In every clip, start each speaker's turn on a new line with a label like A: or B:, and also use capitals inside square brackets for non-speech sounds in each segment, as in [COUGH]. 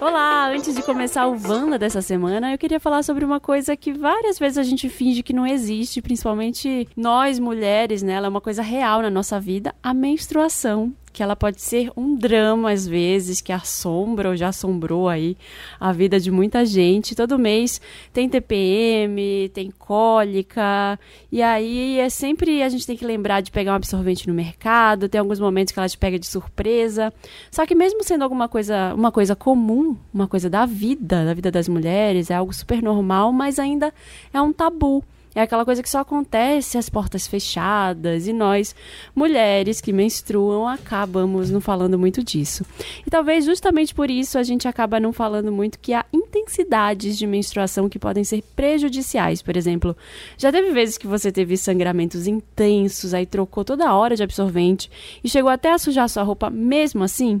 A: Olá, antes de começar o Vanda dessa semana, eu queria falar sobre uma coisa que várias vezes a gente finge que não existe, principalmente nós mulheres, né? Ela é uma coisa real na nossa vida, a menstruação que ela pode ser um drama às vezes, que assombra ou já assombrou aí a vida de muita gente. Todo mês tem TPM, tem cólica, e aí é sempre a gente tem que lembrar de pegar um absorvente no mercado, tem alguns momentos que ela te pega de surpresa. Só que mesmo sendo alguma coisa, uma coisa comum, uma coisa da vida, da vida das mulheres, é algo super normal, mas ainda é um tabu. É aquela coisa que só acontece às portas fechadas e nós, mulheres que menstruam, acabamos não falando muito disso. E talvez justamente por isso a gente acaba não falando muito que há intensidades de menstruação que podem ser prejudiciais. Por exemplo, já teve vezes que você teve sangramentos intensos, aí trocou toda hora de absorvente e chegou até a sujar sua roupa mesmo assim?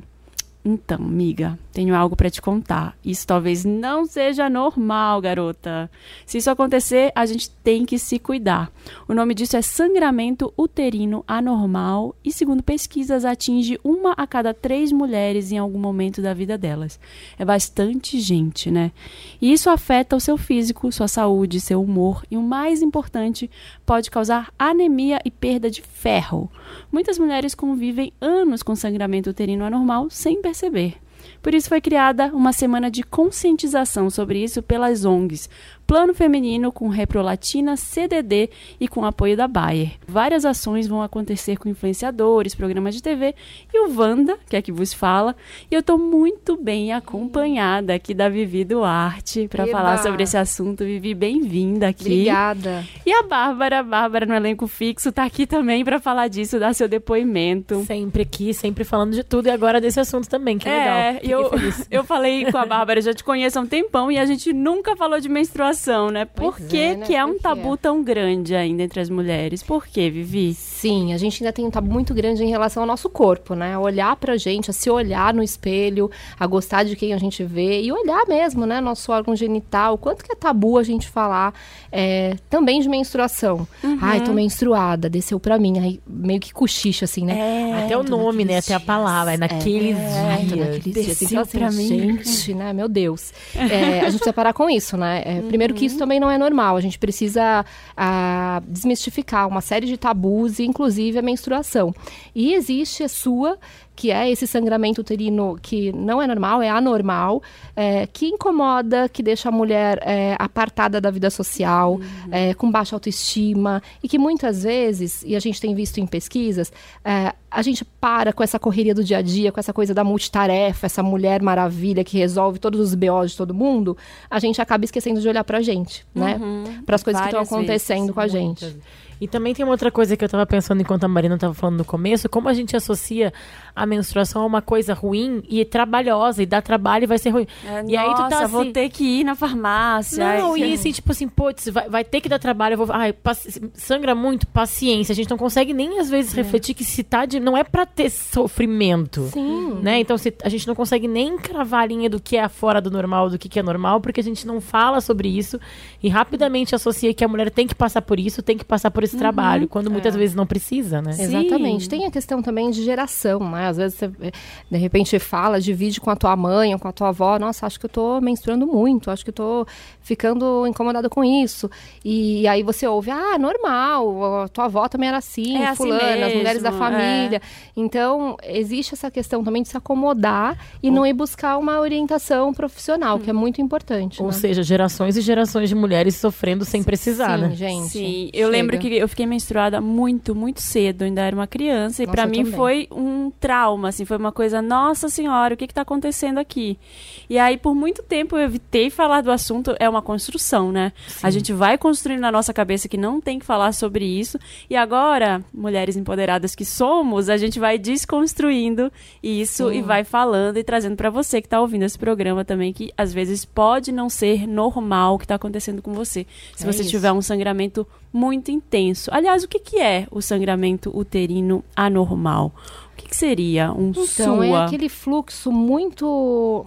A: Então, miga, tenho algo para te contar. Isso talvez não seja normal, garota. Se isso acontecer, a gente tem que se cuidar. O nome disso é sangramento uterino anormal e, segundo pesquisas, atinge uma a cada três mulheres em algum momento da vida delas. É bastante gente, né? E isso afeta o seu físico, sua saúde, seu humor e, o mais importante, pode causar anemia e perda de ferro. Muitas mulheres convivem anos com sangramento uterino anormal sem perceber perceber. Por isso foi criada uma semana de conscientização sobre isso pelas ONGs, Plano Feminino com Reprolatina, CDD e com apoio da Bayer. Várias ações vão acontecer com influenciadores, programas de TV e o Wanda, que é que vos fala, e eu estou muito bem acompanhada aqui da Vivi Duarte para falar sobre esse assunto. Vivi, bem-vinda aqui.
B: Obrigada.
A: E a Bárbara, a Bárbara no elenco fixo, está aqui também para falar disso, dar seu depoimento.
C: Sempre aqui, sempre falando de tudo e agora desse assunto também, que
A: É,
C: legal.
A: e eu, [LAUGHS] eu falei com a Bárbara, já te conheço há um tempão e a gente nunca falou de menstruação, né? Por
B: Pois
A: que,
B: é, né?
A: que é
B: Por
A: um
B: que
A: tabu
B: é?
A: tão grande ainda entre as mulheres? Por que, Vivi?
B: Sim, a gente ainda tem um tabu muito grande em relação ao nosso corpo, né? A Olhar pra gente, a se olhar no espelho, a gostar de quem a gente vê e olhar mesmo, né? Nosso órgão genital. Quanto que é tabu a gente falar é, também de menstruação? Ai, tô menstruada, desceu pra mim. Aí meio que cochicha assim, né?
C: Até o
B: tô
C: nome, né?
B: naqueles
C: Até a palavra. É tá naquele
B: Ai, tô
C: dia.
B: naqueles dias.
A: desceu
B: Então, assim,
A: pra mim.
B: Gente, né? Meu Deus. É, a gente precisa parar com isso, né? É, Primeiro que isso também não é normal. A gente precisa ah, desmistificar uma série de tabus, e inclusive a menstruação. E existe a sua, que é esse sangramento uterino que não é normal, é anormal, é, que incomoda, que deixa a mulher é, apartada da vida
A: Uhum.
B: social, é, com baixa autoestima, e que muitas vezes, e a gente tem visto em pesquisas, é, a gente para com essa correria do dia a dia, com essa coisa da multitarefa, essa mulher maravilha que resolve todos os BOs de todo mundo, a gente acaba esquecendo de olhar pra gente, né? Para as coisas que estão
A: Uhum. Várias vezes,
B: acontecendo com a gente.
C: E também tem uma outra coisa que eu tava pensando enquanto a Marina tava falando no começo, como a gente associa a menstruação a uma coisa ruim e trabalhosa, e dá trabalho e vai ser ruim. e aí tu tá assim,
A: É, vou ter que ir na farmácia.
C: Não, e assim, tipo assim, putz, vai, vai ter que dar trabalho, eu vou, ai, paci- sangra muito, paciência. A gente não consegue nem às
A: É.
C: vezes refletir que se tá de. Não é pra ter sofrimento.
B: Sim.
C: Né? Então se, a gente não consegue nem cravar a linha do que é fora do normal, do que, que é normal, porque a gente não fala sobre isso e rapidamente associa que a mulher tem que passar por isso, tem que passar por esse
B: Uhum.
C: trabalho,
B: É.
C: quando muitas vezes não precisa, né?
A: Sim.
B: Exatamente. Tem a questão também de geração, né? Às vezes você, eh, de repente, fala, divide com a tua mãe ou com a tua avó. Nossa, acho que eu tô menstruando muito, acho que eu tô ficando incomodada com isso. E, aí você ouve, ah, normal, a tua avó também era assim,
A: É assim
B: fulana, as mulheres da
A: mesmo, é."
B: família. Então, existe essa questão também de se acomodar e não ir buscar uma orientação profissional,
A: Hum.
B: que é muito importante.
C: Ou
B: né?
C: seja, gerações e gerações de mulheres sofrendo sem precisar,
B: Sim,
C: né?
B: gente.
A: Sim, eu lembro que eu fiquei menstruada muito, muito cedo, ainda era uma criança, e
B: Nossa,
A: pra
B: eu
A: mim
B: também.
A: foi um trauma, assim, foi uma coisa, nossa senhora, o que que tá acontecendo aqui? E aí, por muito tempo, eu evitei falar do assunto, é uma construção, né? A gente vai construindo na nossa cabeça que não tem que falar sobre isso, e agora, mulheres empoderadas que somos, a gente vai desconstruindo isso e vai falando e trazendo pra você que tá ouvindo esse programa também, que às vezes pode não ser normal o que tá acontecendo com você. Se
B: É
A: você
B: isso.
A: tiver um sangramento muito intenso. Aliás, o que, que é o sangramento uterino anormal? O que, que seria um
B: Então,
A: sua?
B: é aquele fluxo muito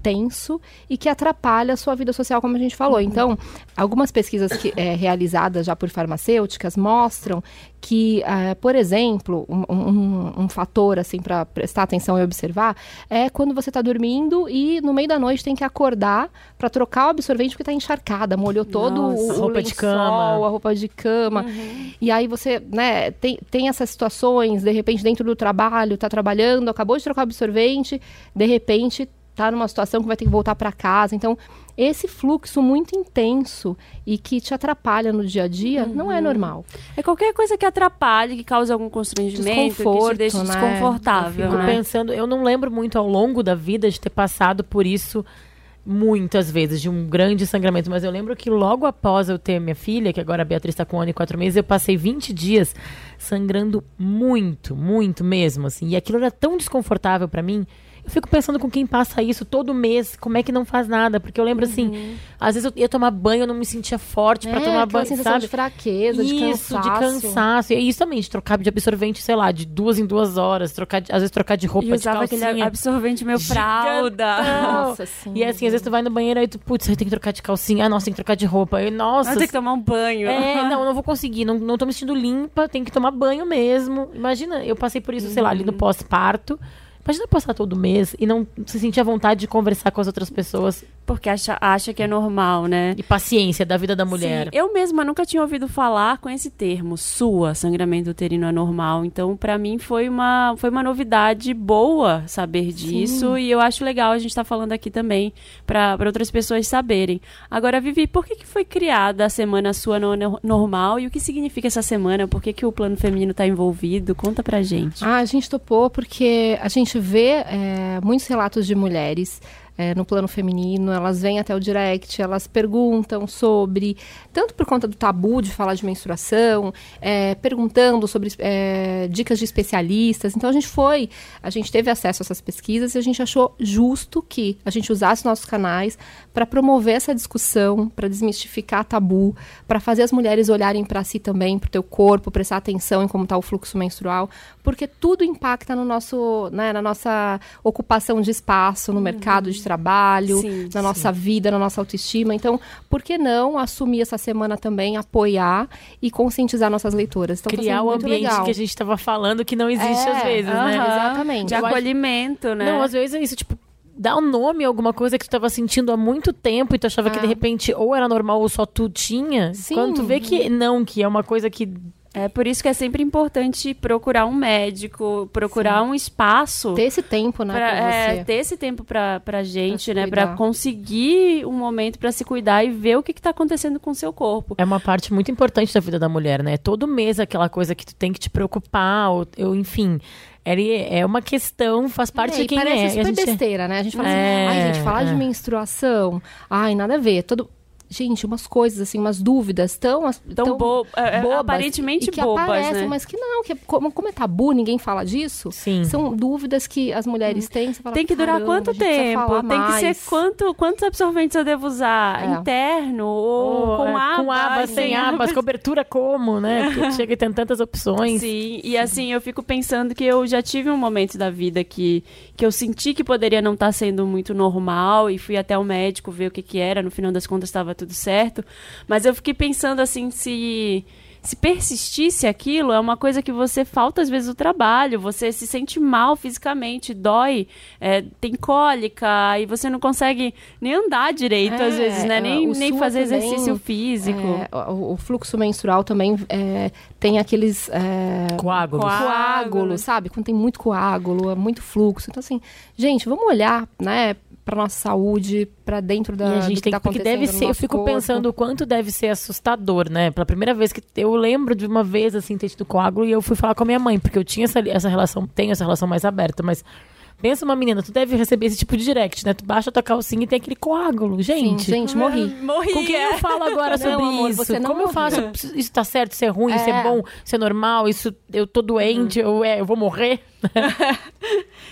B: intenso e que atrapalha a sua vida social, como a gente
A: Uhum.
B: falou. Então, algumas pesquisas que, é, realizadas já por farmacêuticas mostram que, ah, por exemplo, um, um- um fator assim para prestar atenção e observar é quando você está dormindo e no meio da noite tem que acordar para trocar o absorvente porque está encharcada, molhou todo
A: Nossa.
B: o, o
C: Roupa de
B: lençol,
C: cama. Uhum.
B: a roupa de cama. E aí você, né, tem, tem essas situações, de repente, dentro do trabalho, tá trabalhando, acabou de trocar o absorvente, de repente tá numa situação que vai ter que voltar para casa. Então, esse fluxo muito intenso e que te atrapalha no dia a dia
C: Uhum.
B: não é normal.
A: É qualquer coisa que atrapalhe, que cause algum constrangimento, que te
B: Desconforto,
A: deixe
B: né?
A: desconfortável,
C: Fico
A: né?
C: pensando, eu não lembro muito ao longo da vida de ter passado por isso muitas vezes, de um grande sangramento, mas eu lembro que logo após eu ter minha filha, que agora a Beatriz está com um ano e quatro meses, eu passei 20 dias sangrando muito, muito mesmo, assim, e aquilo era tão desconfortável pra mim. Eu fico pensando com quem passa isso todo mês, como é que não faz nada? Porque eu lembro assim, às vezes eu ia tomar banho, eu não me sentia forte pra
B: Uhum. É,
C: tomar
B: aquela
C: banho,
B: sensação
C: sabe?
B: de fraqueza, de
C: isso,
B: cansaço.
C: de cansaço. E isso também, de trocar de absorvente, sei lá, de duas em duas horas, trocar de- às vezes trocar de roupa
A: E
C: de
A: usava
C: calcinha.
A: aquele absorvente meu fralda.
B: Nossa, é sim.
C: E assim, às vezes tu vai no banheiro aí tu, putz, aí tem que trocar de calcinha. Ah, nossa, tem que trocar de roupa. Aí, nossa.
A: Nossa, tem que tomar um banho.
C: É, não, não vou conseguir, não, não tô me sentindo limpa, tem que tomar banho mesmo. Imagina, eu passei por isso, sei lá, ali no pós-parto. Imagina eu passar todo mês e não se sentir à vontade de conversar com as outras pessoas.
A: Porque acha, acha que é normal, né?
C: E paciência da vida da mulher.
A: Sim, eu mesma nunca tinha ouvido falar com esse termo, sua, sangramento uterino anormal. Então, pra mim foi uma, foi uma novidade boa saber disso e eu acho legal a gente estar falando aqui também pra pra outras pessoas saberem. Agora, Vivi, por que, que foi criada a semana sua no- no- normal e o que significa essa semana? Por que, que o plano feminino tá envolvido? Conta pra gente.
B: Ah, a gente topou porque a gente vê é, muitos relatos de mulheres é, no plano feminino, elas vêm até o direct, elas perguntam sobre, tanto por conta do tabu de falar de menstruação, é, perguntando sobre é, dicas de especialistas. Então a gente foi, a gente teve acesso a essas pesquisas e a gente achou justo que a gente usasse nossos canais para promover essa discussão, para desmistificar tabu, para fazer as mulheres olharem para si também, para o teu corpo, prestar atenção em como está o fluxo menstrual, porque tudo impacta no nosso, né, na nossa ocupação de espaço, no
C: Uhum.
B: mercado de trabalho,
A: Sim,
B: na nossa vida, na nossa autoestima. Então, por que não assumir essa semana também, apoiar e conscientizar nossas leitoras? Então, tá
C: Criar
B: sendo
C: o
B: muito
C: ambiente
B: legal.
C: que a gente tava falando que não existe
B: É,
C: às vezes, né?
A: Aham,
B: Exatamente.
A: De
B: Eu acho-
A: acolhimento, né?
C: Não, às vezes é isso, tipo, dá um nome a alguma coisa que tu tava sentindo há muito tempo e tu achava que
B: Ah.
C: de repente ou era normal ou só tu tinha.
B: Sim.
C: Quando tu vê que não, que é uma coisa que.
A: É por isso que é sempre importante procurar um médico, procurar um espaço
B: Ter esse tempo, né,
A: pra,
B: com
A: é,
B: você.
A: ter esse tempo pra, pra gente,
B: se
A: né? Pra
B: cuidar.
A: conseguir um momento pra se cuidar e ver o que, que tá acontecendo com o seu corpo.
C: É uma parte muito importante da vida da mulher, né? Todo mês é aquela coisa que tu tem que te preocupar, ou, ou, enfim. É é uma questão, faz parte
B: É,
C: de
B: e
C: quem
B: parece
C: é. E
B: super
C: a gente-
B: besteira, né? A gente fala
C: É,
B: assim, ai, gente, falar
C: é.
B: de menstruação, ai, nada a ver. Todo... Gente, umas coisas, assim, umas dúvidas tão... as-
A: Tão bo- é, é,
B: bobas,
A: aparentemente
B: e que
A: bobas,
B: aparecem,
A: né?
B: mas que não, que é- como, como é tabu, ninguém fala disso.
C: Sim.
B: São dúvidas que as mulheres têm. você fala,
A: Tem que durar
B: "Caramba, a
A: quanto
B: gente precisa
A: tempo?
B: falar
A: Tem que
B: mais."
A: ser quanto, quantos absorventes eu devo usar?
B: É.
A: Interno ou
C: Ou,
A: com
C: é,
A: aba?
C: com aba,
B: assim,
C: sem abas, cobertura como,
B: [LAUGHS]
C: né? Porque chega e tem tantas opções.
A: Sim, e assim, eu fico pensando que eu já tive um momento da vida que, que eu senti que poderia não estar sendo muito normal e fui até o médico ver o que que era, no final das contas estava tudo certo, mas eu fiquei pensando assim, se se persistisse aquilo, é uma coisa que você falta às vezes o trabalho, você se sente mal fisicamente, dói, é, tem cólica e você não consegue nem andar direito às
B: É,
A: vezes, né?
B: é,
A: Nem,
B: o
A: nem
B: suor
A: fazer
B: também,
A: exercício físico.
B: É, o, o fluxo menstrual também é, tem aqueles... é,
C: Coágulos.
A: Coá- Coágulo.
B: coágulo, sabe? Quando tem muito coágulo, é muito fluxo. Então, assim, gente, vamos olhar, né, pra nossa saúde, pra dentro da.
C: E a gente
B: do
C: tem
B: que, tá
C: que, porque
B: acontecendo
C: deve
B: no
C: ser, eu
B: nosso
C: fico
B: corpo.
C: pensando o quanto deve ser assustador, né? Pela primeira vez que eu lembro de uma vez assim ter tido coágulo e eu fui falar com a minha mãe, porque eu tinha essa, essa relação, tenho essa relação mais aberta, mas pensa uma menina, tu deve receber esse tipo de direct, né? Tu baixa tua calcinha e tem aquele coágulo,
B: Sim,
C: gente. é?
B: gente, morri. Então,
A: Morri.
C: Com
B: [LAUGHS]
C: quem eu falo agora
B: Não,
C: sobre
B: amor,
C: isso?
B: você não
C: Como eu faço?
B: morreu.
C: Isso tá certo, isso é ruim, isso é
B: É. Uhum.
C: bom, isso é normal, isso eu tô doente, eu, é, eu vou morrer.
B: Então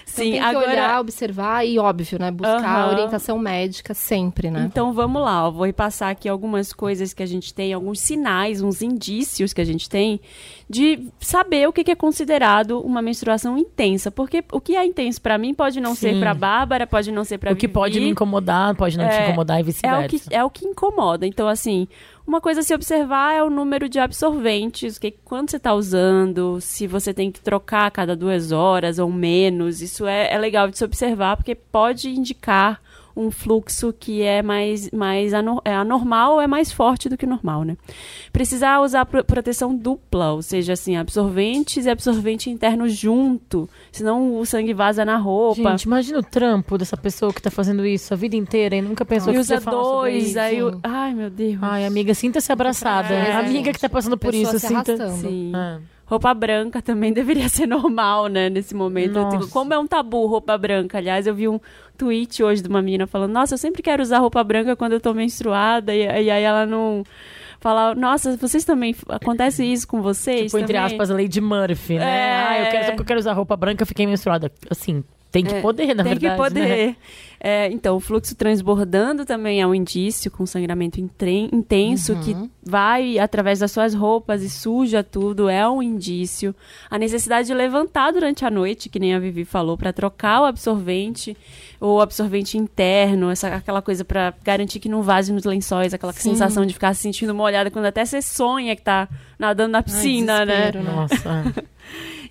A: Sim,
B: tem que
A: agora-
B: olhar, observar e, óbvio, né? Buscar
A: Aham.
B: orientação médica sempre, né?
A: Então vamos lá, ó, vou repassar aqui algumas coisas que a gente tem, alguns sinais, uns indícios que a gente tem de saber o que que é considerado uma menstruação intensa, porque o que é intenso pra mim pode não ser
C: Sim.
A: pra Bárbara, pode não ser pra
C: O que pode me
A: Vivi.
C: incomodar, pode não te
A: É,
C: incomodar e
A: é
C: vice-versa.
A: o, que, é o que incomoda. Então, assim, uma coisa a se observar é o número de absorventes, o que, quando você está usando, se você tem que trocar a cada duas horas ou menos. Isso é, é legal de se observar, porque pode indicar um fluxo que é mais, mais ano- é anormal ou é mais forte do que o normal, né? Precisar usar pro- proteção dupla, ou seja, assim, absorventes e absorvente interno junto, senão o sangue vaza na roupa.
C: Gente, imagina o trampo dessa pessoa que tá fazendo isso a vida inteira e nunca pensou
A: e
C: que
A: usa
C: você fala sobre
A: dois,
C: isso.
A: aí... o- Ai, meu Deus.
C: Ai, amiga, sinta-se abraçada.
B: É,
C: amiga que tá passando por
B: Pessoa
C: isso,
B: se
C: sinta.
B: arrastando.
A: Sim.
C: É.
A: Roupa branca também [LAUGHS] deveria ser normal, né, nesse momento. Eu digo,
C: Nossa.
A: como é um tabu roupa branca? Aliás, eu vi um tweet hoje de uma menina falando: Nossa, eu sempre quero usar roupa branca quando eu tô menstruada. E, e aí ela não. Fala, nossa, vocês também. Acontece isso com vocês?
C: Tipo, entre
A: também?"
C: aspas, a Lady Murphy, né?
A: É.
C: Ah, eu quero, só porque eu quero usar roupa branca, fiquei menstruada. Assim, tem que
A: É,
C: poder, na
A: Tem
C: verdade.
A: que
C: né?
A: poder. É, então, o fluxo transbordando também é um indício com sangramento intre- intenso que vai através das suas roupas e suja tudo, é um indício. A necessidade de levantar durante a noite, que nem a Vivi falou, para trocar o absorvente ou absorvente interno, essa, aquela coisa para garantir que não vaze nos lençóis, aquela sensação de ficar se sentindo molhada quando até você sonha que tá nadando na piscina, né?
B: desespero,
C: Nossa.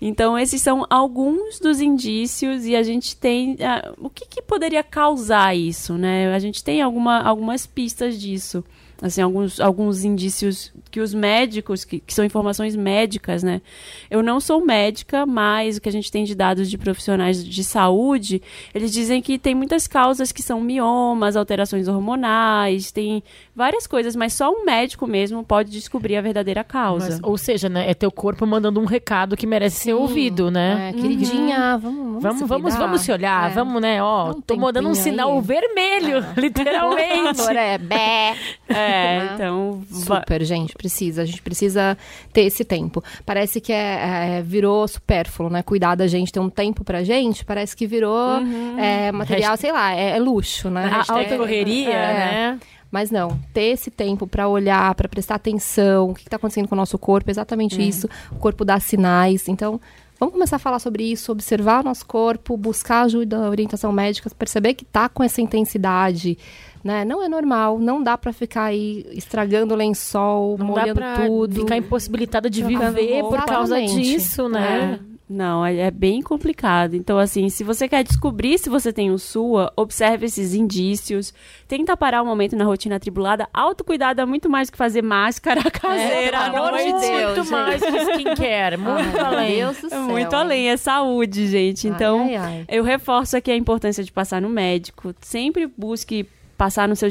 A: Então, esses são alguns dos indícios e a gente tem. ah, o que, que poderia causar isso, né? A gente tem alguma, algumas pistas disso. Assim, alguns, alguns indícios que os médicos, que, que são informações médicas, né? Eu não sou médica, mas o que a gente tem de dados de profissionais de saúde, eles dizem que tem muitas causas que são miomas, alterações hormonais, tem várias coisas, mas só um médico mesmo pode descobrir a verdadeira causa.
C: Mas, ou seja, né? É teu corpo mandando um recado que merece ser ouvido, né?
B: É, queridinha, vamos, vamos,
C: Vamos,
B: se
C: vamos,
B: cuidar.
C: vamos se olhar,
B: É.
C: vamos, né? Ó,
B: Dá um
C: tô mandando um
B: tempinho
C: sinal
B: aí.
C: vermelho, [LAUGHS]
B: [LAUGHS]
C: literalmente.
B: Agora é bé.
A: É,
B: [LAUGHS] Né?
A: então. va-
B: Super, gente, precisa. A gente precisa ter esse tempo. Parece que é, é, virou supérfluo, né? Cuidar da gente, ter um tempo pra gente, parece que virou
C: Uhum.
B: é, material, sei lá, é, é luxo, né?
C: A
B: Auto-
C: alta correria,
B: É.
C: né?
B: Mas não, ter esse tempo pra olhar, pra prestar atenção, o que, que tá acontecendo com o nosso corpo,
C: Uhum.
B: exatamente isso. O corpo dá sinais. Então, vamos começar a falar sobre isso, observar o nosso corpo, buscar ajuda, orientação médica, perceber que tá com essa intensidade. Né? Não é normal, não dá pra ficar aí estragando o lençol,
C: Não dá
B: molhando
C: pra
B: tudo.
C: ficar impossibilitada de
B: Trocando
C: viver por
B: roupa.
C: causa
B: Exatamente.
C: disso, né?
A: Não, é, é bem complicado. Então, assim, se você quer descobrir se você tem o SUA, observe esses indícios. Tenta parar um momento na rotina atribulada. Autocuidado é muito mais que fazer máscara [LAUGHS]
C: É.
A: caseira.
B: É, pelo
A: à
B: amor de
A: noite.
B: Deus.
C: muito
B: gente.
C: mais que [LAUGHS] skincare,
B: Ai,
C: muito
B: Ah,
C: né?
B: meu
C: além.
B: Deus do
A: É
B: céu.
A: muito além, é saúde, gente. Então,
B: Ai, ai, ai.
A: eu reforço aqui a importância de passar no médico. Sempre busque passar no seu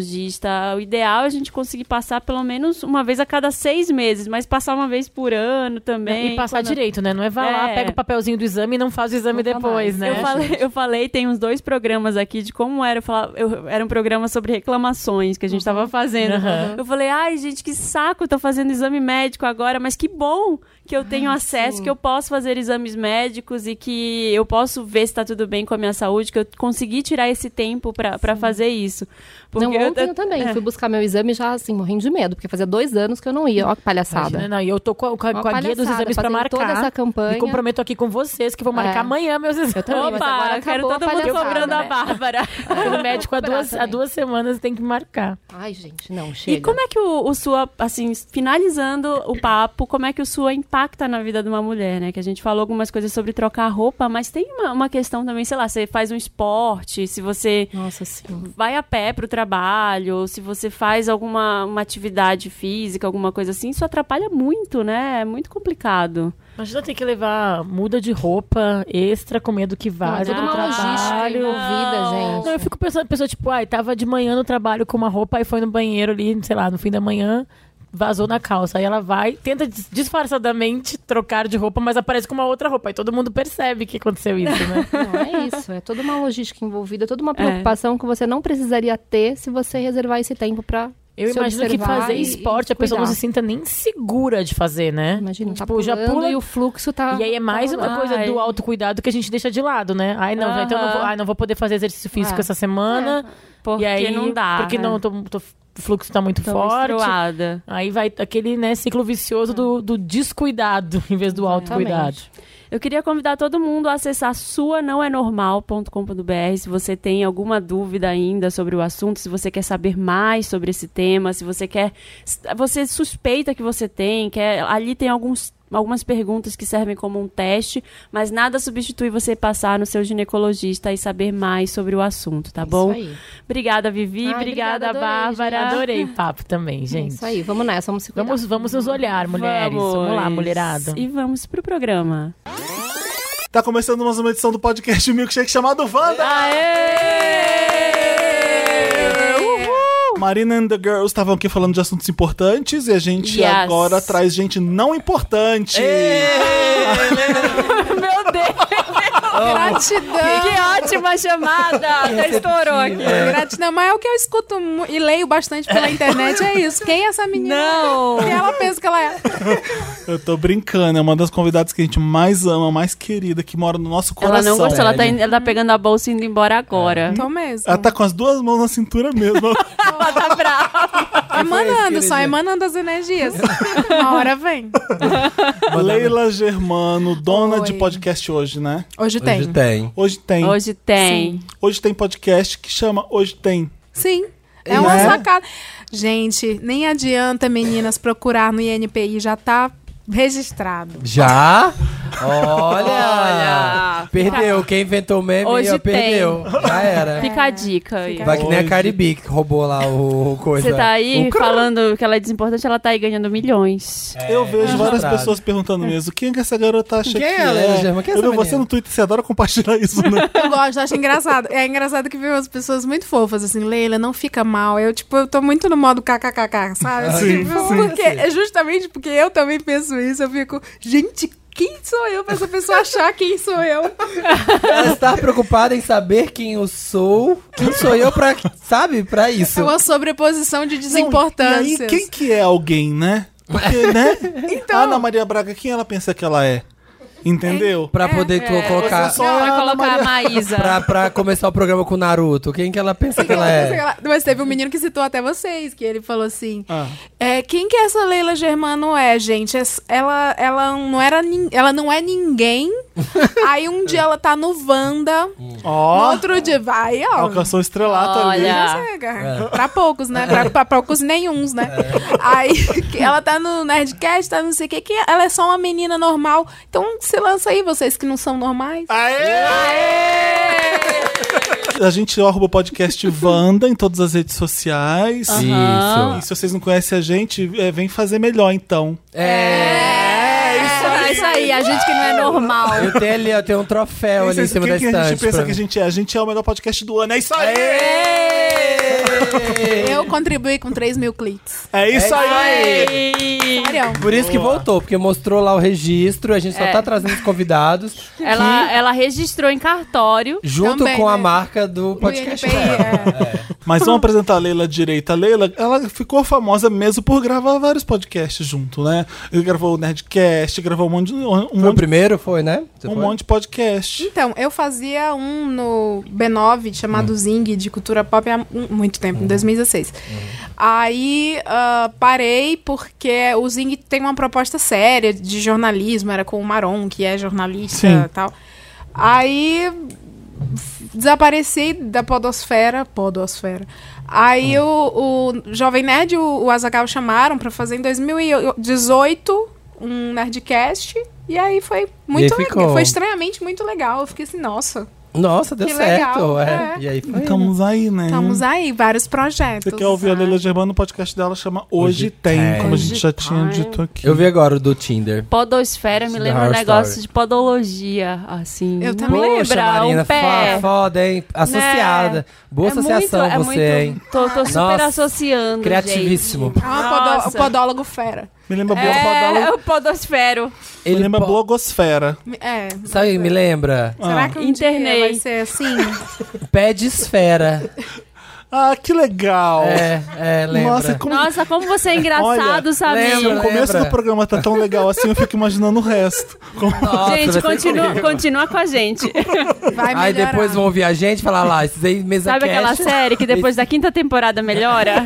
A: ginecologista. O ideal é a gente conseguir passar pelo menos uma vez a cada seis meses, mas passar uma vez por ano também.
C: E passar direito, né? Não é vá lá,
A: É.
C: pega o papelzinho do exame e não faz o exame
B: Nunca mais.
C: depois, né?
A: Eu falei, eu falei, tem uns dois programas aqui de como era. Eu falava, eu- era um programa sobre reclamações que a gente estava fazendo.
B: Uhum.
C: Aham.
A: Eu falei, ai, gente, que saco, eu tô fazendo exame médico agora, mas que bom que eu tenho acesso, que eu posso fazer exames médicos e que eu posso ver se tá tudo bem com a minha saúde, que eu consegui tirar esse tempo pra pra fazer isso.
B: Não,
A: eu-
B: ontem eu, também
C: é.
B: fui buscar meu exame já assim, morrendo de medo, porque fazia dois anos que eu não ia. Ó, que palhaçada.
C: Imagina, não, e eu tô com a, com a-
B: Uma
C: com a guia dos
B: palhaçada,
C: exames pra
B: fazendo
C: marcar.
B: toda essa campanha.
C: Me comprometo aqui com vocês que vou marcar
B: É.
C: amanhã meus exames.
B: também, mas agora
A: Opa, quero
B: acabou a
A: todo mundo
B: palhaçada,
A: cobrando a
B: né?
A: Bárbara.
C: O médico há duas, há
B: também.
C: duas semanas tem que marcar.
B: Ai, gente, não, chega.
A: E como é que o, o sua, assim, finalizando o papo, como é que o sua impacta na vida de uma mulher, né? Que a gente falou algumas coisas sobre trocar roupa, mas tem uma, uma questão também, sei lá, você faz um esporte, se você
B: Nossa, sim.
A: vai a pé pro trabalho, ou se você faz alguma uma atividade física, alguma coisa assim, isso atrapalha muito, né? É muito complicado.
C: Imagina ter que levar muda de roupa extra com medo que
B: Não, é
C: vaze
A: um
B: toda
C: do
B: uma logística né?
C: trabalho.
B: envolvida,
C: Não, eu
B: gente.
C: fico pensando, a pessoa, tipo, ai, tava de manhã no trabalho com uma roupa, aí foi no banheiro ali, sei lá, no fim da manhã, vazou na calça. Aí ela vai, tenta dis- disfarçadamente trocar de roupa, mas aparece com uma outra roupa. Aí todo mundo percebe que aconteceu isso, né?
B: Não, é isso. É toda uma logística envolvida, toda uma preocupação que você não precisaria ter se você reservar esse tempo pra
C: [LAUGHS] Eu
B: Se
C: imagino que
B: observar
C: fazer
B: e-
C: esporte
B: e
C: a pessoa não
B: cuidar.
C: se sinta nem segura de fazer, né?
B: Imagina, tá
C: Tipo, já
B: pulando
C: pula-
B: e o fluxo tá.
C: E aí é mais uma
A: Ai.
C: coisa do autocuidado que a gente deixa de lado, né? Ai, não,
A: Aham. É.
C: então eu não vou, ai, não vou poder fazer exercício físico
B: É.
C: essa semana.
A: Porque
C: e aí,
A: não dá.
C: Porque
A: né?
C: não, tô- tô- o fluxo tá muito
A: Tô
C: forte.
A: menstruada.
C: Aí vai aquele né, ciclo vicioso do, do descuidado em vez do
B: Exatamente.
C: autocuidado. tá
A: Eu queria convidar todo mundo a acessar suanãoenormal.com.br se você tem alguma dúvida ainda sobre o assunto, se você quer saber mais sobre esse tema, se você quer. se Você suspeita que você tem, quer, ali tem alguns. Algumas perguntas que servem como um teste, mas nada substitui você passar no seu ginecologista e saber mais sobre o assunto, tá bom?
B: Isso aí.
A: Obrigada, Vivi.
B: Ai,
A: obrigada,
B: obrigada, adorei,
A: Bárbara.
C: Adorei o papo também,
B: É
C: gente.
B: Isso aí, vamos nessa, vamos se cuidar.
C: Vamos, vamos nos olhar, mulheres. Vamos, lá, mulherada.
A: E vamos pro programa.
D: Tá começando mais uma edição do podcast [LAUGHS] Milkshake chamado Wanda! Marina and the Girls estavam aqui falando de assuntos importantes e a gente
A: Yes.
D: agora traz gente não importante.
A: Meu Deus!
E: Gratidão.
A: Que ótima chamada! Até estourou
F: um
A: aqui.
E: Gratidão, mas é o que eu escuto mu- e leio bastante pela internet, é isso. Quem é essa menina?
A: Não!
E: Quem ela pensa que ela é?
D: Eu tô brincando, é uma das convidadas que a gente mais ama, mais querida, que mora no nosso
A: Ela
D: coração.
A: não gostou, ela tá, indo- ela tá pegando a bolsa e indo embora agora.
E: Tô mesmo.
D: Ela tá com as duas mãos na cintura
A: [LAUGHS]
D: mesmo.
A: Ela tá brava.
E: Emanando, só emanando as energias. Uma hora vem.
D: Leila Germano, dona
E: Oi.
D: de podcast hoje, né?
E: Hoje tem.
F: Hoje tem.
D: Hoje tem. Hoje,
A: Hoje tem.
D: tem podcast que chama Hoje Tem.
E: Sim. É
D: Não
E: uma
D: é?
E: sacada. Gente, nem adianta, meninas, procurar no INPI, já tá registrado.
A: [LAUGHS]
F: Já? Olha! Perdeu. Quem inventou o meme
A: Hoje
F: ó, perdeu. Já era.
A: Fica a dica aí.
F: Vai que nem a Cardi B que roubou lá o, o coisa.
A: Você tá aí
F: O-
A: falando que ela é desimportante, ela tá aí ganhando milhões.
F: É,
D: Eu vejo várias
F: registrado.
D: pessoas perguntando mesmo, quem é que essa garota acha
F: tá Quem
D: que
F: é ela, Leila Germano? Quem é
D: Eu
F: essa
D: vi você
F: menina?
D: no Twitter, você adora compartilhar isso,
A: [LAUGHS]
D: né?
E: Eu gosto, acho engraçado. É engraçado que veio as pessoas muito fofas, assim, Leila, não fica mal. Eu, tipo, eu tô muito no modo kkkk, sabe?
D: Ah, Sim,
E: Tipo,
D: sim,
E: porque, é justamente porque eu também penso isso, eu fico, gente, quem sou eu pra essa pessoa achar quem sou eu?
F: Ela está preocupada em saber quem eu sou. Quem sou eu pra. Sabe? Pra
E: É
F: isso.
E: uma sobreposição
A: é
D: E
E: de
D: aí,
E: desimportâncias.
D: quem que é alguém, né?
A: [LAUGHS]
D: Porque, né? Então... Ana Maria Braga, quem ela pensa que ela é? Entendeu? é
F: Pra
A: É,
F: poder colo- colocar.
D: Só
A: Vai
D: a Ana
A: colocar a
D: Maria-
A: Maísa.
F: Pra, pra começar o programa com o Naruto. Quem que ela pensa que ela é?
E: Mas teve um menino que citou até vocês, que ele falou assim:
D: Ah.
E: é, quem que essa Leila Germano é, gente? Es- Ela, ela não era nin- ela não
D: [LAUGHS]
E: é ninguém. Aí um dia ela tá no Wanda, no
D: Ó,
E: outro dia vai, ó.
D: alcançou o estrelato ali.
A: Olha.
E: Não sei, cara. Pra poucos, né? Pra, pra poucos nenhuns, né? Aí [LAUGHS] que ela tá no Nerdcast, tá não sei o que, que ela é só uma menina normal. Então se lança aí, vocês que não são normais.
D: A gente arroba
A: [LAUGHS]
D: o podcast Wanda em todas as redes sociais.
A: é.
D: E
F: Isso.
D: se vocês não conhecem a gente, é, vem fazer melhor então.
F: É.
A: É isso aí, a gente que não é normal.
F: Eu tenho ali, eu tenho um troféu ali em
D: Vocês-
F: cima
D: quem
F: da
D: que a gente
F: estante.
D: pensa
F: pra
D: que a
F: mim.
D: gente é? A gente é o melhor podcast do ano. É isso aí!
E: Eu contribuí com 3 mil cliques.
D: É isso aí!
E: Sério.
F: Por isso que voltou, porque mostrou lá o registro, a gente só tá trazendo os convidados.
A: É. [LAUGHS] Ela, é ela registrou em cartório.
F: Junto
E: Também,
F: com a
E: né?
F: marca do
E: O
F: podcast.
E: INPI é.
D: Mas vamos apresentar a Leila direito. A Leila, ela ficou famosa mesmo por gravar vários podcasts junto, né? Ele gravou o Nerdcast, gravou um monte de, um
F: [LAUGHS] Foi o
D: monte,
F: primeiro, foi, né? Você
D: um
F: foi?
D: monte de podcast.
E: Então, eu fazia um no B9 chamado Zing de cultura pop há mu- muito tempo, em 2016. Aí ah, parei porque o Zing tem uma proposta séria de jornalismo, era com o Maron, que é jornalista
D: Sim.
E: e tal. Aí f- desapareci da podosfera, podosfera. Aí o, o Jovem Nerd e o, o Azagal chamaram pra fazer em 2018 um Nerdcast. E aí foi muito legal.
F: ficou.
E: Foi estranhamente muito legal. Eu fiquei assim, nossa,
F: Nossa, deu
E: Que
F: certo.
E: legal,
F: é.
E: é.
F: E aí foi. né?
D: Estamos aí, né?
E: estamos aí, vários projetos.
D: Você quer ouvir a Leila Germano? O podcast dela chama Hoje,
F: Hoje
D: Tem,
F: Tem.
D: como a
A: Hoje
D: gente já
A: Tem.
D: tinha dito aqui.
F: Eu vi agora o do Tinder.
A: Podosfera me
F: The
A: lembra um
F: Horror
A: negócio
F: Story.
A: de podologia, assim.
E: Eu
A: Não
E: também.
F: Poxa,
A: lembra,
F: Marina,
A: um pé. Né? É
F: fo- foda, hein? Associada. Boa associação
A: muito,
F: você,
A: é
F: hein?
A: muito, Tô, tô super
F: Nossa,
A: associando.
F: Criativíssimo.
A: gente.
E: É uma podo-
A: Nossa.
E: podólogo fera.
D: Me lembra, blo-
A: É, é o podosfero.
D: me lembra
F: po-
D: blogosfera.
E: É.
F: Sabe, me lembra?
E: Será que um dia
A: Internei.
E: vai ser assim?
F: Pé de esfera.
D: Ah, que legal.
F: É, é, lembra.
D: Nossa, como
A: Nossa, como você é engraçado,
D: Olha,
A: sabe?
D: Se o
F: lembra,
D: começo
F: lembra?
D: do programa tá tão legal assim, eu fico imaginando o
F: [LAUGHS]
D: resto. Como-
F: Nossa,
A: gente,
F: vai ser
A: continua,
F: incrível.
A: continua com a gente.
E: Vai
F: Aí
E: melhorar.
F: depois vão ouvir a gente e falar lá, esses aí mesa
A: Sabe aquela
F: cast,
A: série que depois da quinta temporada melhora?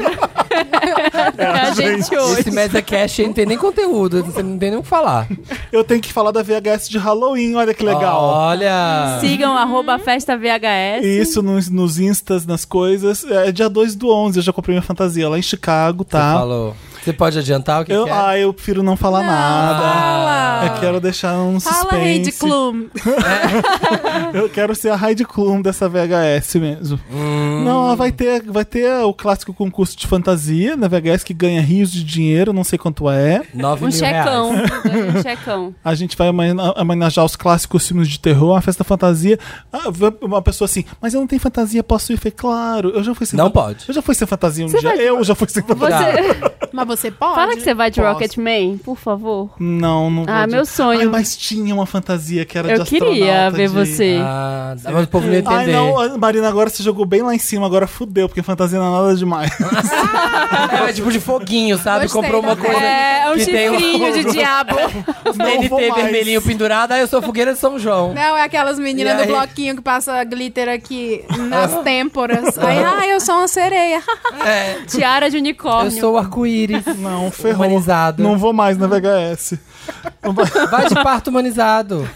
A: É a gente
F: Esse
A: hoje.
F: mesa cast aí não tem nem conteúdo, você não tem nem o que falar.
D: Eu tenho que falar da VHS de Halloween, olha que legal.
F: Olha.
A: Sigam arroba festa
E: É
A: VHS.
D: E isso nos, nos instas, nas coisas. É dia 2 do 11, eu já comprei minha fantasia lá em Chicago,
F: Você
D: tá?
F: falou. Você pode adiantar o que,
D: Eu,
F: que é?
D: ah, eu prefiro não falar nada.
E: Fala.
D: Eu quero deixar um suspense.
E: Fala, Rede Club.
D: Eu quero ser a Heidi Klum dessa VHS mesmo.
F: Hum.
D: Não, ela vai ter, vai ter o clássico concurso de fantasia na VHS que ganha rios de dinheiro, não sei quanto é.
F: Nove
A: Um
F: mil reais. [LAUGHS]
A: checão. Um checão.
D: A gente vai homena- homenagear os clássicos filmes de terror, a festa fantasia. Ah, vê Uma pessoa assim, mas eu não tenho fantasia, posso ir? Eu falei, claro, eu já fui sem
F: Não
D: fan-
F: pode.
D: Eu já fui sem fantasia um dia. Eu já fui sem fantasia.
F: Você...
E: Mas você pode?
A: Fala que você vai de
D: Posso.
A: Rocketman, por favor.
D: Não, não
A: Ah,
D: vou
A: meu
D: de-
A: sonho.
D: Ai, mas tinha uma fantasia que era
A: Eu
D: de astronauta.
A: queria ver
D: de-
A: você.
F: Ah, mas o povo não ia entender.
D: Ai, não, a Marina, agora você jogou bem lá em cima, agora fudeu, porque fantasia não é nada
F: [LAUGHS]
D: demais.
F: É tipo de foguinho, sabe?
E: Gostei
F: Comprou
E: da
F: uma coisa.
A: É, é um
F: que tem um- [LAUGHS]
A: chifrinho de diabo.
D: Não vou
F: TNT
D: mais.
F: vermelhinho pendurado, aí eu sou fogueira de São João.
E: Não, é aquelas meninas
F: E
E: do
F: aí?
E: bloquinho que passa glitter aqui nas têmporas. Aí, ah, eu sou uma sereia.
F: É,
A: Tiara de unicórnio.
F: eu sou o arco-íris.
D: Não, ferrou.
F: Humanizado.
D: Não vou mais na [LAUGHS] VHS.
F: Vai de parto humanizado.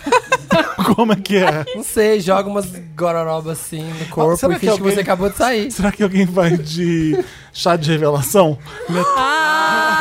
D: Como é que é?
F: Não sei, joga umas gororobas assim no corpo
D: será
F: e
D: que
F: finge que,
D: alguém-
F: você acabou de sair.
D: Será que alguém vai de chá de revelação? [LAUGHS]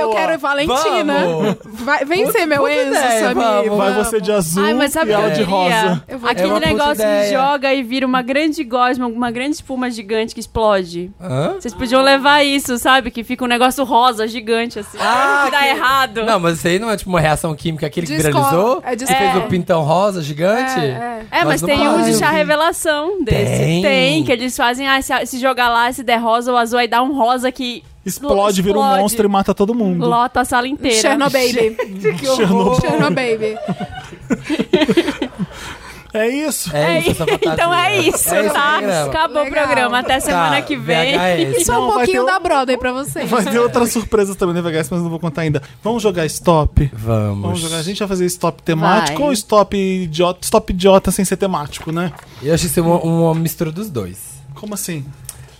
E: Eu quero Valentina.
F: Vamos.
E: Vai, vem
F: Puta-
E: ser meu
F: puta
E: ex,
F: ideia,
E: Samir.
F: vamos.
D: Vai você de azul
A: Ai, mas sabe
D: e
A: o que
D: ela
A: eu
D: de
A: queria?
D: rosa.
E: Eu vou-
A: Aquele
F: É uma puta
A: negócio que
F: ideia.
A: joga e vira uma grande gosma, uma grande espuma gigante que explode.
F: Hã?
A: Vocês podiam levar isso, sabe? Que fica um negócio rosa gigante, assim.
F: Ah,
A: Ah, que dá
F: que-
A: errado.
F: Não, mas isso aí não é tipo uma reação química, aquele que
E: De escola.
F: viralizou?
E: É de
F: que fez
E: escola.
F: o pintão rosa gigante?
E: É,
A: É, mas,
F: Mas não
A: tem um
F: pode.
A: de chá revelação desse.
F: Tem.
A: que eles fazem, ah, se, se jogar lá, se der rosa ou azul, aí dá um rosa que
D: Explode, vira um
A: explode,
D: monstro e mata todo mundo.
A: lota a sala inteira.
E: é. Chernobyl.
F: Que horror.
E: Chernobyl.
D: É isso.
F: É isso, essa fantasia.
A: então é isso,
F: É esse
A: tá?
F: o programa.
A: Acabou
E: Legal.
A: o programa. Até semana
F: Tá,
A: que vem.
F: VHS.
E: Só
D: Não,
E: um
D: vai
E: pouquinho
D: ter o-
E: da Broadway pra vocês.
D: Vai ter outras surpresas também na VHS, mas não vou contar ainda. Vamos jogar stop?
F: Vamos.
D: Vamos jogar. A gente vai fazer stop temático
A: Vai.
D: ou stop idiota, stop idiota sem ser temático, né?
F: Eu achei isso uma, uma mistura dos dois.
D: Como assim?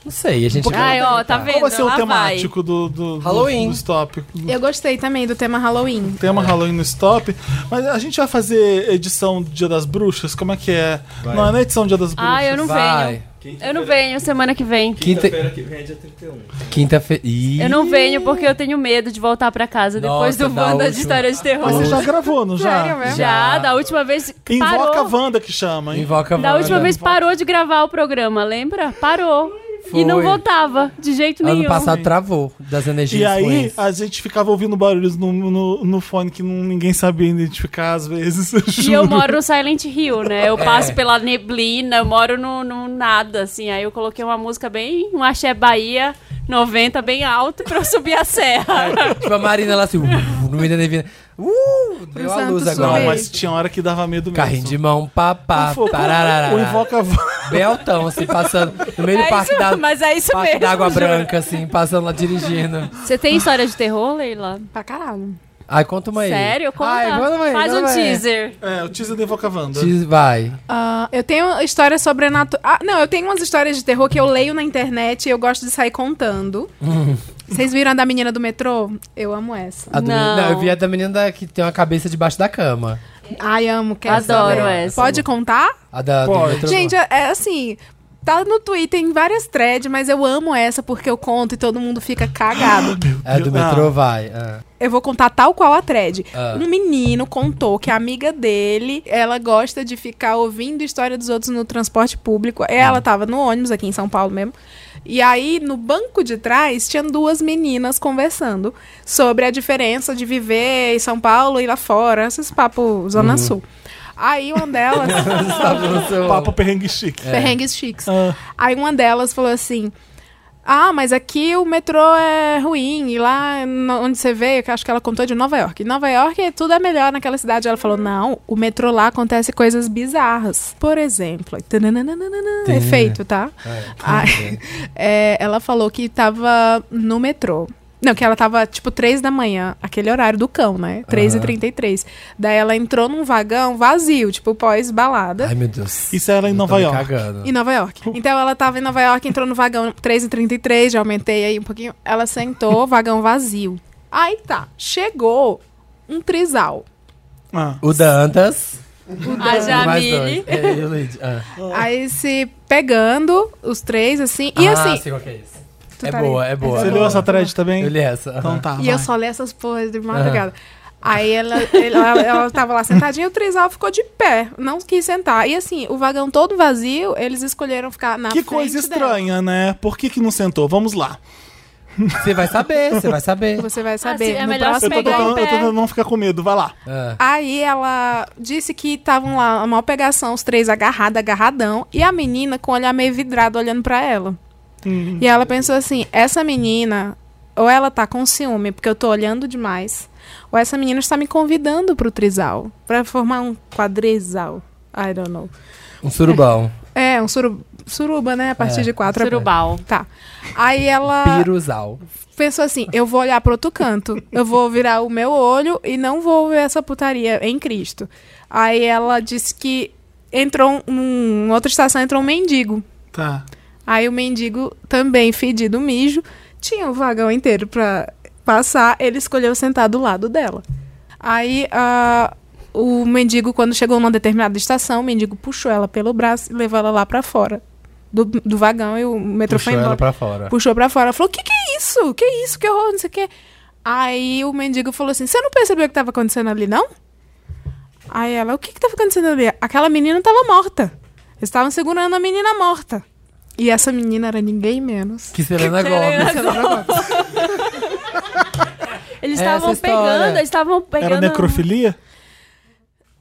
F: Não sei, a gente.
A: Ai, ó, tá vendo?
D: Qual vai ser o
A: Lá
D: temático do, do, do-
F: Halloween.
D: do stop?
E: Eu gostei também do tema Halloween.
D: Tema
F: É.
D: Halloween no stop. Mas a gente vai fazer edição do Dia das Bruxas? Como é que é? Não é na edição do Dia das Bruxas.
A: Ah, eu não venho.
F: Vai.
A: Eu não venho semana que vem.
G: Quinta-feira que vem é dia 31.
F: Quinta-feira. Ih,
A: Eu não venho porque eu tenho medo de voltar pra casa depois
F: Nossa,
A: do
F: da
A: Wanda de
F: última. tá
A: História de Terror.
D: Mas você já gravou, não já?
E: Sério mesmo?
A: Já, da última vez
D: Invoca a
A: parou.
D: Wanda que chama, hein?
F: Invoca a
A: Da
F: Wanda.
A: última vez parou de gravar o programa, lembra? Parou.
F: Foi.
A: E não voltava, de jeito
F: Ano
A: nenhum.
F: passado travou das energias.
D: E aí,
F: ruins.
D: a gente ficava ouvindo barulhos no, no, no fone que não- ninguém sabia identificar às vezes. eu
A: E
D: juro. [LAUGHS]
A: eu moro no Silent Hill, né?
F: É.
A: Eu passo pela neblina, eu moro no, no nada, assim. Aí eu coloquei uma música bem, um axé Bahia 90, bem alto, pra eu subir a
F: [LAUGHS]
A: serra.
F: Tipo, a Marina lá assim, uh, no meio da neblina. Uh, deu a
E: Santo
F: luz
E: Suave.
F: agora.
D: Não,
E: Sim.
D: mas tinha hora que dava medo mesmo.
F: Carrinho de mão, papá,
D: Foi-
F: pararará.
D: O Invoca Wanda.
F: Beltão, assim, passando no meio do
A: É
F: parque
A: isso,
F: da...
A: mas é isso
F: Parque
A: mesmo.
F: d'água
A: juro.
F: branca, assim, passando lá dirigindo.
A: Você tem história de terror, Leila?
E: Pra caralho.
F: Ai, conta uma aí.
A: Sério? Conta.
F: Ai, conta uma aí,
A: Faz
F: conta
A: um
F: uma aí.
A: teaser.
D: É, o teaser do Invoca Wanda.
F: Diz- Vai.
E: Ah, eu tenho histórias sobrenaturais. Ah, não, eu tenho umas histórias de terror que eu leio na internet e eu gosto de sair contando.
D: Hum.
E: Vocês viram a da menina do metrô? Eu amo essa.
F: A do menino-
A: Não.
F: não, eu vi a da menina da- que tem uma cabeça debaixo da cama.
E: Ai, amo, quero
A: Adoro
E: saber.
A: essa.
E: Pode contar?
F: A da do
D: Pode.
F: metrô.
E: Gente, é, é assim. Tá no Twitter em várias threads, mas eu amo essa porque eu conto e todo mundo fica cagado.
F: É do metrô, vai.
D: [LAUGHS]
F: ah.
E: Eu vou contar tal qual a thread.
F: Ah.
E: Um menino contou que a amiga dele, ela gosta de ficar ouvindo história dos outros no transporte público. Ela tava no ônibus aqui em São Paulo mesmo. E aí, no banco de trás, tinha duas meninas conversando sobre a diferença de viver em São Paulo e lá fora, esses papos Zona Sul. Aí uma delas.
F: [LAUGHS]
D: tá
F: Sabe, não sou- É.
D: Papo perrengue chique.
E: Perrengues chiques.
D: Ah.
E: Aí uma delas falou assim: Ah, mas aqui o metrô é ruim, e lá no- onde você veio, que eu acho que ela contou é de Nova York. Em Nova York tudo é melhor naquela cidade. Ela falou: não, o metrô lá acontece coisas bizarras. Por exemplo, aí, tananana,
F: Tem,
E: efeito, tá?
D: É.
E: Aí, é, ela falou que tava no metrô. Não, que ela tava tipo 3 da manhã, aquele horário do cão, né? 3h33. Daí ela entrou num vagão vazio, tipo pós-balada.
F: Ai, meu Deus.
D: Isso era em
F: Eu tô
D: Nova
F: me
D: York.
F: Cagando.
E: Em Nova York. Então ela tava em Nova York, entrou no vagão 3h33, já aumentei aí um pouquinho. Ela sentou, [LAUGHS] vagão vazio. Aí tá, chegou um trisal.
D: Ah.
F: O Dantas.
A: A
F: mais
A: Jamile.
F: dois. É, e o Luigi. Ah.
E: Aí se pegando, os três, assim. E
F: ah,
E: assim.
F: sei qual que é esse.
E: tu
F: É
E: tá
F: boa, é boa.
D: Você
F: é
D: leu
F: boa.
D: essa thread também?
F: Eu li essa.
D: Então
F: aham.
D: tá.
E: E eu
D: vai.
E: só li essas porras de madrugada.
D: Ah.
E: Aí ela, ele- ela, ela tava lá sentadinha e o Trisal ficou de pé, não quis sentar. E assim, o vagão todo vazio, eles escolheram ficar na
D: Que
E: frente
D: coisa
E: dela.
D: estranha, né? Por que, que não sentou? Vamos lá.
F: Você vai saber, você vai
A: [LAUGHS]
F: saber.
E: Você vai
A: sim,
E: saber.
A: é
E: no
A: melhor
E: próximo
D: Eu tô,
A: Pegar em
D: tentando, eu
A: pé.
D: tô tentando não ficar com medo, vai lá.
F: Ah.
E: Aí ela disse que estavam lá, a maior pegação, os três agarrada, agarradão, e a menina com o olhar meio vidrado olhando pra ela.
D: Hum.
E: E ela pensou assim: essa menina, ou ela tá com ciúme porque eu tô olhando demais, ou essa menina está me convidando pro trisal, pra formar um quadrisal. I don't know.
F: Um surubão.
E: É, um suru- suruba, né? A partir
F: É.
E: de quatro.
A: Surubal.
E: Tá. Aí ela
F: Piruzal.
E: pensou assim: eu vou olhar pro outro canto. Eu vou virar o meu olho e não vou ver essa putaria em Cristo. Aí ela disse que entrou um. Em outra estação entrou um mendigo.
D: Tá.
E: Aí o mendigo, também fedido mijo, tinha um vagão inteiro pra passar. Ele escolheu sentar do lado dela. Aí ah, o mendigo, quando chegou numa determinada estação, o mendigo puxou ela pelo braço e levou ela lá pra fora do, do vagão e o metrô
F: Puxou
E: foi embora.
F: ela pra fora.
E: Puxou pra fora. Falou: Que que é isso? Que é isso? Que horror, não sei o que. Aí o mendigo falou assim: Você não percebeu o que tava acontecendo ali, não? Aí ela: O que que tava acontecendo ali? Aquela menina tava morta. Eles estavam segurando a menina morta. E essa menina era ninguém menos.
F: Que Selena Gomes.
A: Eles
F: Essa
A: estavam
F: história.
A: pegando, eles estavam pegando.
D: Era necrofilia?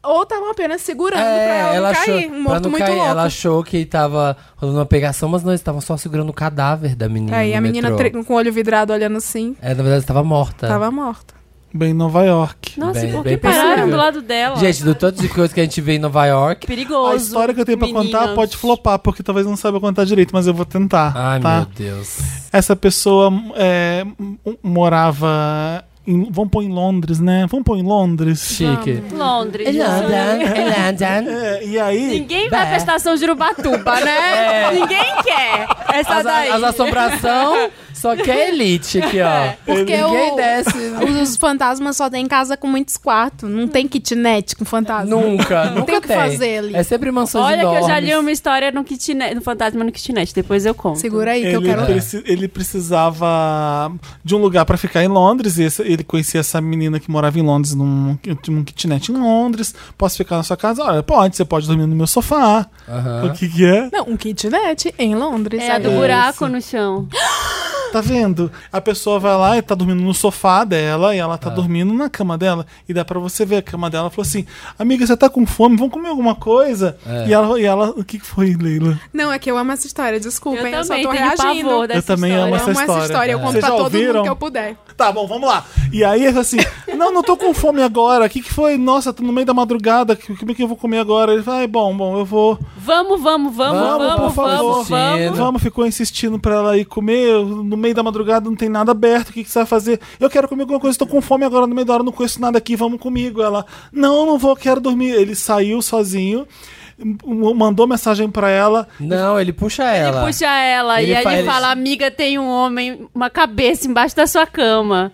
E: Ou estavam apenas segurando pra ela,
F: É,
E: não cair.
F: pra
E: Um morto
F: não
E: muito
F: cair,
E: louco.
F: Ela achou que tava rolando uma pegação, mas não, eles estavam só segurando o cadáver da menina.
E: Aí a
F: no
E: menina
F: metrô.
E: tre- com o olho vidrado olhando assim,
F: É, na verdade, estava morta.
E: tava morta.
D: Bem, Nova York.
A: Nossa,
F: Bem-
A: por que
F: bem
A: pararam
F: possível.
A: do lado dela?
F: Gente, do tanto de coisa que a gente vê em Nova York.
A: perigoso.
D: A história que eu tenho pra contar
A: meninas.
D: pode flopar, porque talvez não saiba contar direito, mas eu vou tentar.
F: Ai,
D: tá?
F: meu Deus.
D: Essa pessoa é, m- morava. Em, vamos pôr em Londres, né? Vamos pôr em Londres.
F: Chique.
A: Londres. né?
F: London.
D: É, e aí.
A: Ninguém vai
F: Bé. É.
A: pra estação Jurubatuba, né? Ninguém quer essa
F: As,
A: daí.
F: as assombração só que é elite aqui, ó.
E: Porque
F: Ninguém
E: o-
F: desce. né?
E: Os, os fantasmas só tem casa com muitos quartos. Não tem kitnet com fantasma.
F: Nunca, nunca
E: tem o que fazer ali.
F: É sempre mansões
A: Olha que eu já li
E: um-
F: enormes.
A: uma história no, kitnet, no Fantasma no Kitnet, depois eu conto.
E: Segura aí É que eu
D: Ele,
E: quero ler.
D: preci- ele precisava de um lugar pra ficar em Londres. E esse- ele conhecia essa menina que morava em Londres, num, num kitnet em Londres. Posso ficar na sua casa? Olha, pode, você pode dormir no meu sofá.
F: Aham.
D: O que, que é?
E: Não, um kitnet em Londres.
A: É a do
E: Aí-
A: buraco no chão.
D: Tá vendo? A pessoa vai lá e tá dormindo no sofá dela e
F: É.
D: ela tá dormindo na cama dela. E dá pra você ver a cama dela. Ela Falou assim: Amiga, você tá com fome? Vamos comer alguma coisa?
F: É.
D: E, ela, e ela, o que que foi, Leila?
E: Não, é que eu amo essa história, desculpem, eu,
A: eu
E: só
A: também
E: tô
A: tenho
E: reagindo.
A: pavor dessa
D: Eu também
A: história.
E: eu
D: amo essa
E: amo essa
D: história.
E: história, eu
D: É.
E: conto
D: Vocês
E: pra
D: já
E: todo
D: ouviram?
E: mundo que eu puder.
D: Tá bom, vamos lá. E aí ele falou assim: Não, não tô com fome agora. O que, que foi? Nossa, tô no meio da madrugada. que- Como é que eu vou comer agora? Ele vai, bom, bom, eu vou.
A: Vamos, vamos, vamos,
D: Vamos, por
A: vamos,
D: favor.
A: vamos, vamos.
F: Cedo.
D: Vamos, ficou insistindo pra ela ir comer. No meio da madrugada não tem nada aberto. O que, que você vai fazer? Eu quero comer alguma coisa, tô com fome agora, no meio da hora, não conheço nada aqui, vamos comigo. Ela, não, não vou, quero dormir. Ele saiu sozinho, m- mandou mensagem pra ela.
F: Não, ele puxa
A: Ele
F: ela.
A: puxa ela
F: Ele
A: e aí
F: faz-
A: ele fala: Amiga, tem um homem, uma cabeça embaixo da sua cama.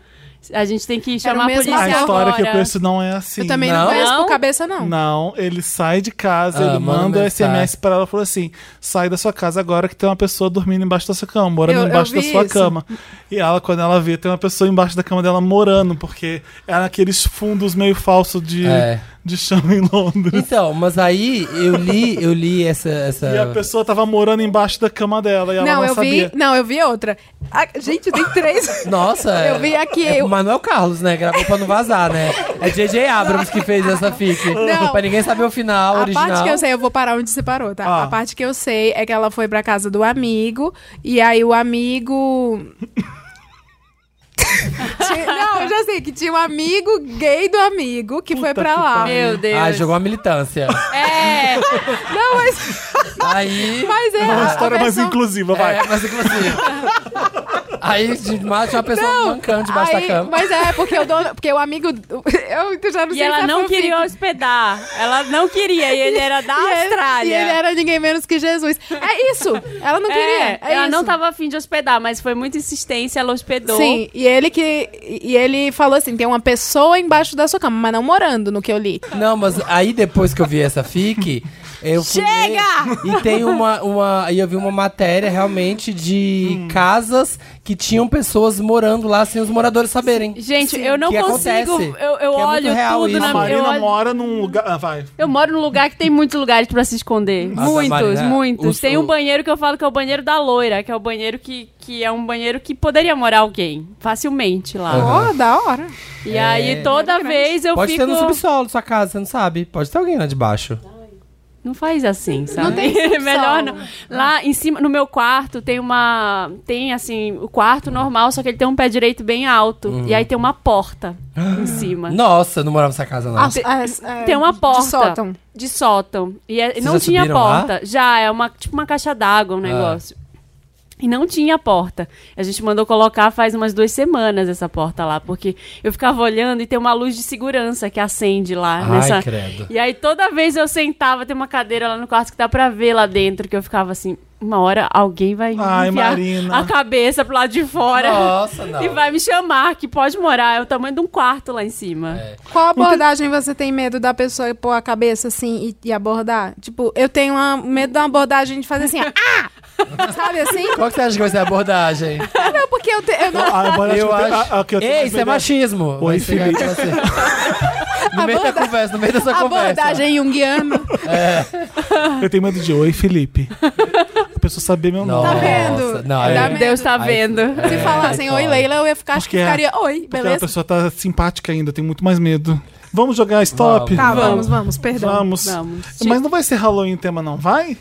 A: A gente tem que chamar a
E: mesmo
A: polícia
D: a
A: agora.
E: Isso é
D: história que eu conheço não é assim.
E: eu também não,
F: Não?
E: conheço por cabeça, não.
D: Não, ele sai de casa,
F: Ah,
D: ele
F: manda
D: manda um SMS
F: mensagem.
D: pra ela e falou assim: sai da sua casa agora que tem uma pessoa dormindo embaixo da sua cama, morando
E: Eu- eu
D: embaixo da
E: vi
D: sua
E: isso.
D: cama. E ela, quando ela vê, tem uma pessoa embaixo da cama dela morando, porque era aqueles fundos meio falsos de,
F: É.
D: de chão em Londres.
F: [LAUGHS] Então, mas aí eu li, eu li essa. essa...
D: E a pessoa tava morando embaixo da cama dela e ela não,
E: Não, eu
D: sabia. [LAUGHS]
E: vi, não, eu vi outra. Ah, gente, tem três.
F: Nossa,
E: eu vi aqui
F: é
E: o
F: mas não é o Carlos, né? Gravou pra não vazar, né? É J.J. Abrams que fez essa fic.
E: Não.
F: Pra ninguém saber o final
E: A
F: original.
E: parte que eu sei, eu vou parar onde você parou, tá?
F: Ah.
E: A parte que eu sei é que ela foi pra casa do amigo, e aí o amigo. [LAUGHS] Tinha- Não, eu já sei que tinha um amigo gay do amigo que foi pra lá.
A: Meu Deus.
F: Ai, Ah, jogou a militância.
A: É,
E: Não, mas,
F: Aí.
E: mas é.
D: É uma
E: a
D: história mais
E: versão-
D: inclusiva, vai.
F: É, mas inclusive.
E: [LAUGHS]
F: aí de mate uma pessoa mancando debaixo
E: Aí-
F: da cama.
E: Mas é, porque o dono. Porque o amigo. Eu já não
A: e
E: sei se
A: ela
E: é
A: não
E: fanfic.
A: queria hospedar. Ela não queria, e ele era da
E: E ele-
A: Austrália.
E: E ele era ninguém menos que Jesus. É isso! Ela não queria.
A: É,
E: É,
A: ela
E: isso.
A: não tava afim de hospedar, mas foi muita insistência, ela hospedou.
E: Sim, e ele que. E ele falou assim: tem uma pessoa embaixo da sua cama, mas não morando no que eu li.
F: Não, mas aí depois que eu vi essa fic, eu fui
A: Chega!
F: ler E tem uma, uma. Aí eu vi uma matéria realmente de
D: Hum.
F: casas que tinham pessoas morando lá sem os moradores saberem.
A: Gente, eu não
F: que
A: consigo.
F: acontece,
A: Eu, eu
F: que é muito
A: olho
F: real
A: tudo
F: isso.
A: na
D: A
F: eu
D: Marina
A: olho-
D: mora num lugar. Ah, vai.
A: Eu moro num lugar que tem muitos lugares pra se esconder.
F: Nossa,
A: muitos,
F: Marina,
A: muitos.
F: os-
A: tem um
F: o-
A: banheiro que eu falo que é o banheiro da loira, que é o banheiro que, que é um banheiro que poderia morar alguém facilmente lá.
E: Ó, da hora.
A: E aí toda vez eu
F: É. Pode
A: fico.
F: ter no subsolo da sua casa, você não sabe. Pode ter alguém lá de baixo.
A: Não faz assim, sabe?
E: tem
A: [LAUGHS]
E: subsolo.
A: Melhor não. Lá em cima, no meu quarto, tem uma. Tem assim, o quarto normal, só que ele tem um pé direito bem alto.
F: Uhum.
A: E aí tem uma porta em
F: [GASPS]
A: cima.
F: Nossa, eu não morava nessa casa, não.
A: Ah,
E: As- é,
A: Tem uma porta.
E: De sótão.
A: De sótão. E é-
F: Vocês
A: não
F: já
A: tinha
F: subiram lá? Ah.
A: porta. Já, é uma, tipo uma caixa d'água um negócio. E não tinha porta. A gente mandou colocar faz umas duas semanas essa porta lá, porque eu ficava olhando e tem uma luz de segurança que acende lá.
F: Ai,
A: nessa...
F: credo.
A: E aí toda vez eu sentava, tem uma cadeira lá no quarto que dá pra ver lá dentro, que eu ficava assim, uma hora alguém vai
D: Ai,
A: enfiar
D: Marina.
A: a cabeça pro lado de fora
F: Nossa, não.
A: [LAUGHS] e vai me chamar, que pode morar, é o tamanho de um quarto lá em cima.
F: É.
E: Qual
A: Então
E: abordagem você tem medo da pessoa pôr a cabeça assim e, e abordar? Tipo, eu tenho uma- medo da abordagem de fazer assim, [LAUGHS] ó, ah! Sabe assim?
F: Qual que você acha que vai ser a abordagem?
E: Não, porque eu, te- eu não.
D: Ah, agora
F: Eu
D: que
F: acho.
D: a- a [LAUGHS] que eu tenho
F: Ei,
D: mais
F: isso é
D: medo
F: machismo.
D: Oi,
F: Vai chegar
D: Felipe.
F: pra você. No meio da conversa, no meio dessa conversa.
E: Abordagem junguiana.
D: Eu tenho medo de oi, Felipe. [LAUGHS] A pessoa saber meu
F: Nossa,
E: Tá
D: nome.
E: vendo?
F: Não,
E: Dá
F: é.
E: medo.
A: Deus tá
F: Aí-
A: vendo.
F: É,
E: Se falassem
F: aí
E: oi,
F: fala.
E: Leila, eu ia ficar, acho que
D: Porque a-
E: ficaria oi,
D: Porque a
E: beleza?
D: pessoa tá simpática ainda, eu tenho muito mais medo. Vamos jogar stop?
E: Tá, vamos, vamos, perdão.
D: Vamos.
A: Vamos.
D: Mas não vai ser Halloween o tema, não, vai?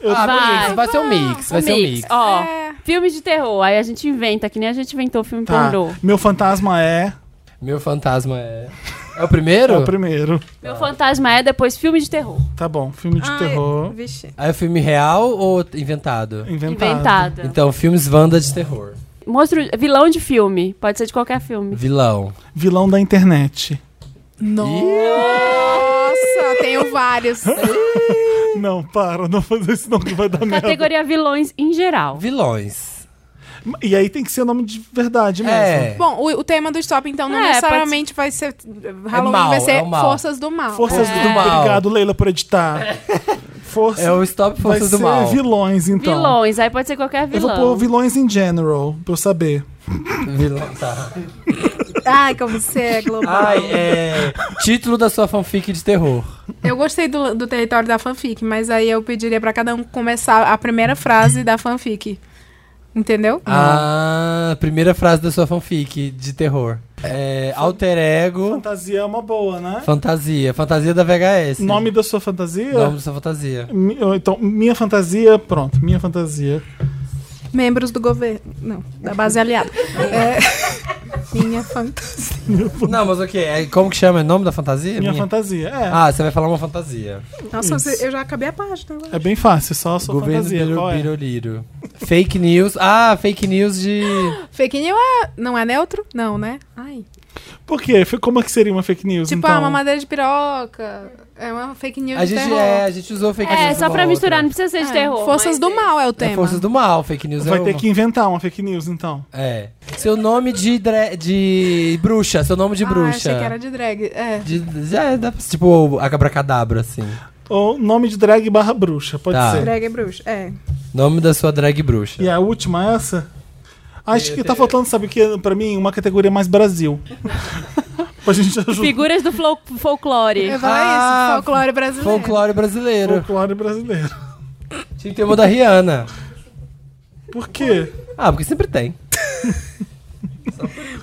D: Eu-
F: Ah,
A: Vai.
F: mix, vai ser um mix, vai ser um mix.
A: Ó,
E: É.
A: filme de terror. Aí a gente inventa, que nem a gente inventou o filme
D: tá.
A: pornô.
D: Meu fantasma é.
F: Meu fantasma é. É o primeiro?
D: É o primeiro.
A: Meu fantasma é depois filme de terror.
D: Tá bom. Filme de
E: Ai,
D: terror.
E: Vixe.
F: Aí é filme real ou inventado?
D: Inventado.
A: Inventado.
F: Então, filmes Wanda de terror.
A: Monstro, vilão de filme. Pode ser de qualquer filme.
F: Vilão.
D: Vilão da internet. [LAUGHS]
E: Nossa, tenho vários.
D: Não, para, não fazer isso não que vai dar merda.
A: Categoria vilões em geral.
F: Vilões.
D: E aí tem que ser nome de verdade mesmo.
E: [LAUGHS]
F: É.
E: Bom, o, o tema do stop, então, não
A: É,
E: necessariamente vai ser. Halloween
F: mal,
E: vai ser
F: é o mal.
E: Forças do Mal.
D: Forças
F: É.
D: do
F: Do mal.
D: mal. Obrigado, Leila, por editar. Forças
F: É o Stop
D: vai
F: Forças do
D: ser
F: Mal.
D: vilões, então.
A: Vilões, aí pode ser qualquer
D: Eu
A: vilão.
D: vou pôr vilões em general, pra eu saber.
F: Vilão, tá.
E: [LAUGHS] Ai, como você é global.
F: Ai, é. Título da sua fanfic de terror.
E: Eu gostei do, do território da fanfic, mas aí eu pediria pra cada um começar a primeira frase da fanfic. Entendeu?
F: Ah, primeira frase da sua fanfic de terror. É, alter ego,
D: Fantasia é uma boa, né?
F: fantasia. Fantasia da VHS.
D: Nome da sua fantasia?
F: Nome da sua fantasia.
D: Mi- Então, minha fantasia, pronto, minha fantasia.
E: Membros do governo. Não, da base aliada. É, [LAUGHS] minha fantasia.
F: Não, mas o que? É, como que chama? É nome da fantasia?
D: Minha fantasia, é.
F: Ah, você vai falar uma fantasia.
E: Nossa, você- eu já acabei a página agora.
D: É bem fácil, só a sua
F: Governo
D: fantasia.
F: Biro,
D: qual é?
F: Biroliro. Fake news. Ah, fake news de.
E: Fake news é, não é neutro? Não, né? Ai.
D: Por quê? Fe- Como é que seria uma fake news?
E: Tipo,
D: então?
E: ah, uma madeira de piroca. É uma fake news
F: A
E: de
F: gente,
E: terror.
F: é, a gente usou fake news.
A: É, só pra
F: uma outra.
A: misturar, não precisa ser de
E: É,
A: terror.
E: Forças
A: mas-
E: do mal é o
F: É
E: tema.
F: forças do mal, fake news é
D: Vai ter
F: uma.
D: que inventar uma fake news, então.
F: É. Seu nome de, dre- de bruxa, seu nome de
E: Ah,
F: bruxa.
E: achei que era de drag. É.
F: De- já dá pra- tipo a abracadabra, assim.
D: Ou nome de drag barra bruxa, pode
F: Tá.
D: ser.
E: Drag é bruxa. É.
F: Nome da sua drag bruxa.
D: E a última, essa? Acho
F: É,
D: que tá faltando, sabe o que? Pra mim, uma categoria mais Brasil. [LAUGHS] pra gente ajudar
A: Figuras do flo- folclore.
E: Eu falei
F: Ah,
E: isso, folclore brasileiro.
F: Folclore
D: o
F: brasileiro.
D: folclore brasileiro.
F: Tinha que ter uma da Rihanna.
D: Por quê?
F: Ah, porque sempre tem.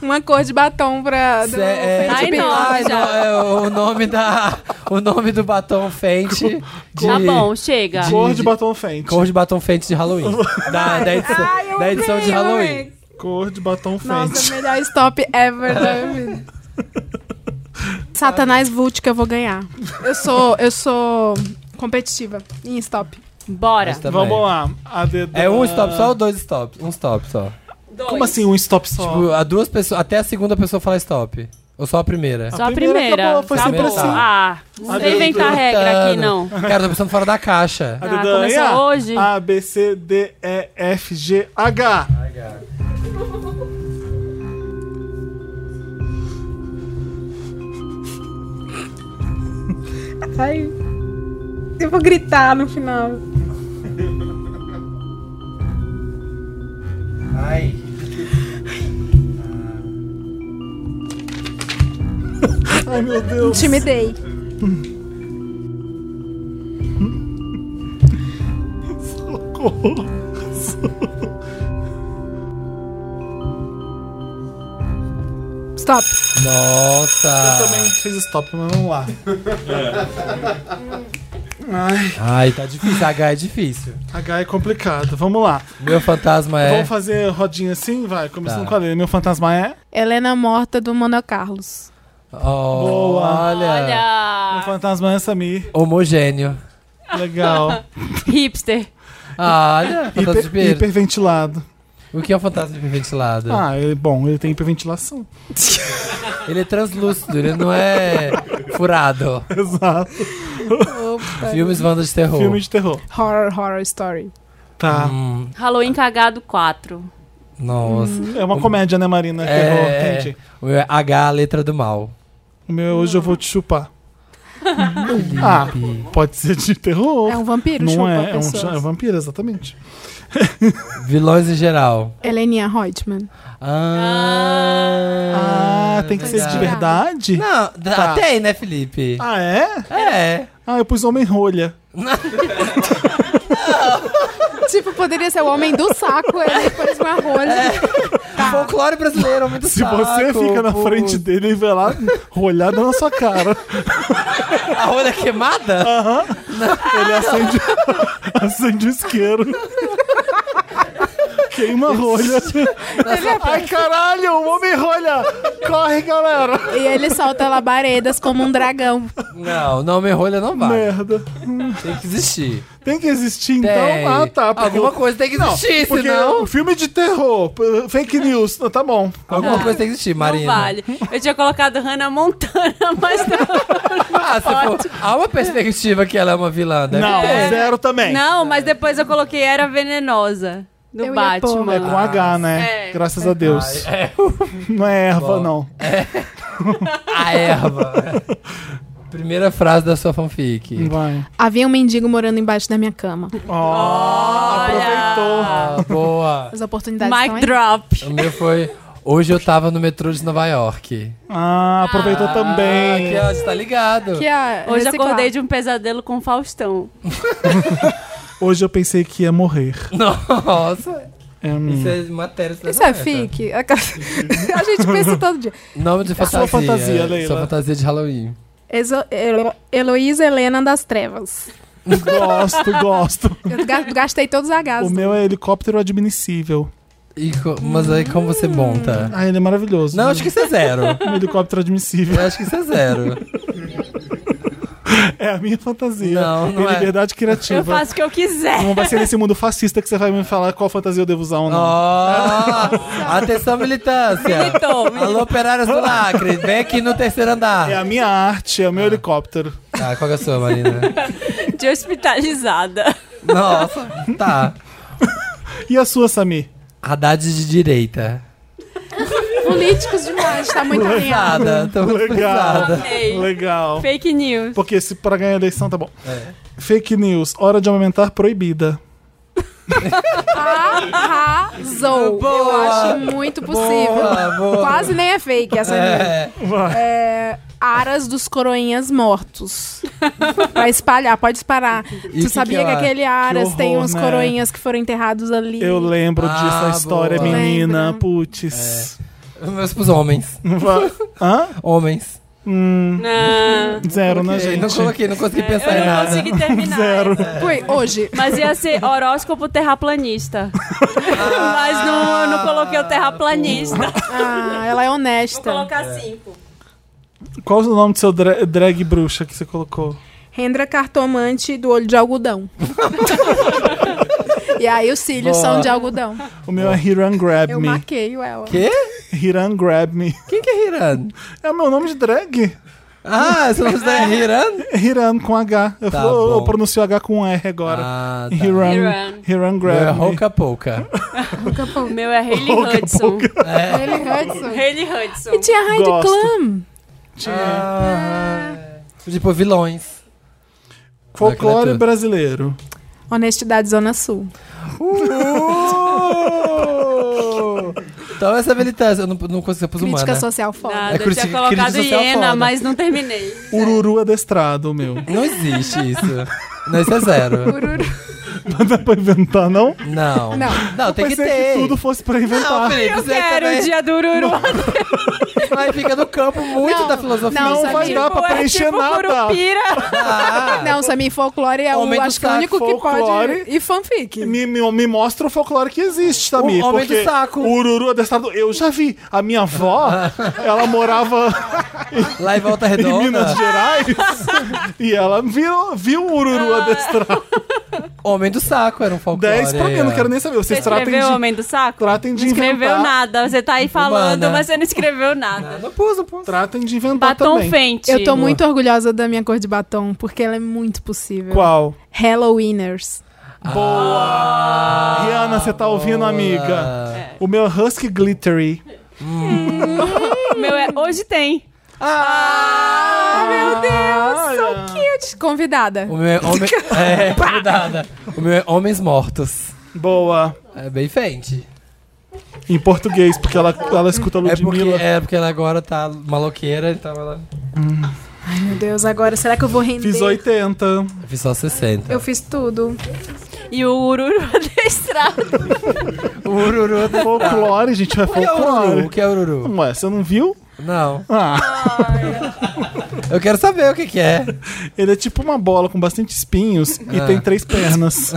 E: uma cor de batom pra. do
F: Cê- é,
E: Fenty
A: Ai,
E: Beauty.
A: não.
F: ai,
A: já.
F: não, é o- o nome da o nome do batom Fenty de
A: Tá bom, chega.
F: de-
D: Cor de batom fente.
F: cor de batom Fenty de Halloween da, da edição,
E: Ai, eu
F: da edição
E: amei,
F: de
E: eu amei.
F: Halloween.
D: Cor de batom fente.
E: Nossa, melhor stop ever da minha [LAUGHS] vida. Satanás Vult que eu vou ganhar. Eu sou, eu sou competitiva em stop.
A: Bora.
F: Mas também.
D: Vamos lá. A dedo-
F: É um stop só ou dois stops? Um stop só.
D: Como assim um stop só?
F: Tipo, a duas pessoas, até a segunda pessoa fala stop. Ou só a primeira?
A: Só a
D: A primeira
A: primeira.
D: acabou, foi
A: Acabou.
F: sempre assim.
A: Ah, não
D: A
A: vem inventar regra aqui, não.
F: Cara, tô pensando fora da caixa.
D: a
A: Ah,
D: dedo-
A: começou
D: Ah,
A: hoje?
D: A, B, C, D, E, F, G, H.
E: Ai, eu vou gritar no final.
F: Ai.
D: [LAUGHS] Ai, meu Deus.
E: Intimidei.
D: Socorro.
E: Stop.
F: Nossa.
D: Também fiz stop, mas vamos lá. Ai,
F: Ai, tá difícil. H é difícil.
D: H é complicado. Vamos lá.
F: Meu fantasma é.
D: Vamos fazer rodinha assim? Vai, começando
F: Tá.
D: com a Lena. Meu fantasma é?
E: Helena morta do Mano Carlos.
F: Oh,
D: Boa.
F: Olha.
D: Meu
A: Olha.
D: fantasma é Samir.
F: Homogêneo.
D: Legal.
A: Hipster.
F: Ah, Olha. [LAUGHS] Fantasma de
D: Hiper,
F: Pinheiro.
D: hiperventilado.
F: O que é um fantasma hiperventilado?
D: Ah, ele- bom, ele tem hiperventilação. [LAUGHS]
F: Ele é translúcido, ele não é furado.
D: Exato.
F: Filmes Wanda de terror.
D: Filme de terror.
E: Horror, horror story.
D: Tá.
F: Hum,
A: Halloween cagado 4.
F: nossa.
D: É uma comédia, né, Marina? Terror,
F: É.
D: entendi.
F: O meu é H, a letra do mal.
D: O meu é hoje eu vou te
F: [LAUGHS]
D: chupar. ah, pode ser de terror.
E: É um vampiro,
D: Não
E: chupa
D: é, é um,
E: pessoas.
D: cha- é um vampiro, exatamente.
F: Vilões em geral.
E: Heleninha Reutemann.
F: Ah,
D: Ah, tem que ser de verdade?
F: Não,
D: Tá.
F: tá. tem, né, Felipe?
D: Ah, é?
F: É.
D: Ah, eu pus homem rolha.
E: tipo, poderia ser o homem do saco, ele um depois uma rolha. Tá.
F: Folclore brasileiro, é muito
D: Se você fica na frente dele, ele vai lá rolhada na sua cara.
F: A olha
D: Ah.
F: queimada?
D: Ele
F: Ah,
D: acende, [LAUGHS] acende o isqueiro. Queima a rolha.
E: é
D: Ai, caralho, o homem rolha! Corre, galera!
E: E ele solta labaredas como um dragão.
F: Não, não, minha rolha não vai.
D: Merda. Hum,
F: Tem que existir.
D: Tem que existir, Né. então?
F: Tem.
D: Ah, tá. porque
F: Alguma
D: eu-
F: coisa tem que existir,
D: Porque
F: senão...
D: um filme de terror, p- fake news, tá bom.
F: Alguma coisa tem que existir, Marina.
A: Não vale. Eu tinha colocado Hannah Montana, [LAUGHS] mas não.
F: Ah, se for, há uma perspectiva que ela é uma vilã, deve
D: Não,
F: ter.
D: zero
F: É.
D: também.
A: Não, mas depois eu coloquei Era Venenosa, do
E: Eu ia
A: Batman.
D: É com H, né?
A: É.
D: Graças a Deus.
F: Ah, Ai, é,
D: Não é erva, não.
F: a erva. Primeira frase da sua fanfic.
D: Vai.
E: Havia um mendigo morando embaixo da minha cama.
D: Ó, aproveitou.
F: Ah, boa.
E: As oportunidades estão
A: Mic
E: aí.
A: drop.
F: O meu foi... Hoje eu tava no metrô de Nova York.
D: Ah, aproveitou
F: Ah,
D: também.
F: Aqui, ó, você tá ligado.
E: Que é
A: Hoje eu
E: reciclar.
A: acordei de um pesadelo com Faustão.
D: Hoje eu pensei que ia morrer.
F: Nossa.
D: É, hum.
F: Isso é matéria.
E: Isso é
F: da novela.
E: fique.
D: tá.
E: A gente pensa todo dia.
F: Nome de fantasia.
D: é fantasia, Leila.
F: Sua fantasia de Halloween.
E: Exo- Helo- Heloísa Helena das Trevas.
D: Gosto,
A: [LAUGHS]
D: gosto.
E: Eu ga- gastei todos os
D: O
E: Hs.
D: meu é helicóptero admissível.
F: E co- Mas aí como você monta?
D: Ah, ele é maravilhoso.
F: Não, acho que isso é zero.
D: Um helicóptero admissível.
F: Eu acho que isso é zero.
D: É a minha fantasia.
F: Não, não
D: Tem
F: é.
D: liberdade criativa.
A: Eu faço o que eu quiser.
F: [LAUGHS]
D: Não vai ser nesse mundo fascista que você vai me falar qual fantasia eu devo usar ou não.
F: Ó, Ah, atenção, militância.
A: Militou, militou.
F: Alô, operários do lacre. Vem aqui no terceiro andar.
D: É a minha arte,
F: Ah.
D: é o meu helicóptero.
F: Tá, qual que é a sua, Marina?
A: De hospitalizada.
F: Nossa, tá.
D: E a sua, Sami?
F: Haddad de direita.
E: Políticos demais, tá muito alinhado.
F: Nada, tô muito
D: Legal.
F: precisada.
A: Amei.
D: Legal.
A: Fake news.
D: Porque se pra ganhar a eleição, tá bom. Fake news, hora de amamentar proibida.
E: Arrasou. Eu
F: Boa.
E: acho muito possível.
F: Boa, boa.
E: Quase nem é fake essa é.
F: É,
E: é Aras dos coroinhas mortos. pra espalhar, pode disparar.
F: que
E: tu sabia
F: que
E: que,
F: é?
E: aquele Aras
D: horror,
E: tem uns
D: né?
E: coroinhas que foram enterrados ali?
D: Eu lembro
F: Ah,
D: dessa história,
F: boa. É.
D: menina.
E: Lembra.
D: Putz.
F: Meus pros homens. [LAUGHS]
D: Hã?
F: Homens.
A: Não,
D: Zero, né,
F: Ok,
D: gente?
F: Não coloquei, não consegui
A: eu
F: pensar em
A: não
F: nada.
A: consegui terminar.
D: Zero.
A: essa.
E: Foi hoje.
A: Mas ia ser horóscopo terraplanista.
F: Ah.
A: Mas não, eu não coloquei o terraplanista.
E: Ah, ela é
A: Vou
E: honesta.
A: colocar cinco.
D: Qual o nome do seu dra- drag bruxa que você colocou?
E: Rendra cartomante do olho de algodão. e aí os cílios
F: Boa.
E: são de algodão.
D: O meu é Hiran Grab
E: Eu
D: Me.
E: marquei o ela.
F: Quê?
D: Hiran Grab Me.
F: Quem que é Hiran?
D: É o meu nome de drag.
F: Ah, seu nome é Hiran?
D: É Hiran com H. Eu,
F: Tá
D: falo- eu
F: bom.
D: pronuncio H com R agora.
F: Ah, tá.
D: Hiran,
A: Hiran.
D: Hiran.
F: É
D: Grab Me.
F: Roca Pouca.
A: O meu é Hayley Hudson.
F: É.
E: Ele
A: [LAUGHS]
E: Hudson.
A: Hayley Hudson.
E: E tinha Heidi
D: Gosto.
E: Klum.
D: Tinha.
F: Ah, tipo, vilões.
D: Folclore
F: Daquela-
D: brasileiro.
E: Honestidade Zona Sul.
D: Uh!
F: Então essa militância, eu não, não consigo, eu pus humana.
E: Crítica social foda.
A: Nada,
F: É
A: eu
F: crítica-
A: tinha
F: crítica
A: colocado
F: social
A: hiena,
F: foda.
A: mas não terminei.
D: Ururu adestrado, o meu. [LAUGHS]
F: Não existe isso. Não, isso é zero.
D: Não dá pra inventar, não?
F: Não.
E: um- Não.
F: tem que
D: Pensei
F: ter.
D: que tudo fosse pra inventar.
F: Não, Felipe,
A: Eu
F: você
A: quero
F: também
A: o dia do Ururu.
F: Aí fica no campo muito
E: Não,
F: da filosofia.
E: não,
D: Não
E: Samir.
D: vai dar pra
A: Pô, é
D: preencher
A: tipo
D: nada.
A: Curupira.
F: Ah,
E: Não, Samir, folclore é
F: Homem
E: o
F: do
E: acho que é o
F: saco,
E: único que
D: folclore.
E: pode. E fanfic.
D: Me, me, me mostra o folclore que existe, Tamir.
F: O homem
D: porque
F: do saco.
D: O Ururu adestrado. Eu já vi. A minha
F: [LAUGHS]
D: avó, ela morava
F: lá em volta
D: em Minas
F: redonda,
D: Gerais e ela viu, viu o
A: [LAUGHS]
D: Ururu adestrado.
F: homem do saco era um folclore.
D: 10 pra mim, eu não quero nem saber. Vocês
A: Você
D: tratem
A: escreveu o
D: de,
A: Homem do Saco?
D: tratem de
A: Não escreveu
D: inventar.
A: nada. Você tá aí falando,
F: Humana.
A: mas você não escreveu nada.
F: Não pus, não pus.
D: Tratem de inventar
A: Batom
D: também.
A: Fenty.
E: Eu tô muito orgulhosa da minha cor de batom, porque ela é muito possível.
D: Qual?
E: Halloweeners.
F: Ah.
D: Boa! Rihanna, você tá ouvindo, amiga?
F: Ah,
D: O meu Husky Glittery.
A: O meu é Hoje Tem.
E: Ah, meu
D: Ah,
E: Deus!
D: é.
E: So cute! Convidada.
F: O meu
D: [LAUGHS]
F: é homem... É, cuidada. O meu é homens mortos.
D: Boa.
F: É bem frente.
D: Em português, porque ela, ela escuta
F: É porque,
D: Ludmilla.
F: é porque ela agora tá maloqueira, então ela...
E: Oh, Meu Deus, agora será que eu vou render?
F: é
D: Fiz 80.
F: Eu fiz só 60.
E: Eu fiz tudo.
A: E o Ururu adestrado.
F: Ururu.
D: Folclore, gente, é
F: O que é ururu? O
D: folclore.
F: que é ururu?
D: Ué, você não viu?
F: Não.
D: Ah,
F: Eu quero saber o que que é.
D: ele é tipo uma bola com bastante espinhos e
F: Ah.
D: tem três [LAUGHS] pernas.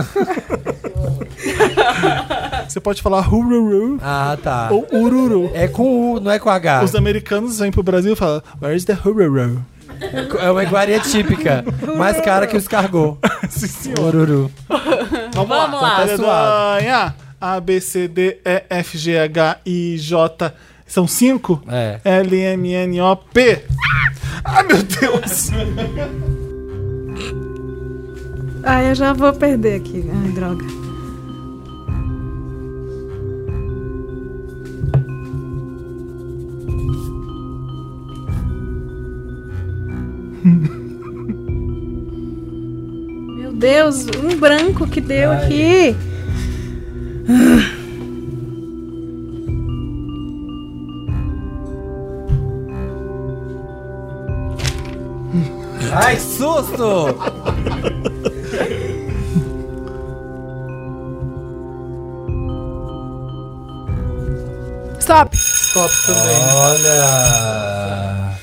D: você pode falar hururu
F: Ah, tá.
D: ou ururu.
F: É com U, não é com H.
D: Os americanos vêm pro Brasil e falam: Where is the hururu? [LAUGHS]
F: É uma iguaria típica. Mais cara que o escargot.
D: Sim, senhor.
F: Ururu.
D: Vamos,
A: Vamos lá.
D: Tá
F: suado.
D: Taredanha. A, B, C, D, E, F, G, H, I, J. São cinco?
F: É.
D: L, M, N, O, P. Ai, meu Deus.
H: Ai, Ah, eu já vou perder aqui. Ai,
E: [LAUGHS]
H: droga. Meu Deus, um branco que deu aqui.
F: Ai, que susto!
E: Stop!
D: Top também.
F: Olha!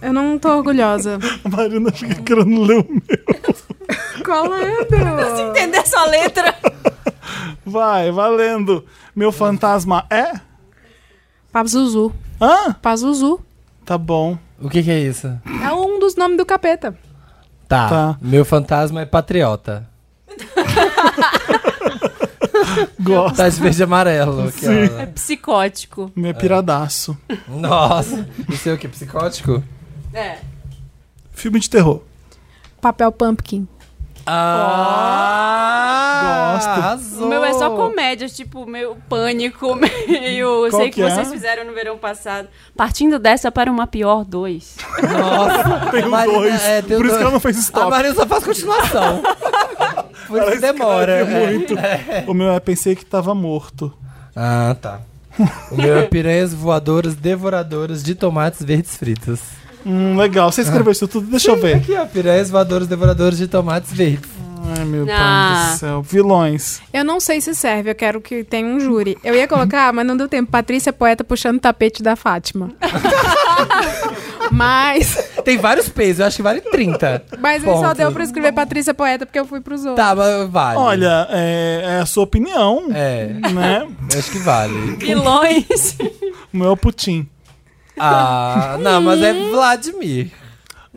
E: Eu não tô orgulhosa.
D: A Marina fica querendo ler o meu.
H: Colando!
A: Entender essa letra.
D: Vai, valendo. Meu fantasma é?
E: Pazuzu.
D: Hã?
E: Pazuzu.
D: Tá bom.
F: O que que é isso?
E: É um dos nomes do capeta.
F: Tá.
D: Tá.
F: Meu fantasma é patriota.
D: Gosto.
F: Tá de verde e amarelo. aqui, ó.
A: É Psicótico.
D: Meu é piradaço.
F: Nossa. Isso é o que? Psicótico?
A: É.
D: Filme de terror.
E: Papel pumpkin.
F: Ah!
D: Gosto.
A: O
F: Arrasou.
A: meu é só
D: Oh.
A: comédias, tipo, meio pânico, [LAUGHS] meio. Eu
D: Qual
A: sei que,
D: que é?
A: vocês fizeram no verão passado. Partindo dessa para uma pior dois.
F: Nossa.
D: Tem o
F: Marina,
D: Um, dois.
F: é, tem o
D: Por isso
F: dois. Ah,
D: que ela não fez
F: A
D: stop.
F: Marina só
D: [LAUGHS]
F: faz continuação. Por isso
D: Ela
F: que demora.
D: escreve
F: é.
D: muito. O meu é pensei que tava morto.
F: Ah, tá. O meu é piranhas voadoras devoradoras de tomates verdes fritos.
D: Hum, legal. Você escreveu isso tudo? Deixa eu ver.
F: Aqui, ó. Piranhas voadoras devoradoras de tomates verdes.
D: Ai, meu pai
A: Ah.
D: do céu. Vilões.
E: Eu não sei se serve, eu quero que tenha um júri. Eu ia colocar, mas não deu tempo. Patrícia Poeta puxando o tapete da Fátima. mas
F: Tem vários pesos, eu acho que vale 30.
E: mas aí só
F: Pontos.
E: deu pra escrever Patrícia Poeta porque eu fui pros outros.
F: Tá, mas vale.
D: Olha, é, é a sua opinião,
F: É,
D: né?
F: eu acho que vale.
A: Vilões.
D: O meu é o Putin.
F: Ah, não, mas é Vladimir.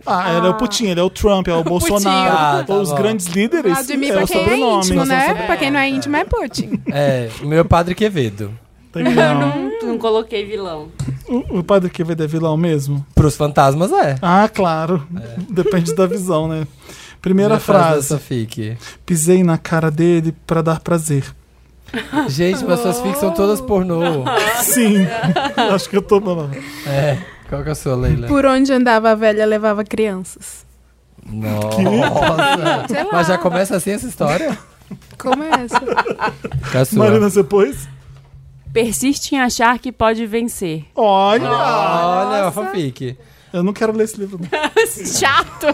D: Ah, ele é o Putin, ele é o Trump, é o Bolsonaro.
F: Ah, tá
D: os
F: bom.
D: grandes líderes.
E: Vladimir,
D: é
E: pra
D: o
E: quem é
D: sobrenome.
E: íntimo,
D: Nós
E: né?
D: não
E: Pra quem não é íntimo é Putin.
F: É, o meu é Padre Quevedo.
D: sabemos. Não.
A: Não coloquei vilão.
D: O, o padre que é vilão mesmo?
F: Pros fantasmas é.
D: Ah, claro. Depende da visão, né? Primeira
F: Minha
D: frase.
F: dessa fic.
D: Pisei na cara dele pra dar
A: [LAUGHS]
D: prazer.
F: Gente, mas suas fics são todas [LAUGHS] pornô.
D: Sim. Acho que eu tô. Não,
F: É. Qual que é a sua, Leila?
E: Por onde andava a velha levava crianças.
F: Nossa.
E: Sei lá,
F: Mas já começa assim essa história?
E: como é essa?
F: Qual é a sua?
D: Marina, você pôs?
A: Persiste em achar que pode vencer.
D: Olha!
F: é
A: Ah.
F: Olha, a fanfic.
D: Eu não quero ler esse livro. não.
A: Chato.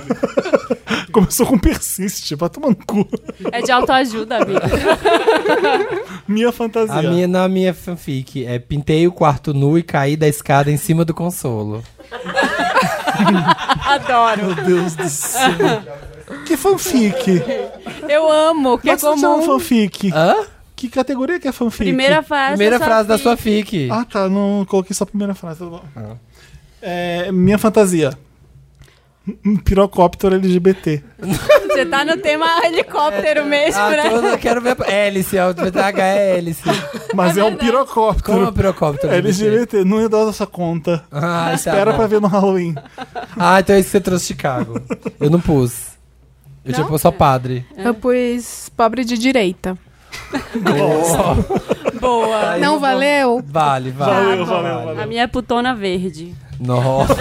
D: Começou com persiste, vai tomar no cu.
A: É de autoajuda, amiga.
D: Minha fantasia.
F: A minha, na minha fanfic, é pintei o quarto nu e caí da escada em cima do consolo.
A: Adoro.
D: Meu Deus do céu. Que fanfic?
A: Eu amo, que
D: Mas
A: é
D: não chama
A: comum.
D: fanfic.
F: Hã?
D: Que categoria que é fanfic?
A: Primeira frase.
F: Primeira
A: só
F: frase da
A: fica-
F: sua fic.
D: Ah, tá. Não coloquei só a primeira frase. Tá bom. É, minha fantasia. Um pirocóptero
F: [LAUGHS]
D: LGBT.
A: Você tá no tema helicóptero mesmo,
F: Ah,
A: né?
F: toda, quero ver. a- Hélice, a última letra H
D: [LAUGHS]
F: é hélice.
D: Mas é, um pirocóptero.
F: Como é o pirocóptero?
D: LGBT. Não ia dar essa conta.
F: Ah, tá
D: Espera
F: bom.
D: pra ver no
F: [LAUGHS]
D: Halloween.
F: Ah, então é isso que você trouxe de Chicago. Eu não pus. Eu tinha pôr só padre.
E: Eu pus pobre de direita.
A: Boa.
F: Aí
E: Não
F: eu-
E: valeu?
F: Vale, vale.
D: Valeu, valeu, valeu.
A: A minha é putona verde.
F: Nossa.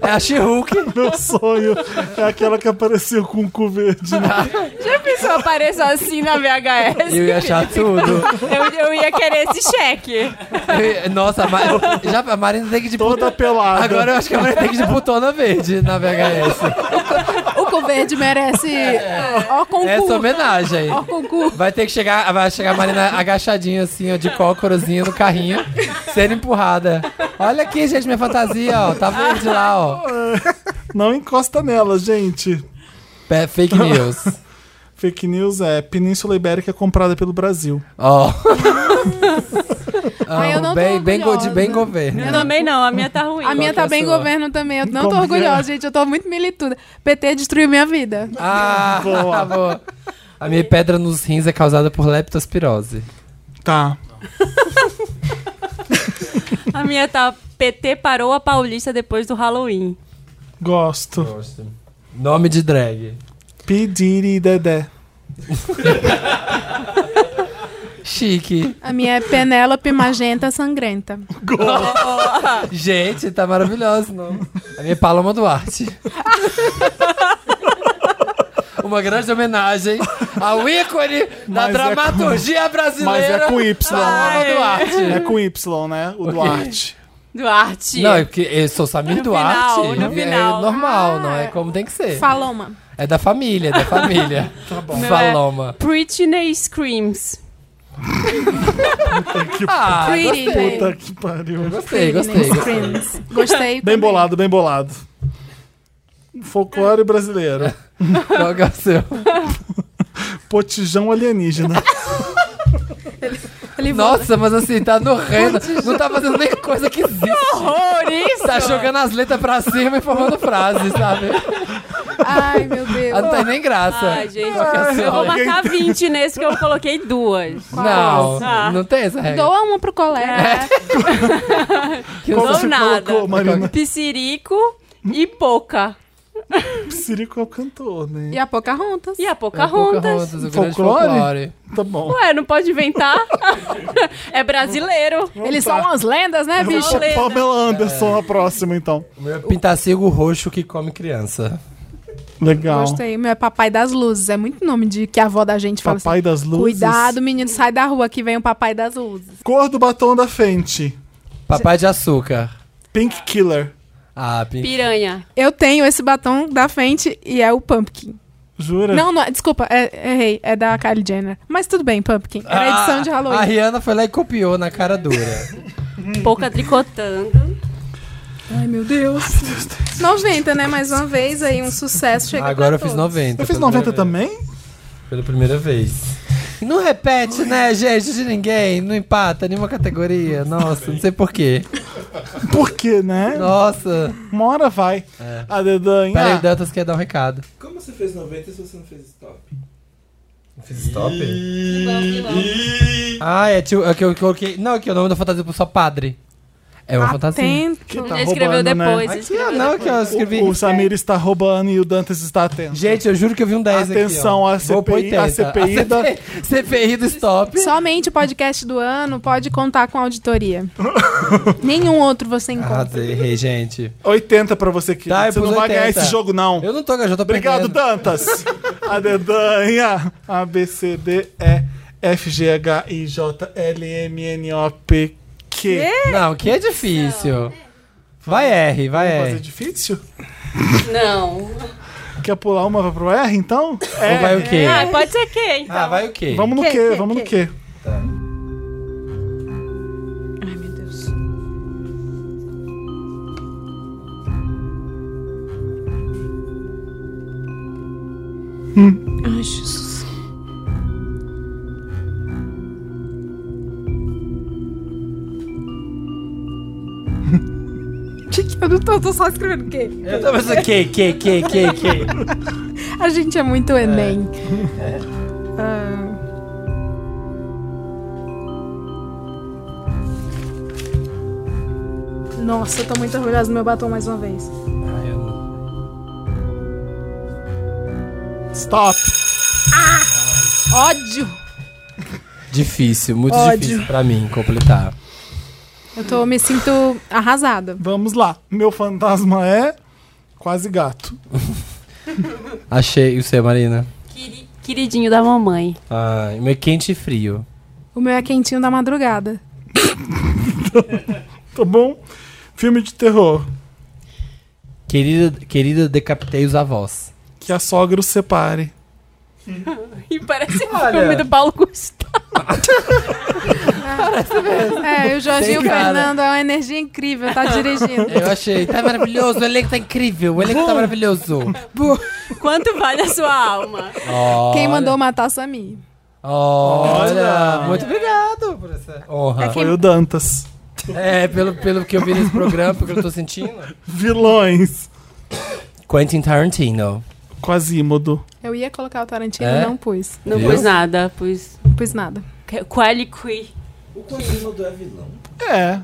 F: É a She-Hulk.
D: Meu sonho é aquela que apareceu com o cu verde. né,
A: Já pensou eu apareço assim na VHS?
F: Eu ia achar tudo.
A: Eu, eu ia querer esse cheque.
F: Eu ia- Nossa, a, Ma... eu- já, a Marina tem que ir de
D: Toda
F: puto-
D: pelada.
F: Agora eu acho que a Marina tem que ir de putona verde na VHS.
E: O cu verde merece
D: É,
A: Um
E: ó
F: Essa
E: concurso.
F: homenagem.
E: Ó concurso.
F: Vai ter que chegar, vai chegar a Marina agachadinha assim, ó, de cócorozinha no carrinho, sendo empurrada. Olha aqui, gente, minha fantasia, ó. Tá verde lá, ó.
D: Não encosta nela, gente.
F: Pé- Fake news.
D: Fake news é Península Ibérica comprada pelo Brasil.
F: Ó.
E: [LAUGHS] Ai, eu não tô
F: bem, bem, go- de-
E: orgulhosa.
F: bem governo.
A: Eu também não, a minha tá ruim.
E: A minha
F: que é
E: tá
F: a
E: bem
F: sua?
E: governo também. Eu não tô
D: Como que é?
E: orgulhosa, gente. Eu tô muito milituda. PT destruiu minha vida.
F: Ah,
D: Boa.
F: [LAUGHS] boa. A minha pedra nos rins é causada por leptospirose.
D: Tá.
A: A minha tá PT parou a Paulista depois do Halloween.
D: Gosto.
F: Nome de drag.
D: Pediri Dedé.
F: Chique.
E: A minha é Penélope Magenta Sangrenta.
F: Gente, tá maravilhoso, não? A minha é Paloma Duarte. Uma grande homenagem ao ícone da
D: Mas é
F: dramaturgia
D: Mas
F: brasileira.
D: é com Y.
F: Paloma Duarte.
D: É com Y, né? O Duarte.
A: Duarte.
F: Não, é porque eu sou Samir Duarte.
A: final, no
F: é
A: final. Ah.
F: normal, não é como tem que ser.
E: Faloma.
F: É da família, é da
D: [LAUGHS]
F: família. tá bom.
A: é.
F: Faloma.
A: Britney Screams.
F: Ah,
E: Pretty.
D: Puta que pariu.
F: gostei, gostei. gostei.
E: Friends. Gostei.
D: Bem
E: também.
D: bolado, bem bolado. Folclore brasileiro.
F: Qual que é o seu?
D: Potijão alienígena.
E: Ele volta.
F: Nossa, mas assim, tá no reino. Não tá fazendo nem coisa que existe.
A: Por isso.
F: Tá jogando as letras pra cima e formando frases, sabe?
E: Ai, meu Deus.
F: Ah, não tem nem graça.
A: Ai, gente.
F: Qual que é a
A: Eu vou
F: sua?
A: marcar 20 nesse que eu coloquei duas.
F: Não,
A: Ah.
F: não tem essa regra.
E: Doa uma pro colega.
D: É.
F: Que eu
A: Não
F: sou-
A: nada. Tá
D: colocou, Marina?
A: Piscirico e Poca.
D: Sirico é o cantor, né?
E: E a Pocahontas.
A: E a
F: É
A: Pocahontas.
F: o grande
D: Folclore?
F: folclore.
D: Tá bom.
A: Ué, não pode inventar? [LAUGHS] é brasileiro.
E: Eles são umas lendas,
D: Então,
E: né, bicho?
A: São lendas.
D: Pamela
E: É.
D: Anderson, a próxima, então.
F: Pintacilgo é roxo que come criança.
D: Legal.
E: Gostei. Meu é Papai das Luzes. É muito nome de que a avó da gente fala
D: Papai
E: assim.
D: das luzes.
E: Cuidado, menino, sai da rua que vem o Papai das Luzes.
D: Cor do batom da frente.
F: Papai de açúcar.
D: Pink Killer.
F: Ah, pi-
A: Piranha.
E: Eu tenho esse batom da frente e é o Pumpkin.
F: Hum.
D: Jura?
E: Não, não, é- desculpa, é- errei. É da Kylie Jenner. Mas tudo bem, Pumpkin. Era a edição de
F: Ah, A
E: Halloween.
F: Rihanna foi lá e copiou na
E: [LAUGHS]
F: cara dura.
A: Pouca tricotando.
E: Ai, meu Deus. 90, né? Mais uma vez aí, um sucesso. Chega
F: Ah, Agora eu
E: pra
F: fiz
E: todos.
F: 90.
D: Eu fiz
F: pela
D: 90
F: primeira
D: também?
F: vez. Pela primeira vez. E Não repete, né, gente, de ninguém. Não empata nenhuma categoria. Nossa, não sei porquê.
D: Por quê, né?
F: Nossa.
D: Uma hora vai.
E: É.
D: A dedanha.
A: Ah.
F: Peraí, Dantas quer dar um recado.
G: Como você fez 90 se você não fez stop?
F: Fiz stop? Ah, é, tio, é que eu coloquei. Não, é que o nome da fantasia é só padre. É uma fantasia.
E: Atento.
D: que
A: Ele escreveu
D: roubando, né?
A: depois. ele
F: Aqui,
A: escreveu
F: ó, não, que eu escrevi.
D: O, o Samir está roubando e o Dantas está atento.
F: Gente, eu juro que eu vi um 10
D: Atenção, a
F: aqui. ó. Vou pro
D: CPI, a
F: 80.
D: CPI da-
F: CPI CPI do stop.
E: Somente o podcast do ano pode contar com
F: [LAUGHS]
E: auditoria. Nenhum outro você
F: Ah,
E: encontra.
F: errei, gente.
D: 80 pra você que
F: Tá, eu
D: Você não
F: pus
D: vai ganhar
F: 80.
D: esse jogo, não.
F: Eu não tô, eu já tô
D: Obrigado,
F: perdendo. [LAUGHS]
D: Dantas. A dedanha. A, B, C, D, E, F, G, H, I, J, L, M, N, O, P, Q.
F: Não, que é difícil. Vai R, vai
D: Vamos fazer
F: R.
D: difícil?
A: Não.
D: Quer pular uma pro R, então?
F: Ou vai o quê?
A: Ah, pode ser quem, então.
F: Ah, vai o quê?
D: Vamos no
H: Q,
D: quê?
H: Q,
D: Vamos no
H: Q.
D: quê?
H: Ai, meu Deus. Ai, Jesus.
E: [LAUGHS] Gente, eu não tô, eu tô só escrevendo o quê?
F: Eu tô pensando que, que, que, que, que.
E: A gente é muito Enem.
F: É.
E: Ah, Nossa, eu tô muito orgulhosa do meu batom mais uma vez.
D: Stop.
E: Ódio!
F: Difícil, muito
E: Ódio.
F: difícil pra mim completar.
E: Eu tô, me sinto arrasada.
D: Vamos lá. Meu fantasma é quase gato.
F: Achei. E você, Marina?
A: Quiri- Queridinho da mamãe.
F: Ai, meu quente e frio.
E: O meu é quentinho da madrugada.
D: Tá bom? Filme de terror.
F: Querida, querida, decapitei os avós.
D: Que a sogra os separe.
A: E parece o filme do Paulo Gustavo.
E: É, e o Jorginho
F: Tem cara.
E: Fernando é uma energia incrível, tá dirigindo.
F: Eu achei. Tá maravilhoso, o elenco tá incrível, o elenco
E: Uh!
F: tá maravilhoso.
A: Quanto vale a sua alma?
E: Quem mandou matar Samir?
F: Olha,
D: Olha.
F: muito obrigado por essa
E: É
F: honra.
D: Foi o Dantas.
F: É, pelo, pelo que eu vi nesse programa, pelo que eu tô sentindo.
D: Vilões.
F: Quentin Tarantino.
D: Quasímodo.
E: Eu ia colocar o Tarantino,
F: É?
E: não pus.
A: Não
F: Viu?
A: pus nada, pus.
E: Não pus nada.
A: Quali qui.
G: O Quasimodo é vilão.
D: É.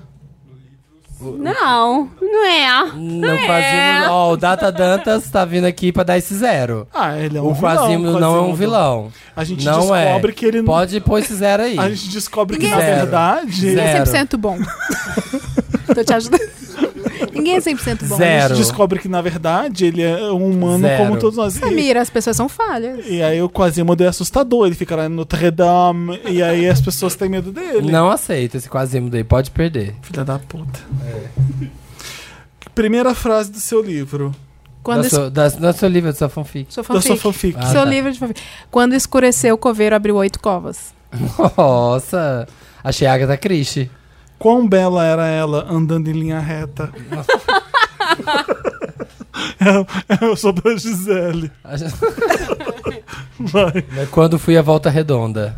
A: Não, não é.
F: Não fazemos. Ó, o Data Dantas tá vindo aqui pra dar esse zero.
D: Ah, ele é um
F: o
D: vilão.
F: Quasimodo não é um
D: Quasimodo.
F: vilão.
D: A gente
F: Não é.
D: descobre que ele
F: Pode pôr esse zero aí.
D: A gente descobre que,
E: Ninguém
D: na
F: é zero.
D: verdade,
E: Ninguém é
F: Zero.
E: 100% bom. [LAUGHS] tô te ajudando. Ninguém é 100% bom.
D: a
F: Zero.
D: gente descobre que, na verdade, ele é um humano
F: Zero.
D: como todos nós. E,
E: Samira, as pessoas são falhas.
D: e aí o Quasimodo é assustador, ele fica lá no Notre Dame, e aí as pessoas têm medo dele.
F: Não aceito esse Quasimodo aí, pode perder.
D: Filha da puta. É. Primeira frase do seu livro.
E: Quando
F: da,
E: es...
F: sua, da, da sua livro, da sua fanfic. [LAUGHS]
E: Sou
D: Da sua
E: fanfic.
D: fanfic.
F: Ah,
E: Seu
F: tá.
E: livro de fanfic. Quando escureceu, o coveiro abriu oito covas.
F: Nossa, achei a Agatha Christie.
D: Quão bela era ela andando em linha
F: [LAUGHS]
D: reta? eu, eu sou da Gisele. Vai.
F: Quando fui à Volta Redonda.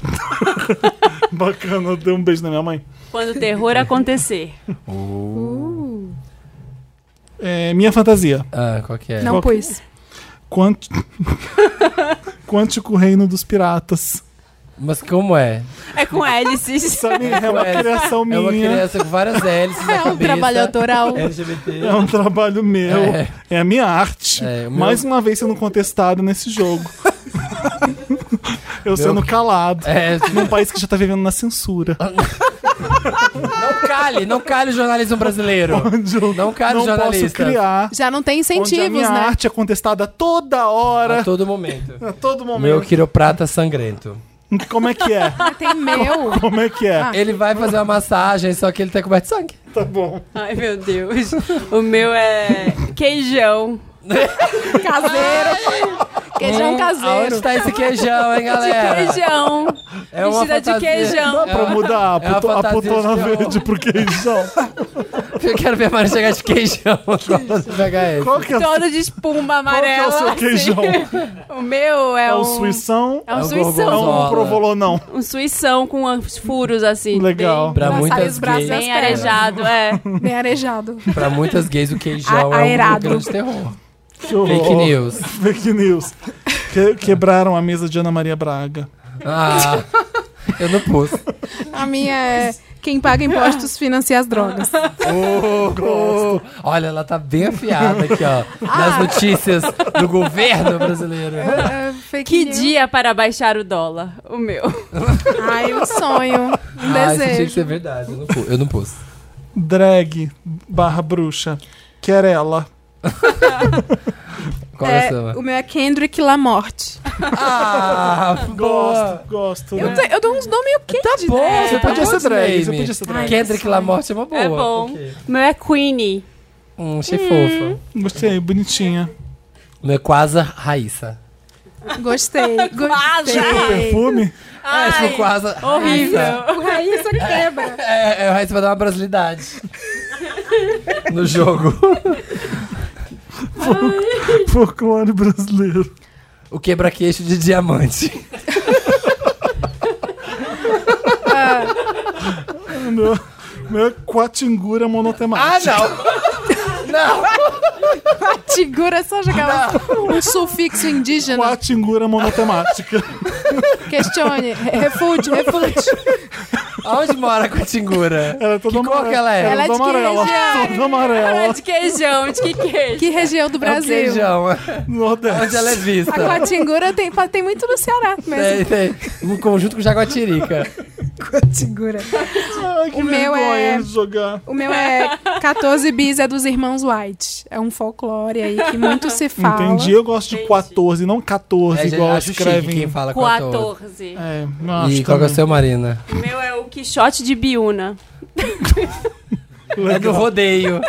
D: Bacana, eu dei um beijo na minha mãe.
A: Quando o terror acontecer.
D: É, minha fantasia.
F: Ah, qual que é?
E: Não
D: Qual que-
E: pus.
F: [LAUGHS]
D: Quant... Quântico Reino dos Piratas.
F: Mas como é?
A: É com hélices.
D: Sabe, é uma
F: É,
D: criação minha.
F: É uma criança com várias hélices
E: [LAUGHS]
F: na
E: É um
F: cabeça.
E: trabalho autoral.
F: LGBT.
D: É um trabalho meu. É, a minha arte.
F: É, o meu-
D: Mais uma vez sendo contestado nesse
F: [LAUGHS]
D: jogo. eu sendo calado.
F: É,
D: Num país que já tá vivendo na censura.
F: não cale, não cale o jornalismo brasileiro.
D: Onde eu
F: Não cale
D: não
F: o jornalista.
D: posso criar.
E: Já não tem
D: Onde a minha
E: incentivos, né?
D: arte é contestada toda
F: A
D: hora.
F: todo momento.
D: A todo
F: Meu
D: momento.
F: quiroprata sangrento.
D: [LAUGHS] Como é que é?
E: Tem meu.
D: [LAUGHS] Como é que é?
F: Ele vai fazer uma massagem, só que ele tá coberto de sangue.
D: Tá bom.
A: Ai, meu Deus. O meu é queijão.
E: Caseiro. Queijão
F: Hum,
E: é um caseiro.
F: Aonde tá esse queijão, hein, galera?
A: Queijão.
F: É uma
A: Vestida de
F: fantasia.
A: queijão.
D: Dá pra
F: uma-
D: mudar a,
F: é uma
D: puto, a
F: fantasia de
D: putona
F: queijão.
D: verde pro
F: [LAUGHS]
D: queijão?
F: Eu quero ver a Mari chegar
D: [LAUGHS]
F: de queijão agora. Pegar esse.
D: Qual que é, qual
A: Todo de espuma
D: que
A: Então, amarela.
D: é o seu
A: assim.
D: queijão?
A: O meu é,
D: É o
A: um...
D: suição?
A: É um
F: É o
D: É
A: suição.
D: um
F: gorgonzola.
D: provolonão.
A: Um suição com uns furos, assim.
D: Legal.
F: Pra
E: Pra sair
F: muitas,
E: os braços
F: gays, é,
A: Bem, bem
E: Nas pernas.
A: arejado, é.
E: Bem arejado.
F: pra muitas gays, o queijão
E: A-
F: é um
E: aerado.
F: grande terror.
D: Que horror.
F: Fake news.
D: Fake news. Que- quebraram a mesa de Ana Maria Braga.
F: Ah, eu não pus.
E: A minha é quem paga impostos financia as drogas.
F: Oh, Olha, ela tá bem afiada aqui, ó.
E: Ah.
F: Nas notícias do governo brasileiro.
E: É, fake
A: Que
E: news.
A: dia para baixar o dólar? O meu.
E: Ai, um sonho. Um
F: Ah, isso tinha que
E: desejo.
F: ser verdade. Eu não pu- Eu não pus.
D: Drag barra bruxa. Quer ela.
F: Qual é, a
E: É,
F: sua?
E: o meu é Kendrick Lamorte.
F: Ah, boa.
D: Gosto, gosto. né?
E: Eu, te- eu dou uns nomes meio quente. né?
F: Tá bom,
D: É. Você podia ser drag, você podia ser drag.
F: Kendrick Lamorte é uma boa.
A: É bom.
F: Ok.
A: O meu é Queenie.
F: Hum, achei
E: Uhum.
F: fofa.
D: Gostei, bonitinha.
F: Não é quase Raíssa.
E: Gostei.
A: Quase.
E: Gostei.
D: Tipo Perfume?
F: Ah, é tipo quase.
A: Horrível.
F: Raíssa.
I: Raíssa quebra.
F: É, é, o Raíssa vai dar uma brasilidade. [LAUGHS] no jogo.
D: Folclore brasileiro.
F: O quebra-queixo de diamante.
D: Meu, meu é quatingura monotemática.
F: Ah, não! não!
E: Segura é só jogar um, um sufixo indígena.
D: Quatingura monotemática.
E: Questione. Refute, refute.
F: Onde mora a Cotingura?
D: Ela é toda
F: Que cor
D: amarela.
F: que ela é?
E: Ela é de que
D: toda amarela.
E: região?
D: Toda
A: É
D: amarela.
A: de queijão, de que queijo?
E: Que região do
F: É o
E: Brasil?
F: queijão. Onde
D: Nordeste.
F: ela é
E: a
F: vista?
E: Quatingura tem, tem muito no Ceará mesmo.
F: Tem, tem. Um conjunto com jaguatirica. É.
E: Segura.
D: Ai, que
E: O meu
D: vergonha
E: é-
D: de jogar.
E: O meu é 14 bis é dos irmãos White. É um folclore aí que muito se fala.
D: Entendi, eu gosto de 14, não 14,
F: É,
D: igual
F: acho chique
D: escrevem.
F: quem fala 14.
A: 14.
D: É, não acho
F: E qual que é o
D: também.
F: seu, Marina?
A: O meu é o Quixote de Biúna.
F: É do rodeio.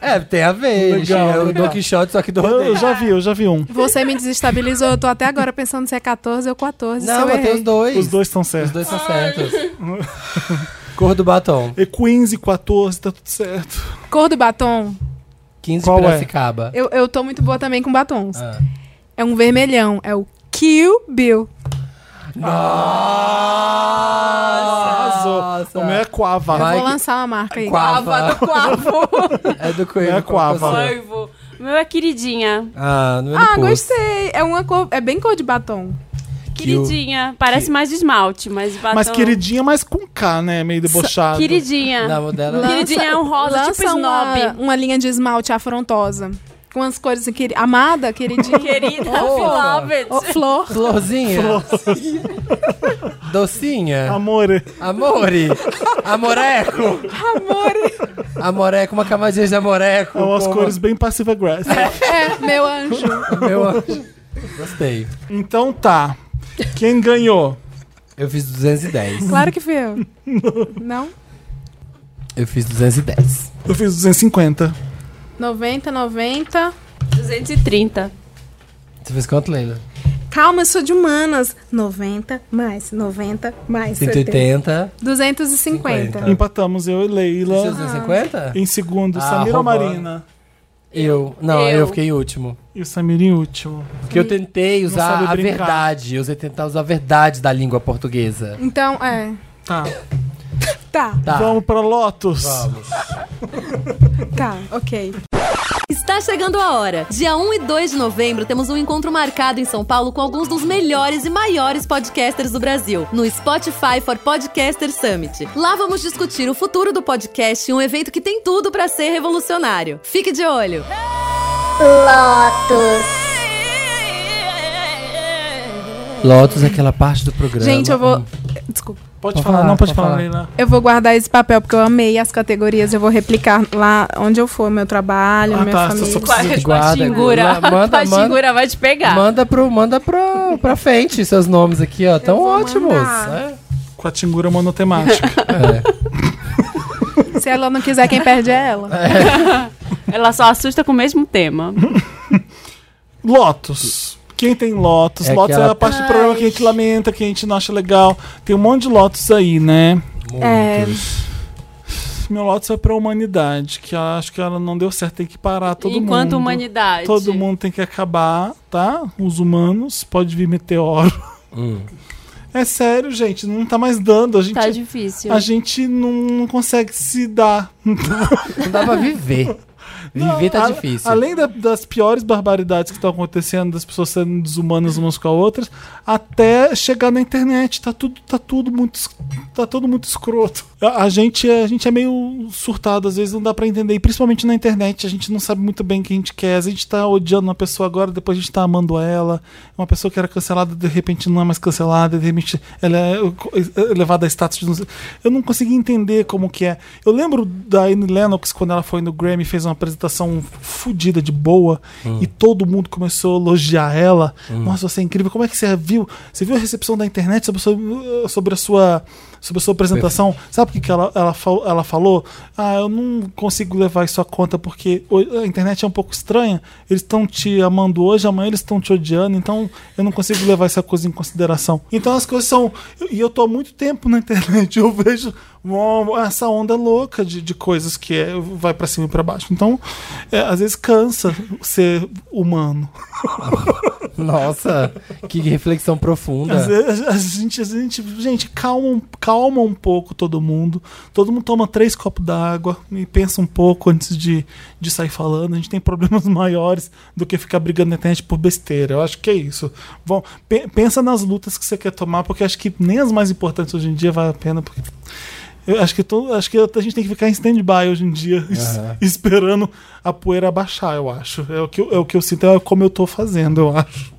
F: É, tem a ver.
D: Legal,
F: é o
D: legal.
F: Don Quixote, só que do
D: Eu, eu
F: rodeio.
D: já vi, eu já vi um.
E: Você me desestabilizou, eu tô até agora pensando se é 14 ou 14.
F: Não,
E: se eu
F: mas tem
E: errei.
F: os dois.
D: Os dois estão
F: Os
D: certos.
F: dois são
D: [LAUGHS]
F: certos. Cor do batom.
D: E 15, 14, tá tudo certo.
E: Cor do batom,
F: 15
D: Qual é?
F: Piracicaba.
E: eu, eu tô muito boa também com batons.
F: Ah.
E: É um vermelhão, é o Kill Bill.
F: Nossa!
D: Arrasou. O meu é Quava.
F: Vai. Ai,
E: Vou
F: que-
E: lançar uma marca aí.
F: Quava. É do Coelho.
D: É Quava.
F: qual que é o seu?
A: Noivo. O meu é Queridinha.
F: Ah, não é
E: Ah,
F: no pulso.
E: gostei. É uma cor, é bem cor de batom.
A: Queridinha. Parece mais de esmalte, mas batom.
E: Então-
D: Mas queridinha, mas com K, né? Meio debochado.
A: Queridinha.
F: Não, o dela [LAUGHS] é-
A: Queridinha é um rosa,
E: lança
A: tipo snob.
E: Uma, uma linha de esmalte afrontosa. Com as cores assim, queri- amada,
A: [LAUGHS]
E: queridinha.
A: Querida,
F: Opa.
A: love it.
E: Ô, flor.
F: Florzinha. Docinha.
D: Amor,
F: Amore. Amoreco. Amore. Amoreco, uma camadinha de amoreco.
D: é umas
F: com-
D: cores bem passiva aggressive.
E: É, meu anjo.
F: Meu anjo. Gostei.
D: Então tá. Quem ganhou?
F: Eu fiz 210.
E: Claro que fui
F: [LAUGHS]
E: eu. Não?
F: Eu fiz 210.
D: Eu fiz 250.
E: 90, 90.
A: 230.
F: Você fez quanto, Leila?
I: Calma, eu sou de humanas. 90 mais 90 mais 70.
F: 180. É.
E: 250.
D: Empatamos eu e
F: Você fez
D: Leila.
F: 250?
D: Em segundo,
F: Ah, né?
D: Samira ou
F: roubando.
D: Marina?
F: Eu. Não, eu.
A: Eu.
F: fiquei em último.
D: E o Samir em último.
F: Porque eu tentei
D: sabe
F: usar a
D: brincar.
F: verdade. Eu usei tentar usar a verdade da língua portuguesa.
E: Então, é.
D: Tá.
E: Tá,
F: Tá.
D: Vamos pra Lotus.
F: Vamos.
E: tá, ok.
B: Está chegando a hora. Dia 1 e 2 de novembro temos um encontro marcado em São Paulo com alguns dos melhores e maiores podcasters do Brasil, no Spotify for Podcaster Summit. Lá vamos discutir o futuro do podcast em um evento que tem tudo para ser revolucionário. Fique de olho.
F: Lotus é aquela parte do programa.
E: Gente, eu vou. Desculpa.
D: Pode falar, não pode falar, Leila.
E: Eu vou guardar esse papel porque eu amei as categorias. Eu vou replicar lá onde eu for, meu trabalho,
D: Ah,
E: minha
D: tá,
E: família.
D: só- só-
J: Vai,
F: Guarda,
J: Pachingura.
F: manda, manda.
J: Pachingura vai te pegar.
F: Manda, pro, manda pra, pra frente seus nomes aqui, ó. Tão ótimos. né?
D: Com a tingura monotemática. [LAUGHS]
E: Se ela não quiser, quem perde é ela.
A: Ela só assusta com o mesmo tema.
D: Lotus. Quem tem Lotus?
F: É
D: Lotus é
F: aquela-
D: a parte do programa que a gente lamenta, que a gente não acha legal. Tem um monte de Lotus aí, né?
E: É.
F: Muitos.
D: Meu Lotus é pra humanidade, que eu acho que ela não deu certo, tem que parar todo mundo.
A: Enquanto humanidade.
D: Todo mundo tem que acabar, tá? Os humanos, pode vir meteoro. É sério, gente, não tá mais dando. A gente,
A: Tá difícil.
D: a gente não, não consegue se dar.
F: Não dá
D: [LAUGHS]
F: pra viver. Viver tá
D: a-
F: difícil.
D: Além da- das piores barbaridades que estão acontecendo, das pessoas sendo desumanas umas com as outras, até chegar na internet, tá tudo, tá tudo muito, es- tá tudo muito escroto. A, a gente, é- a gente é meio surtado, às vezes não dá pra entender, e principalmente na internet, a gente não sabe muito bem o que a gente quer. Às vezes A gente tá odiando uma pessoa agora, depois a gente tá amando ela. Uma pessoa que era cancelada, de repente não é mais cancelada, de repente ela é é elevada a status de não sei- Eu não consegui entender como que é. Eu lembro da Anne Lennox, quando ela foi no Grammy, fez uma apresentação fodida de boa e todo mundo começou a elogiar ela. Nossa, você é incrível. Como é que você viu? Você viu a recepção da internet sobre, a sua- sobre a sua sobre a sua apresentação? Sabe o que, que ela, ela, fal- ela falou? Ah, eu não consigo levar isso à conta porque o- a internet é um pouco estranha. Eles estão te amando hoje, amanhã eles estão te odiando, então eu não consigo levar essa coisa em consideração. Então as coisas são. E eu tô há muito tempo na [LAUGHS] internet, eu vejo uma- essa onda louca de, de coisas que é, vai pra cima e pra baixo. Então, é, às vezes cansa ser humano.
F: Nossa, que reflexão profunda.
D: Às vezes, a gente, a gente, gente, calma, um- calma um pouco todo mundo. Todo mundo toma três copos d'água e pensa um pouco antes de, de sair falando. A gente tem problemas [LAUGHS] maiores do que ficar brigando na internet por besteira. Eu acho que é isso. Bom, pe- pensa nas lutas que você quer tomar, porque acho que nem as mais importantes hoje em dia vale a pena. Porque eu acho que, to- acho que a gente tem que ficar em stand-by hoje em dia, es- esperando a poeira baixar, eu acho. É o, que eu, é o que eu sinto, é como eu tô fazendo, eu acho.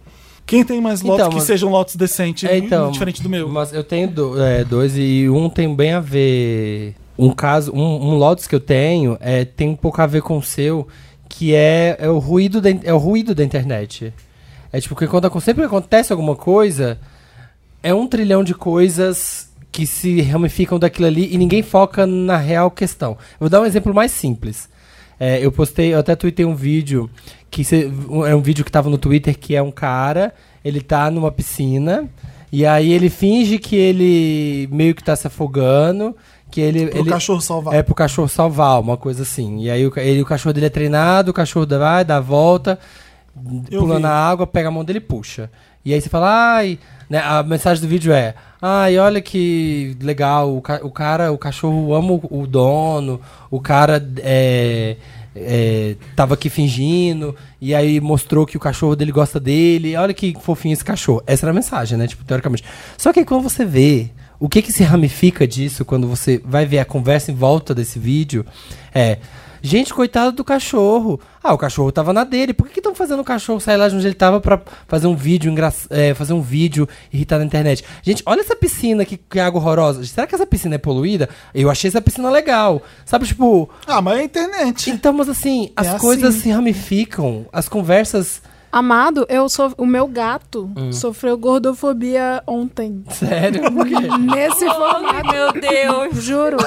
D: Quem tem mais lotes
F: Então,
D: que
F: mas-
D: sejam lotes decentes,
F: É, então,
D: diferente do meu?
F: Mas eu tenho do- é, dois e um tem bem a ver. Um caso, um, um Lotus que eu tenho é, tem um pouco a ver com o seu, que é, é o ruído da, in- é o ruído da internet. É tipo que quando acon- sempre que acontece alguma coisa, é um trilhão de coisas que se ramificam daquilo ali e ninguém foca na real questão. Eu vou dar um exemplo mais simples. É, eu postei, eu até tuitei um vídeo que cê- um- é um vídeo que tava no Twitter que é um cara, ele tá numa piscina e aí ele finge que ele meio que tá se afogando, que ele
D: Pro
F: ele
D: cachorro salvar.
F: é pro cachorro salvar, uma coisa assim. E aí o, ca- ele, o cachorro dele é treinado, o cachorro dá- vai, dá a volta,
D: Eu
F: pula
D: vi.
F: na água, pega a mão dele e puxa. E aí você fala, ai. né, a mensagem do vídeo é: ai, olha que legal, o, ca- o cara, o cachorro ama o, o dono, o cara é, é, tava aqui fingindo, e aí mostrou que o cachorro dele gosta dele, olha que fofinho esse cachorro. Essa era a mensagem, né? Tipo, teoricamente. Só que aí quando você vê o que, que se ramifica disso quando você vai ver a conversa em volta desse vídeo é. Gente, coitado do cachorro. Ah, o cachorro tava na dele. Por que estão fazendo o cachorro sair lá de onde ele tava pra fazer um vídeo engra... é, fazer um vídeo irritar na internet? Gente, olha essa piscina que, que água horrorosa. Será que essa piscina é poluída? Eu achei essa piscina legal. Sabe, tipo.
D: Ah, mas é a internet.
F: Então, mas assim, as
D: assim.
F: coisas se ramificam, as conversas.
E: Amado, eu sou o meu gato
D: Hum.
E: sofreu gordofobia ontem.
D: [LAUGHS]
F: Sério? Por quê?
J: [LAUGHS]
E: Nesse formato.
J: Meu Deus.
E: Juro.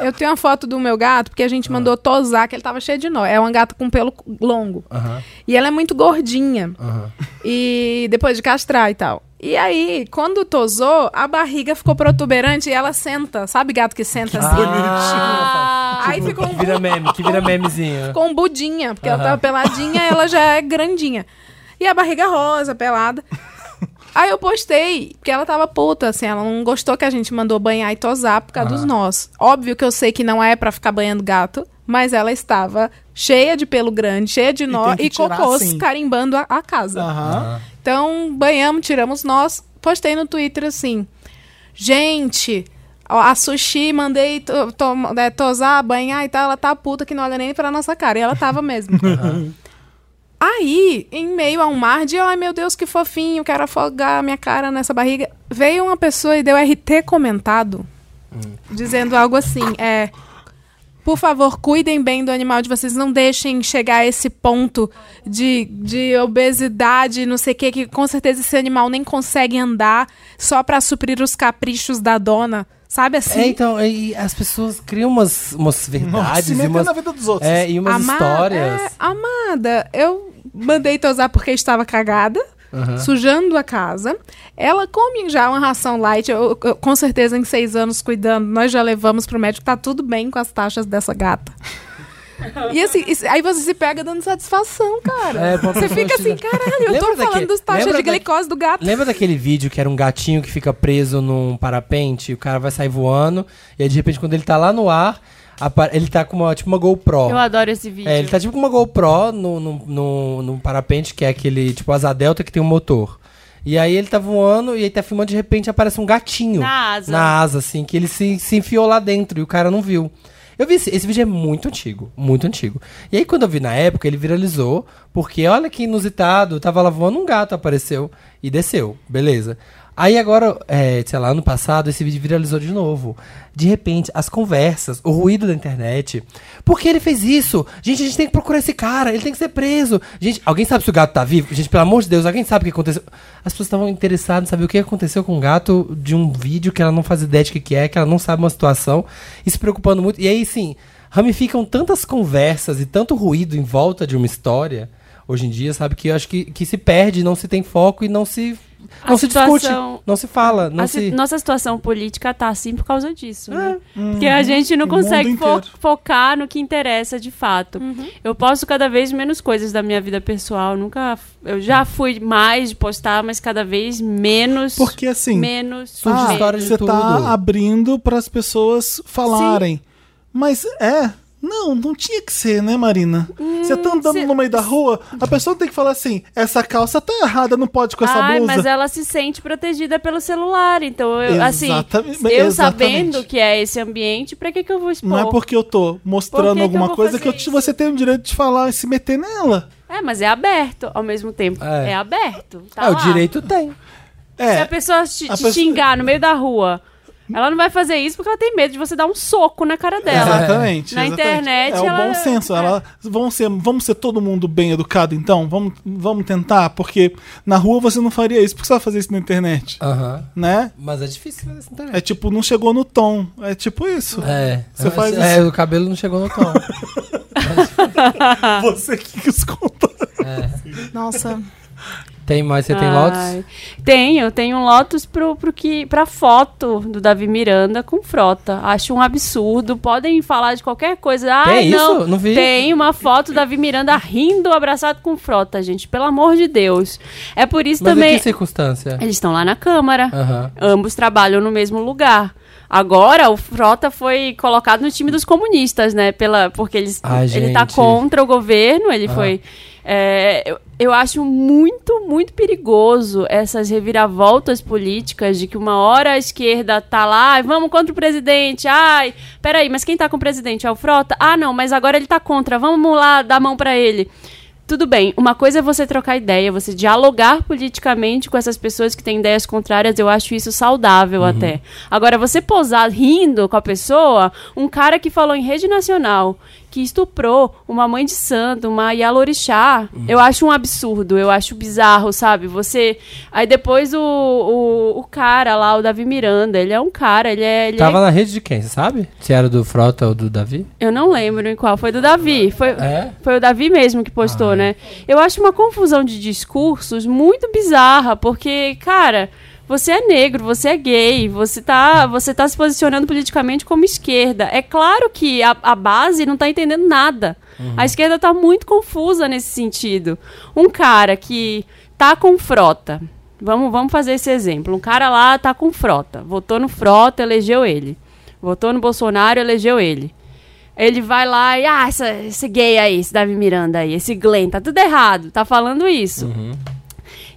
E: Eu tenho uma foto do meu gato, porque a
F: Ah.
E: gente mandou tosar, que ele tava cheio de nó. É uma gata com pelo longo.
F: Aham,
E: E ela é muito gordinha.
F: aham.
E: E depois de castrar e tal. E aí, quando tosou, a barriga ficou protuberante e ela senta. Sabe gato que senta assim?
F: Ah,
E: Aí
F: tipo,
E: ficou um
F: Que vira meme, que vira
D: É.
F: memezinho.
E: com um budinha, porque ela
F: Aham.
E: tava peladinha,
D: [LAUGHS]
E: ela já é grandinha. E a barriga rosa, pelada.
D: [LAUGHS]
E: Aí eu postei, porque ela tava puta, assim, ela não gostou que a gente mandou banhar e tosar por causa dos nós. Óbvio que eu sei que não é pra ficar banhando gato, mas ela estava cheia de pelo grande, cheia de nó
D: tem que
E: e,
D: tirar, assim.
E: cocôs
D: sim.
E: carimbando a, a casa.
D: Aham.
E: Então, banhamos, tiramos nós. Postei no Twitter assim. Gente, ó, a sushi mandei to, to- né, tosar, banhar e tal. Ela tá puta que não olha nem pra nossa cara. E ela tava mesmo. Aí, em meio a um mar de, ai meu Deus, que fofinho, quero afogar minha cara nessa barriga, veio uma pessoa e deu RT comentado, dizendo algo assim, é... Por favor, cuidem bem do animal de vocês. Não deixem chegar a esse ponto de, de obesidade, não sei o que, que com certeza esse animal nem consegue andar só pra suprir os caprichos da dona. Sabe assim?
F: É, então, e as pessoas criam umas, umas
D: Nossa,
F: verdades
D: se
F: e
D: meter
F: umas,
D: na vida dos outros.
F: é, e umas
E: Amada,
F: histórias.
E: é, amada, eu mandei tosar porque estava cagada. Sujando a casa. Ela come já uma ração light. Eu, eu- com certeza, em seis anos cuidando, nós já levamos pro médico. Tá tudo bem com as taxas dessa gata. E assim, isso- aí você se pega dando satisfação, cara.
F: É, pra
E: você
F: pessoa
E: fica assim,
F: chegar-
E: caralho, eu
F: Lembra
E: tô falando
F: daquele-
E: das taxas
F: lembra
E: de
F: da-
E: glicose do gato.
F: Lembra daquele vídeo que era um gatinho que fica preso num parapente? E o cara vai sair voando. E aí, de repente, quando ele tá lá no ar, apa- ele tá com uma, tipo uma GoPro.
A: Eu adoro esse vídeo.
F: É, ele tá tipo com uma GoPro no, no, no, num parapente, que é aquele tipo asa delta que tem um motor. E aí ele tá voando e aí tá filmando, de repente aparece um gatinho.
A: Na asa.
F: Na asa, assim, que ele se, se enfiou lá dentro e o cara não viu. Eu vi esse, esse vídeo é muito antigo, muito antigo. E aí quando eu vi na época, ele viralizou, porque olha que inusitado, tava lá voando um gato, apareceu e desceu, beleza. Aí agora, é, sei lá, ano passado, esse vídeo viralizou de novo. De repente, as conversas, o ruído da internet. Por que ele fez isso? Gente, a gente tem que procurar esse cara, ele tem que ser preso. Gente, alguém sabe se o gato tá vivo? Gente, pelo amor de Deus, alguém sabe o que aconteceu? As pessoas estavam interessadas em saber o que aconteceu com o gato de um vídeo que ela não faz ideia de que, que é, que ela não sabe uma situação, e se preocupando muito. E aí, sim, ramificam tantas conversas e tanto ruído em volta de uma história, hoje em dia, sabe, que eu acho que, que se perde, não se tem foco e não se.
A: A
F: tá- Não se discute,
A: situação-
F: não se fala, não
A: A si-
F: se.
A: Nossa situação política tá assim por causa disso, né? Porque a gente não
D: É. Uhum. O mundo
A: consegue fo-
D: inteiro.
A: focar no que interessa de fato. Eu posto cada vez menos coisas da minha vida pessoal. Nunca. Eu já fui mais de postar, mas cada vez menos.
D: Porque assim,
A: menos.
F: surge
A: menos.
F: história de
D: você
F: tudo.
D: tá abrindo para as pessoas falarem. Mas é. Não, não tinha que ser, né, Marina? Você tá andando
A: Hum, cê-
D: no meio da rua, a pessoa tem que falar assim: essa calça tá errada, não pode com essa
A: Ai,
D: blusa.
A: mas é, ela se sente protegida pelo celular. Então, eu, assim,
D: Exatamente-
A: eu
D: exatamente.
A: sabendo que é esse ambiente, pra que, que eu vou expor?
D: Não é porque eu tô
A: tipo, Por que
D: mostrando
A: que eu
D: alguma
A: vou
D: coisa
A: fazer
D: que eu-
A: isso?
D: você tem o direito de falar e se meter nela.
A: É, mas é aberto ao mesmo tempo.
F: É.
A: É, aberto. Tá
F: Ah, o
A: lá.
F: direito tem.
A: Se a
D: É,
A: pessoa te,
D: a
A: te
D: pessoa-
A: xingar no meio da rua, ela não vai fazer isso porque ela tem medo de você dar um soco na cara dela.
D: exatamente.
A: Na
D: exatamente.
A: internet,
D: É o
A: ela-
D: bom senso.
A: é.
D: Ela, vamos, ser, vamos ser todo mundo bem educado, então? Vamos, vamos tentar? Porque na rua você não faria isso. Por que você vai fazer isso na internet?
F: Aham.
D: Né?
F: Mas é difícil fazer isso na
D: É
F: internet.
D: tipo, não chegou no tom. É tipo isso.
F: É.
D: Você faz
F: é,
D: isso.
F: o cabelo não chegou no tom.
D: Você que quis contar.
E: Nossa.
F: tem mais, você tem lotes?
A: Ai, Tenho, tenho um Lotus pro, pro que, pra foto do Davi Miranda com frota. Acho um absurdo. Podem falar de qualquer coisa. Ai,
F: Tem
A: não.
F: isso? Não vi.
A: Tem uma foto do Davi Miranda rindo, abraçado com frota, gente. Pelo amor de Deus. É por isso
F: Mas
A: também.
F: em que circunstância?
A: Eles estão lá na Câmara.
F: Aham.
A: Ambos trabalham no mesmo lugar. Agora, o Frota foi colocado no time dos comunistas, né? Pela, porque eles,
F: Ai,
A: ele tá
F: gente.
A: contra o governo, ele
F: Ah.
A: foi. é, eu, eu acho muito, muito perigoso essas reviravoltas políticas de que uma hora a esquerda tá lá, "Ai, vamos contra o presidente, ai, peraí, mas quem tá com o presidente? É o Frota? Ah, não, mas agora ele tá contra, vamos lá dar a mão pra ele. Tudo bem, uma coisa é você trocar ideia, você dialogar politicamente com essas pessoas que têm ideias contrárias, eu acho isso saudável
F: Uhum.
A: até. Agora, você posar rindo com a pessoa, um cara que falou em rede nacional que estuprou uma mãe de santo, uma Yalorixá,
F: Uhum.
A: eu acho um absurdo, eu acho bizarro, sabe? Você. Aí depois o, o, o cara lá, o Davi Miranda, ele é um cara, ele é. ele é-
F: Tava na rede de quem, você sabe? Se era do Frota ou do Davi?
A: Eu não lembro em qual, foi do Davi. Foi,
F: É?
A: foi o Davi mesmo que postou, né? Eu acho uma confusão de discursos muito bizarra, porque, cara, você é negro, você é gay, você tá, você tá se posicionando politicamente como esquerda. É claro que a, a base não tá entendendo nada. A esquerda tá muito confusa nesse sentido. Um cara que tá com frota. Vamos, vamos fazer esse exemplo. Um cara lá tá com frota. Votou no frota, elegeu ele. Votou no Bolsonaro, elegeu ele. Ele vai lá e, ah, essa- esse gay aí, esse Davi Miranda aí, esse Glenn, tá tudo errado, tá falando isso.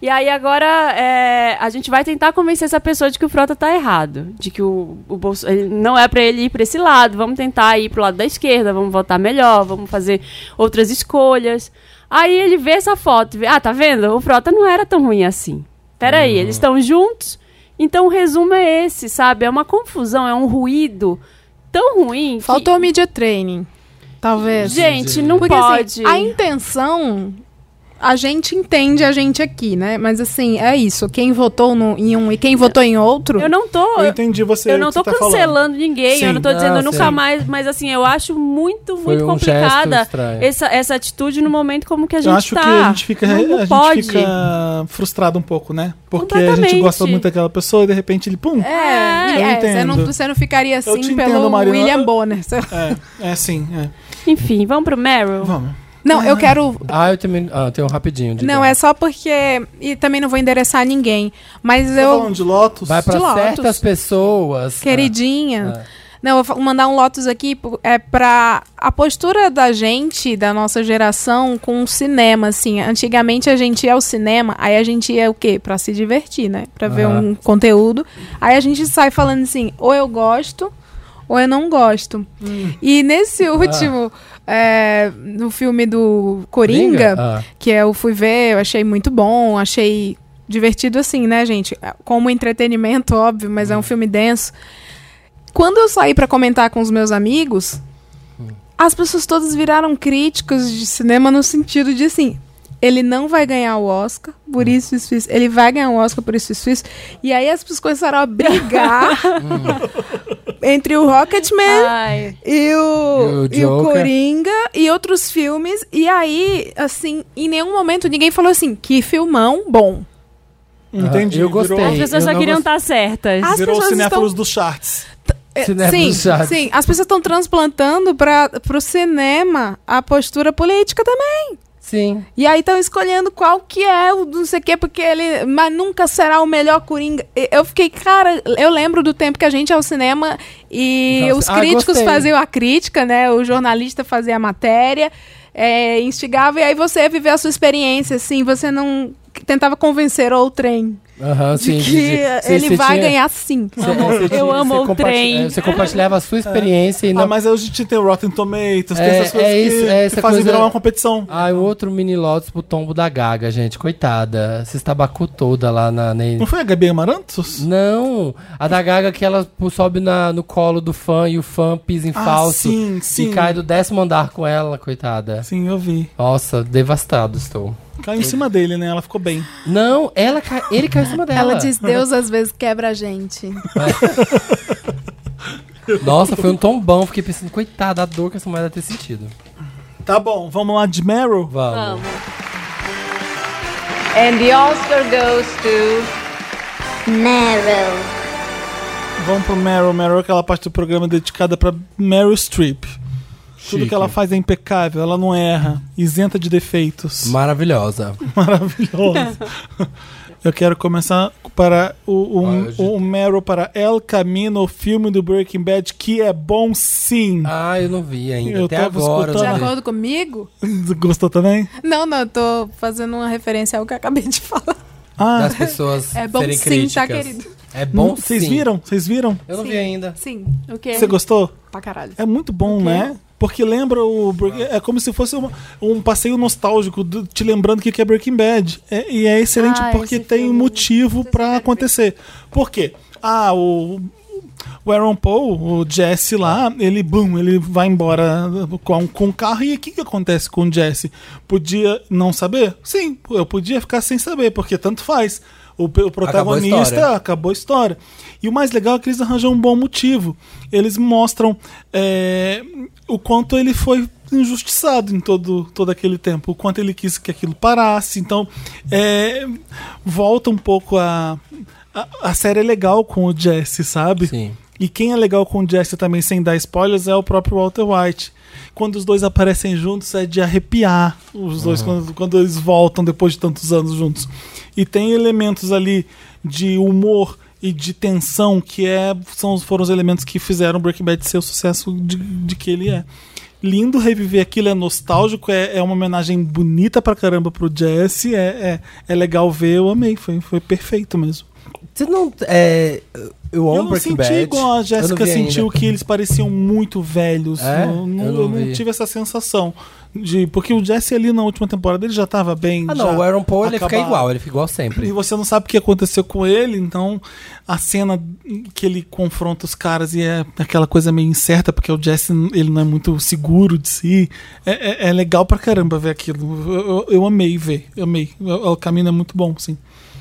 A: E aí agora é, a gente vai tentar convencer essa pessoa de que o Frota tá errado, de que o, o Bolso- ele- não é pra ele ir pra esse lado, vamos tentar ir pro lado da esquerda, vamos votar melhor, vamos fazer outras escolhas. Aí ele vê essa foto. vê, Ah, tá vendo? O Frota não era tão ruim assim. Peraí, eles estão juntos. Então o resumo é esse, sabe? É uma confusão, é um ruído tão ruim. que-
E: Faltou media training. Talvez.
A: Gente, não
E: Porque
A: pode.
E: assim, a intenção. A gente entende a gente aqui, né? Mas assim, é isso. Quem votou no- em um e quem votou em outro.
A: Eu não tô.
D: Eu entendi você. tá
A: Eu não tô
D: estou
A: cancelando ninguém, eu
D: Sim.
A: não tô dizendo
F: Não,
A: nunca
F: sim.
A: mais, mas assim, eu acho muito,
F: Foi
A: muito
F: um gesto é.
A: complicada
F: estranho.
A: essa, essa atitude no momento como que a gente
D: Eu acho
A: tá.
D: que a gente fica,
A: Não
D: a
A: pode.
D: gente fica frustrado um pouco, né? Porque a gente
A: Completamente.
D: gosta muito daquela pessoa e de repente ele, pum,
E: É,
A: Ah,
E: é,
D: entendo.
E: você, não, você não ficaria assim
D: te
E: pelo
D: entendo, Marina.
E: William Bonner.
D: É, é sim, é.
A: Enfim, vamos pro Meryl?
D: Vamos.
E: Não, eu quero
F: Ah, eu também. Ah, tem um rapidinho. de
E: Não,
F: dar.
E: é só porque. E também não vou endereçar ninguém. Mas
D: Tá
E: eu.
D: falando de Lotus?
F: Vai pra
E: de Lotus.
F: certas pessoas.
E: Queridinha.
F: Ah.
E: Não, eu vou mandar um Lotus aqui po- é pra a postura da gente, da nossa geração, com o cinema, assim. Antigamente a gente ia ao cinema, aí a gente ia o quê? Pra se divertir, né? Pra ver
F: Aham.
E: um conteúdo. Aí a gente sai falando assim, ou eu gosto, ou eu não gosto. E nesse último, é, no filme do Coringa,
F: Ah.
E: que eu fui ver, eu achei muito bom, achei divertido assim, né, gente? Como entretenimento, óbvio, mas é um filme denso. Quando eu saí pra comentar com os meus amigos, as pessoas todas viraram críticos de cinema no sentido de assim, ele não vai ganhar o Oscar, por isso, isso, isso. Ele vai ganhar o Oscar, por isso, isso, isso. E aí as pessoas começaram a brigar entre o Rocketman
A: Ai,
E: e o,
F: E o
E: e o
F: Joker.
E: Coringa e outros filmes. E aí, assim, em nenhum momento ninguém falou assim, que filmão bom.
D: Uhum. Entendi.
F: Ah, eu
D: virou-
F: gostei.
A: as pessoas
F: eu
A: só
F: não
A: queriam
F: gost-
A: estar certas.
E: As
D: Virou os
E: pessoas
D: cinéfilos dos charts.
E: É,
F: Cinéfilos
E: sim,
F: chatos.
E: sim. As pessoas estão transplantando para pro cinema a postura política também.
F: Sim.
E: E aí estão escolhendo qual que é o não sei o quê, porque ele. Mas nunca será o melhor Coringa. E Eu fiquei, cara, eu lembro do tempo que a gente ia ao cinema e
F: Então,
E: os
F: ah,
E: críticos
F: gostei.
E: faziam a crítica, né? O jornalista fazia a matéria, é, instigava, e aí você viveu a sua experiência, assim, você não tentava convencer o trem
F: Aham,
E: de
F: sim.
E: que
F: Cê-
E: ele
F: cê
E: vai
F: tinha-
E: ganhar sim.
F: cê- é, cê tinha-
A: Eu amo
F: cê
A: o
F: compartilha-
A: trem.
F: é, Você compartilhava a sua experiência e
D: Ah,
F: não.
D: mas aí a gente tem o Rotten Tomatoes, tem
F: É,
D: essas coisas
F: é isso,
D: que,
F: é
D: que
F: essa
D: fazem
F: coisa-
D: virar uma competição.
F: Ah, o outro mini Lotus pro tombo da Gaga, gente. Coitada. Se estabacou toda lá na. na-
D: Não foi a Gabi Amarantos?
F: Não, a da Gaga que ela sobe na- no colo do fã e o fã pisa em
D: Ah,
F: falso
D: sim, sim.
F: e cai do décimo andar com ela, coitada.
D: Sim, eu vi.
F: Nossa, devastado estou.
D: Caiu em cima dele, né? Ela ficou bem.
F: Não, ela cai- ele caiu em cima dela.
E: Ela diz, Deus às vezes quebra a gente.
F: Nossa, foi um tombão. Fiquei pensando, coitada, a dor que essa mulher deve ter sentido.
D: Tá bom, vamos lá de Meryl.
F: Vamos.
J: And the Oscar goes to.
H: Meryl.
D: Vamos pro Meryl. Meryl é aquela parte do programa dedicada pra Meryl Streep. Tudo
F: Chique.
D: que ela faz é impecável, ela não erra, isenta de defeitos.
F: Maravilhosa.
D: Maravilhosa. [LAUGHS] Eu quero começar para o, o,
F: Pode.
D: o Meryl para El Camino, o filme do Breaking Bad, que é bom sim.
F: Ah, eu não vi ainda.
D: Eu
F: Até
D: tava
F: agora.
E: De
F: eu não vi.
D: escutando.
E: acordo comigo?
D: Gostou também?
E: Não, não, eu tô fazendo uma referência ao que eu acabei de falar.
D: Ah,
F: Das pessoas
E: É bom
F: serem
E: sim,
F: críticas.
E: tá, querido?
F: É bom
D: vocês
F: sim. É.
D: viram? Vocês viram?
F: Eu não
E: Sim.
F: vi ainda.
E: Sim,
A: O quê?
D: Você gostou?
E: pra caralho.
D: É muito bom, né? Porque lembra o. Breaking- É como se fosse uma- um passeio nostálgico, do- te lembrando o que que é Breaking Bad. É- e é excelente
A: Ah,
D: porque
A: esse
D: tem
A: filme.
D: motivo pra acontecer. Por quê? Ah, o. O Aaron Paul, o Jesse lá, ele, boom, ele vai embora com, com o carro. E o que, que acontece com o Jesse? Podia não saber? Sim, eu podia ficar sem saber, porque tanto faz. O, pe- o protagonista
F: história.
D: acabou a história. E o mais legal é que eles arranjam um bom motivo. Eles mostram é, o quanto ele foi injustiçado em todo, todo aquele tempo, o quanto ele quis que aquilo parasse. Então, é, volta um pouco a, a. A série é legal com o Jesse, sabe?
F: Sim.
D: E quem é legal com o Jesse também, sem dar spoilers, é o próprio Walter White. Quando os dois aparecem juntos, é de arrepiar os dois quando, quando eles voltam depois de tantos anos juntos. E tem elementos ali de humor e de tensão que é, são, foram os elementos que fizeram Breaking Bad ser o sucesso de, de que ele é. Lindo reviver aquilo, é nostálgico, é, é uma homenagem bonita pra caramba pro Jesse, é, é, é legal ver, eu amei, foi, foi perfeito mesmo.
F: Você não. É, eu
D: Eu
F: amo
D: não
F: Breaking
D: senti
F: Bad.
D: igual a
F: Eu não
D: Jéssica
F: vi ainda.
D: sentiu que eles pareciam muito velhos.
F: É?
D: Eu, não,
F: Eu não
D: eu não
F: vi.
D: tive essa sensação. De, porque o Jesse ali na última temporada ele já tava bem.
F: Ah, não,
D: já
F: o Aaron Paul ele fica
D: acabado.
F: igual, ele fica igual
D: E
F: sempre.
D: você não sabe o que aconteceu com ele, então a cena que ele confronta os caras e é aquela coisa meio incerta, porque o Jesse ele não é muito seguro de si. É, é- é legal pra caramba ver aquilo. Eu, eu- eu amei ver, eu amei. O, o caminho é muito bom, sim.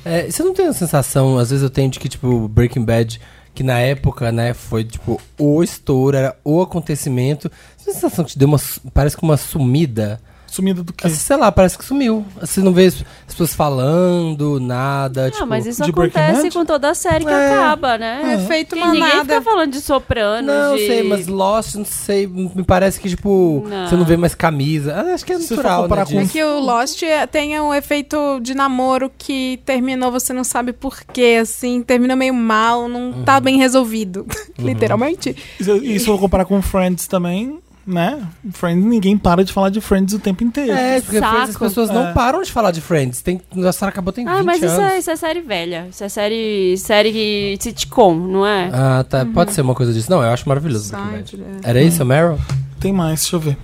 F: É, você não tem a sensação, às vezes eu tenho de que, tipo, Breaking Bad, que na época, né, foi, tipo, o estouro, era o acontecimento. Você tem a sensação que te deu uma. su- Parece que uma sumida.
D: Sumido do que?
F: Assim, sei lá, parece que sumiu. Você não vê as as pessoas falando, nada. tipo,
A: ah, mas isso
D: de Breaking
A: acontece
D: Bad?
A: com toda a série que
F: É.
A: acaba, né?
E: É feito
A: E
E: uma
A: ninguém
E: nada.
A: fica falando de soprano.
F: Não,
A: é de...
F: sei, mas Lost, não sei, me parece que, tipo,
A: Não.
F: você não vê mais camisa. Ah, acho que é
D: Se for
F: natural, né?
D: comparar com-
E: É
F: disso.
E: que o Lost é- tem um efeito de namoro que terminou, você não sabe porquê, assim, termina meio mal, não tá bem resolvido, literalmente.
D: Isso, isso eu vou comparar com Friends também, né? Friends, ninguém para de falar de Friends o tempo inteiro.
F: É, porque
A: Saco.
F: Friends, as pessoas não
D: É.
F: param de falar de Friends. Tem, a série acabou tem 20
A: Ah, mas isso
F: anos.
A: é, isso é série velha. Isso é série, série sitcom, não é?
F: Ah, tá. Pode ser uma coisa disso. Não, eu acho maravilhoso. Breaking Bad.
E: Side, né?
F: Era isso, Meryl?
D: Tem mais, deixa eu ver.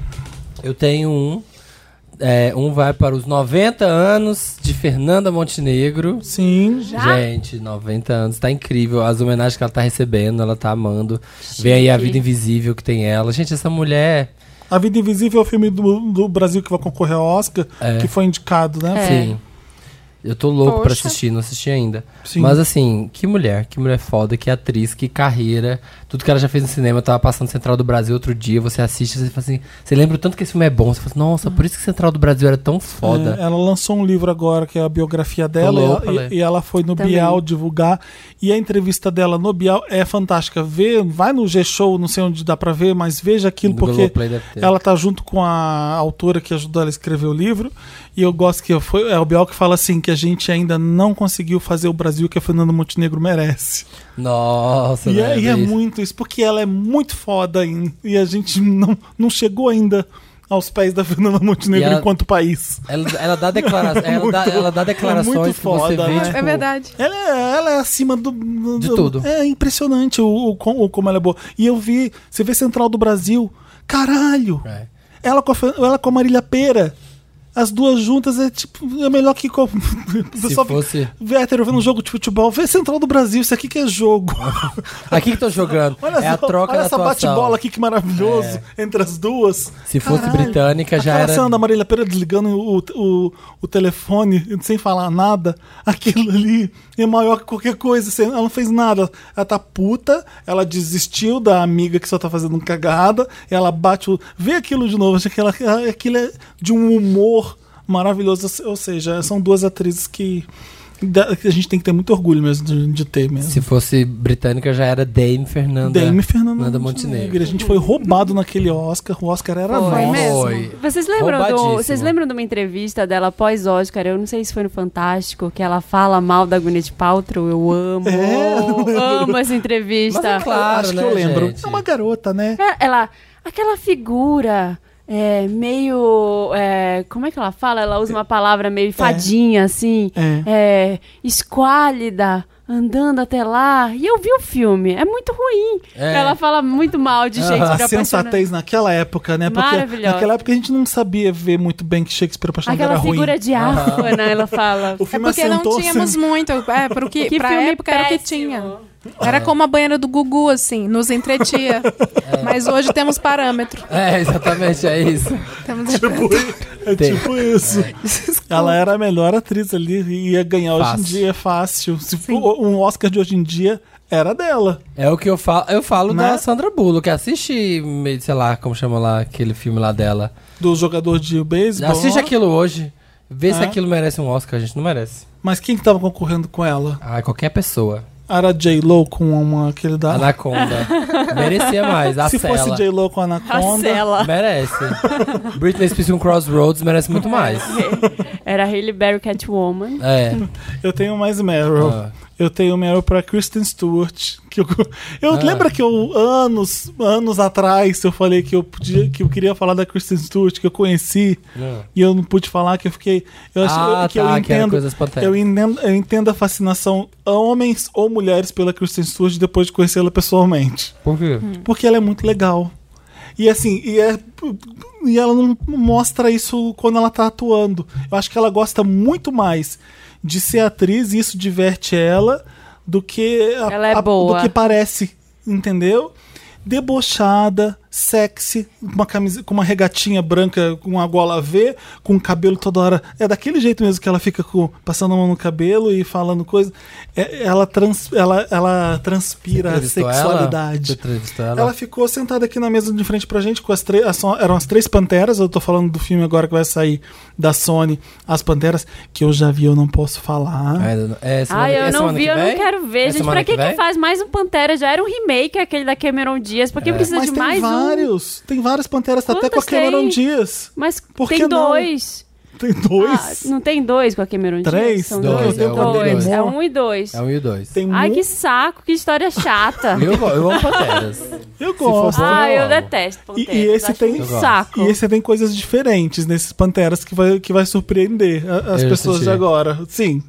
F: Eu tenho um. É, um vai para os 90 anos de Fernanda Montenegro.
D: Sim.
F: Gente, 90 anos, tá incrível. As homenagens que ela tá recebendo, ela tá amando. Vem aí a vida invisível que tem ela. Gente, essa mulher.
D: A Vida Invisível é o filme do, do Brasil que vai concorrer ao Oscar,
F: É.
D: que foi indicado, né?
F: Sim. Eu tô louco pra
E: Poxa.
F: assistir, não assisti ainda.
D: Sim.
F: Mas assim, que mulher, que mulher foda, que atriz, que carreira. Tudo que ela já fez no cinema, eu tava passando Central do Brasil outro dia, você assiste, você fala assim, você lembra o tanto que esse filme é bom, você fala assim, nossa, por isso que Central do Brasil era tão foda.
D: É, ela lançou um livro agora, que é a biografia dela, e
F: louco,
D: ela-
F: Ale.
D: e, e ela foi no
A: Também.
D: Bial divulgar. E a entrevista dela no Bial é fantástica. Vê, vai no G-Show, não sei onde dá pra ver, mas veja aquilo,
F: No
D: porque
F: Globoplay deve ter.
D: ela tá junto com a autora que ajudou ela a escrever o livro. E eu gosto que foi, é o Bial que fala assim: que a gente ainda não conseguiu fazer o Brasil que a Fernanda Montenegro merece.
F: Nossa,
D: E é,
F: né,
D: e é
F: isso.
D: muito isso, porque ela é muito foda em- e a gente não, não chegou ainda aos pés da Fernanda
F: E
D: Montenegro
F: ela-
D: enquanto país.
F: Ela, ela dá
D: [LAUGHS]
F: declarações. ela, dá,
D: É muito-
F: ela dá declarações
D: é muito
F: que você
D: foda,
F: vê.
D: né?
F: tipo,
E: É verdade.
D: Ela é, ela é acima do, do-
F: De
D: do-
F: tudo.
D: É impressionante o, o com- o como ela é boa. E eu vi, você vê Central do Brasil, caralho!
F: é.
D: Ela, com a, Fe- ela com a Marília Pera. As duas juntas é tipo, é melhor que. Com... [LAUGHS]
F: Se
D: Só
F: fosse.
D: vê hétero vendo um jogo de futebol, vê Central do Brasil, isso aqui que é jogo.
F: Aqui que tô jogando.
D: Olha,
F: é a
D: só,
F: troca
D: olha
F: da
D: essa
F: atuação. É.
D: bate-bola aqui que maravilhoso entre as duas.
F: Se fosse
D: Caralho.
F: britânica, já
D: Aquela
F: era-
D: cena da Marília Pera desligando o, o, o telefone sem falar nada, [LAUGHS] aquilo ali é maior que qualquer coisa. assim, Ela não fez nada. Ela tá puta, ela desistiu da amiga que só tá fazendo cagada, ela bate o. Vê aquilo de novo, acho que ela, aquilo é de um humor maravilhoso. Ou seja, são duas atrizes que. da- que a gente tem que ter muito orgulho mesmo de, de ter mesmo.
F: Se fosse britânica, já era Dame Fernanda.
D: Dame Fernanda
F: Nanda
D: A
F: Montenegro.
D: gente foi roubado naquele Oscar. O Oscar era
E: Foi
D: nosso.
E: mesmo.
F: Foi. né?
A: Vocês lembram, do,
F: Roubadíssimo.
A: vocês lembram de uma entrevista dela pós Oscar? Eu não sei se foi no Fantástico, que ela fala mal da Gwyneth Paltrow. Eu amo, amo essa entrevista.
F: Mas é claro,
D: Acho
F: né,
D: que eu lembro.
F: gente?
D: É uma garota, né?
A: É, Ela, aquela figura é, meio. é, como é que ela fala? Ela usa uma palavra meio fadinha, assim. É, esquálida, andando até lá. E eu vi o filme, é muito ruim.
F: É.
A: Ela fala muito mal de
F: Ah,
A: Shakespeare.
D: Ah, A
A: apaixonado.
D: sensatez naquela época, né? Porque
A: né? Maravilhosa.
D: naquela época a gente não sabia ver muito bem que Shakespeare apaixonado
A: Aquela
D: era ruim.
A: figura diáfana, ela
D: [LAUGHS]
A: fala.
D: O
E: É
D: filme
E: porque não
D: assentou,
E: tínhamos
D: [LAUGHS] assim,
E: muito. É,
A: [LAUGHS]
E: pro que,
A: Que
E: pra
A: filme
E: época era o que
A: péssimo.
E: tinha. Era como a banheira do Gugu, assim, nos entretia. Mas hoje temos parâmetro.
F: É, exatamente, é isso.
E: Temos
D: É
F: Tem.
D: tipo isso. Ela era a melhor atriz ali e ia ganhar
F: Fácil.
D: hoje em dia, é fácil. Se for um Oscar de hoje em dia, era dela.
F: É o que eu falo. Eu falo
D: Né?
F: da Sandra Bullock. Assiste, meio- sei lá, como chama lá aquele filme lá dela.
D: Do jogador de beisebol.
F: Assiste aquilo hoje. Vê se
D: É.
F: aquilo merece um Oscar. A gente não merece.
D: Mas quem que tava concorrendo com ela?
F: Ah, qualquer pessoa.
D: Era J-Lo com uma, aquele da... [LAUGHS]
F: Anaconda. Merecia mais. A
D: Tá. Se fosse
F: Cela.
D: J-Lo com Anaconda...
A: Marcela.
D: [LAUGHS]
F: Merece. Britney Spears com Crossroads merece muito mais.
A: Era Hailey Berry Catwoman.
F: É.
D: Eu tenho mais Meryl.
F: Ah.
D: Eu tenho Meryl pra Kristen Stewart. Que eu eu
F: Ah.
D: lembro que eu, anos, anos atrás, eu falei que eu, podia, que eu queria falar da Kristen Stewart, que eu conheci,
F: Ah.
D: e eu não pude falar, que eu fiquei. Eu acho
F: Ah,
D: que, eu- que eu
F: tá, que era
D: entendo.
F: coisas patéticas.
D: eu, entendo eu entendo a fascinação a homens ou mulheres pela Kristen Stewart depois de conhecê-la pessoalmente.
F: Por quê?
D: Porque ela é muito legal. E assim, e, é- e ela não mostra isso quando ela tá atuando. Eu acho que ela gosta muito mais de ser atriz e isso diverte ela do que a-
A: Ela é
D: a-
A: boa.
D: do que parece, entendeu? Debochada, sexy, uma camisa, com uma regatinha branca com uma gola V, com o cabelo toda hora. É daquele jeito mesmo que ela fica com, passando a mão no cabelo e falando coisa. É- ela, trans, ela, ela transpira a
F: Entrevistou ela? Você
D: sexualidade.
F: entrevistou
D: Ela...
F: ela?
D: ficou sentada aqui na mesa de frente pra gente com as três. as son- Eram as três panteras. Eu tô falando do filme agora que vai sair da Sony, As Panteras, que eu já vi, eu não posso falar.
F: Ainda não- É, semana,
A: Ah,
F: é
A: eu não
F: semana
A: vi,
F: que
A: eu não
F: vem?
A: quero ver.
F: É
A: gente,
F: semana
A: pra que, que,
F: vem?
A: faz mais um Pantera? Já era um remake aquele da Cameron Diaz. Pra que precisa
D: Mas
A: de
D: tem
A: mais um?
D: vários. Tem várias panteras, tá até com a
A: Quantas
D: Cameron
A: tem?
D: Dias.
A: Mas
D: Por que
A: tem
D: não?
A: dois.
D: Tem dois.
A: Ah, não tem dois com a Cameron Diaz?
D: Três?
A: São
F: Dois,
A: dois.
F: é um e dois.
A: É um e dois.
F: É um e o dois.
D: Tem
A: Ai,
D: mu-
A: que saco, que história chata.
F: Eu, go- eu amo Panteras.
D: Eu
F: for
D: gosto.
F: bom,
A: Ah, eu
F: Eu amo.
A: detesto
D: E- e
A: Pantera.
D: esse tem-
A: um
F: Eu gosto.
A: saco.
D: E esse tem coisas diferentes nesses Panteras que vai, que vai surpreender a- as
F: Eu já
D: pessoas
F: assisti.
D: de agora. Sim.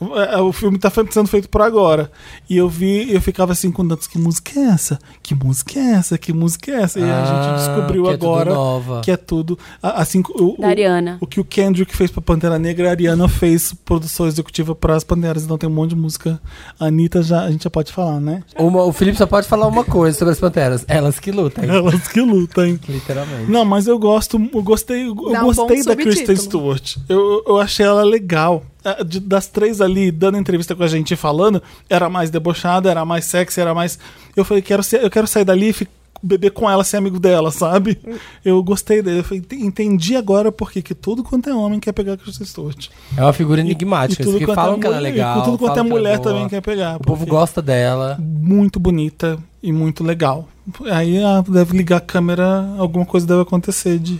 D: O- é, O filme tá fe- sendo feito por agora. E eu vi, eu ficava assim com tantos, que música é essa? Que música é essa? Que música é essa? E a
F: Ah,
D: gente descobriu
F: que é tudo
D: agora
F: nova.
D: que é tudo. a- Assim, o, o,
A: Da Ariana.
D: o que o Kendrick fez pra Pantera Negra, a Ariana fez produção executiva para as Panteras, então tem um monte de música. A Anitta já, a gente já pode falar, né?
F: Uma- o Felipe só pode falar uma coisa sobre as Panteras. Elas que lutam,
D: Elas que lutam.
F: literalmente.
D: Não, mas eu gosto, eu gostei, eu
E: Dá um
D: gostei
E: bom
D: da Kristen
E: subtítulo.
D: Stewart. Eu, eu achei ela legal. Ah, de- Das três ali, dando entrevista com a gente e falando, era mais debochada, era mais sexy, era mais. Eu falei, quero ser- eu quero sair dali e fi- beber com ela, ser amigo dela, sabe? Eu gostei dele. Eu falei, "Ent- entendi agora por que que tudo quanto é homem quer pegar a Kristen Stewart.
F: É uma figura
D: E
F: enigmática.
D: tudo
F: que
D: quanto
F: falam
D: é
F: que ela é
D: mulher- e
F: legal.
D: tudo quanto é
F: falam que ela
D: mulher
F: boa.
D: também quer pegar.
F: O povo
D: porque-
F: gosta dela.
D: muito bonita e muito legal. Aí ah, deve ligar a câmera, alguma coisa deve acontecer. De...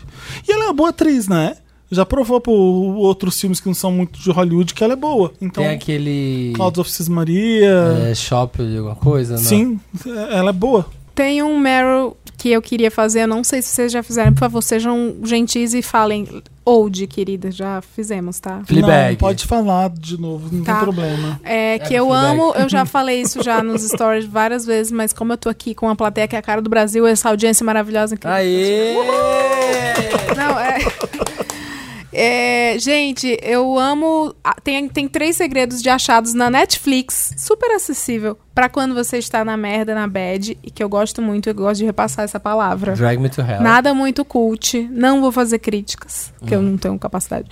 D: E ela é uma boa atriz, né? Já provou por outros filmes que não são muito de Hollywood que ela é boa. Então,
F: Tem aquele.
D: Clouds of Cis Maria.
F: É, shopping de alguma coisa, não?
D: Sim, ela é boa.
E: Tem um Meryl que eu queria fazer, eu não sei se vocês já fizeram. Por favor, sejam gentis e falem old, querida. Já fizemos, tá?
F: Fleabag.
D: Não, pode falar de novo, não
E: Tá.
D: tem problema.
E: É que eu
F: Fleabag.
E: amo, eu já falei isso já nos stories várias vezes, mas como eu tô aqui com a plateia que é a cara do Brasil, essa audiência maravilhosa que
F: Aê!
E: Não, é. É, gente, eu amo. ah, Tem, tem três segredos de achados na Netflix, super acessível, pra quando você está na merda, na bad, e que eu gosto muito, eu gosto de repassar essa palavra.
F: Drag Me to Hell.
E: Nada muito cult, não vou fazer críticas, que eu não tenho capacidade.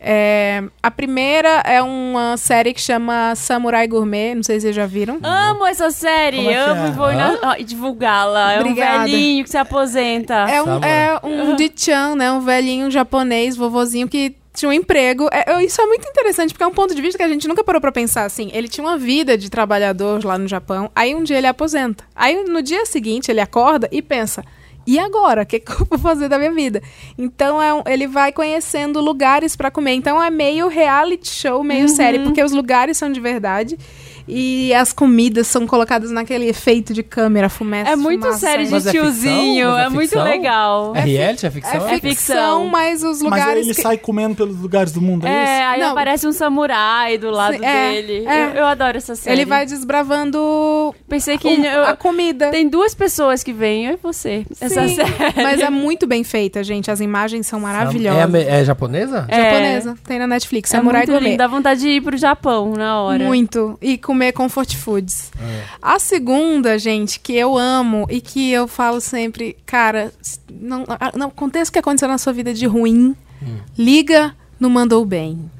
E: É, a primeira é uma série que chama Samurai Gourmet, não sei se vocês já viram.
A: Amo essa série,
D: Como é que
A: amo
D: é?
A: e vou na- ah, e divulgá-la. É um
E: Obrigada.
A: velhinho que se aposenta.
E: É um, é um de-chan, né? Um velhinho japonês, vovozinho, que tinha um emprego. É, eu- isso é muito interessante, porque é um ponto de vista que a gente nunca parou pra pensar, assim. Ele tinha uma vida de trabalhador lá no Japão, aí um dia ele aposenta. Aí no dia seguinte ele acorda e pensa... E agora? O que, que eu vou fazer da minha vida? Então é um- ele vai conhecendo lugares pra comer. Então é meio reality show, meio
A: Uhum.
E: série, porque os lugares são de verdade e as comidas são colocadas naquele efeito de câmera, fumaça.
A: É muito
E: fumaça,
A: série
F: Mas
A: de
F: é ficção?
A: tiozinho,
F: Mas é
A: é muito
F: ficção?
A: legal.
F: É reality? É ficção?
E: É ficção, mas os
D: Mas aí
E: lugares.
D: ele
E: que-
D: sai comendo pelos lugares do mundo, é,
A: É, aí
E: Não.
A: aparece um samurai do lado
E: Sim, é,
A: dele.
E: é.
A: Eu, eu adoro essa série.
E: Ele vai desbravando
A: Pensei É que
E: um-
A: eu-
E: a comida.
A: tem duas pessoas que vêm, eu e você. Essa
E: Sim,
A: série. [LAUGHS]
E: Mas é muito bem feita, gente. As imagens são
F: É,
E: maravilhosas.
F: ame- é japonesa?
A: É.
E: Japonesa. Tem na Netflix. Samurai
A: é muito
E: Gourmet.
A: lindo, dá vontade de ir pro Japão na hora.
E: Muito. E comer comfort foods.
F: É.
E: A segunda, gente, que eu amo e que eu falo sempre, cara, s- não, a- não aconteça o que aconteceu na sua vida de ruim,
F: Hum.
E: liga no Mandou Bem.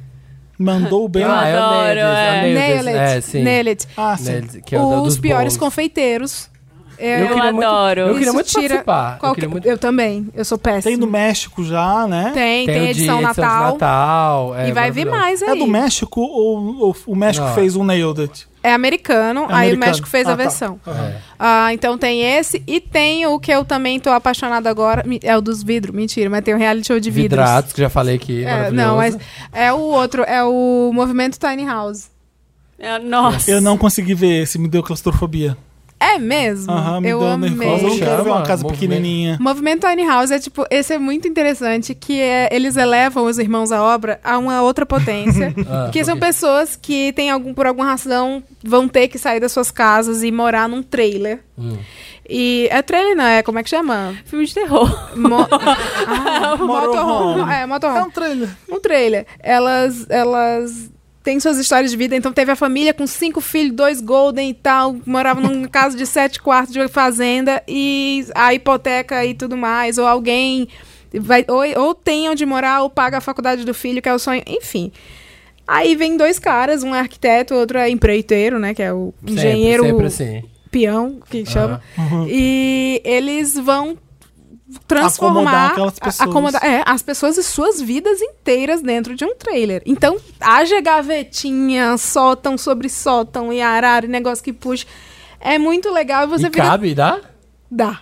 D: mandou bem.
F: ah, é o
A: adoro,
F: Neles, é o Neles.
E: Nailet.
F: É, sim.
E: Nailet.
D: Ah, sim.
F: Neles, que é o da-
E: os
F: dos
E: piores
F: bolos.
E: confeiteiros Eu,
F: Eu queria muito-
J: adoro.
F: eu queria muito
E: Isso tira
F: participar. Eu
E: qualquer-
F: queria muito-
E: eu também. Eu sou péssima.
D: Tem do México já, né?
E: Tem, tem,
F: o de
E: edição Natal.
F: de Natal, é
E: e vai vir
F: maravilhoso.
E: mais aí.
D: É do México ou, ou o México
F: Não.
D: fez um Nailed It?
E: É americano, aí o
D: americano.
E: México fez
D: Ah,
E: a
D: tá.
E: versão.
F: É.
E: Ah, então tem esse e tem o que eu também tô apaixonada agora. mi- É o dos vidros, mentira, mas tem o reality show de vidros.
F: Vidrados, que já falei que é,
E: É,
F: maravilhoso.
E: não, mas é o outro, é o movimento Tiny House.
J: É, Nossa.
D: Eu não consegui ver esse, me deu claustrofobia.
E: É mesmo?
D: Aham, me
E: eu
D: deu
E: amei.
D: nervoso. Eu não quero ver uma
F: Chama,
D: casa
F: movimento.
D: pequenininha.
E: Movimento Tiny House é tipo, esse é muito interessante, que é, eles elevam os irmãos à obra a uma outra
F: [LAUGHS]
E: potência.
F: Ah,
E: que são
F: ok.
E: pessoas que tem algum, por alguma razão, vão ter que sair das suas casas e morar num trailer. E é trailer, não, é como é que chama?
J: Filme de
E: [LAUGHS]
J: terror.
E: Mo ah, motorhome. É, motorhome.
D: É um trailer.
E: um trailer. Elas, elas têm suas histórias de vida. Então teve a família com cinco filhos, dois golden e tal. Morava
F: [LAUGHS]
E: numa casa de sete quartos de fazenda e a hipoteca e tudo mais. Ou alguém vai ou, ou tem onde morar ou paga a faculdade do filho, que é o sonho. Enfim. Aí vem dois caras, um é arquiteto, outro é empreiteiro, né? Que é o
F: Sempre,
E: engenheiro
F: Sempre assim. Ah.
E: peão, que chama.
D: Uhum.
E: E eles vão transformar
D: Acomodar aquelas
E: a-
D: pessoas.
E: acomodar- é, as pessoas e suas vidas inteiras dentro de um trailer. Então, haja gavetinha, sótão sobre sótão e arara, e negócio que puxa. É muito legal e você
F: e
E: fica.
F: cabe, dá?
E: Dá.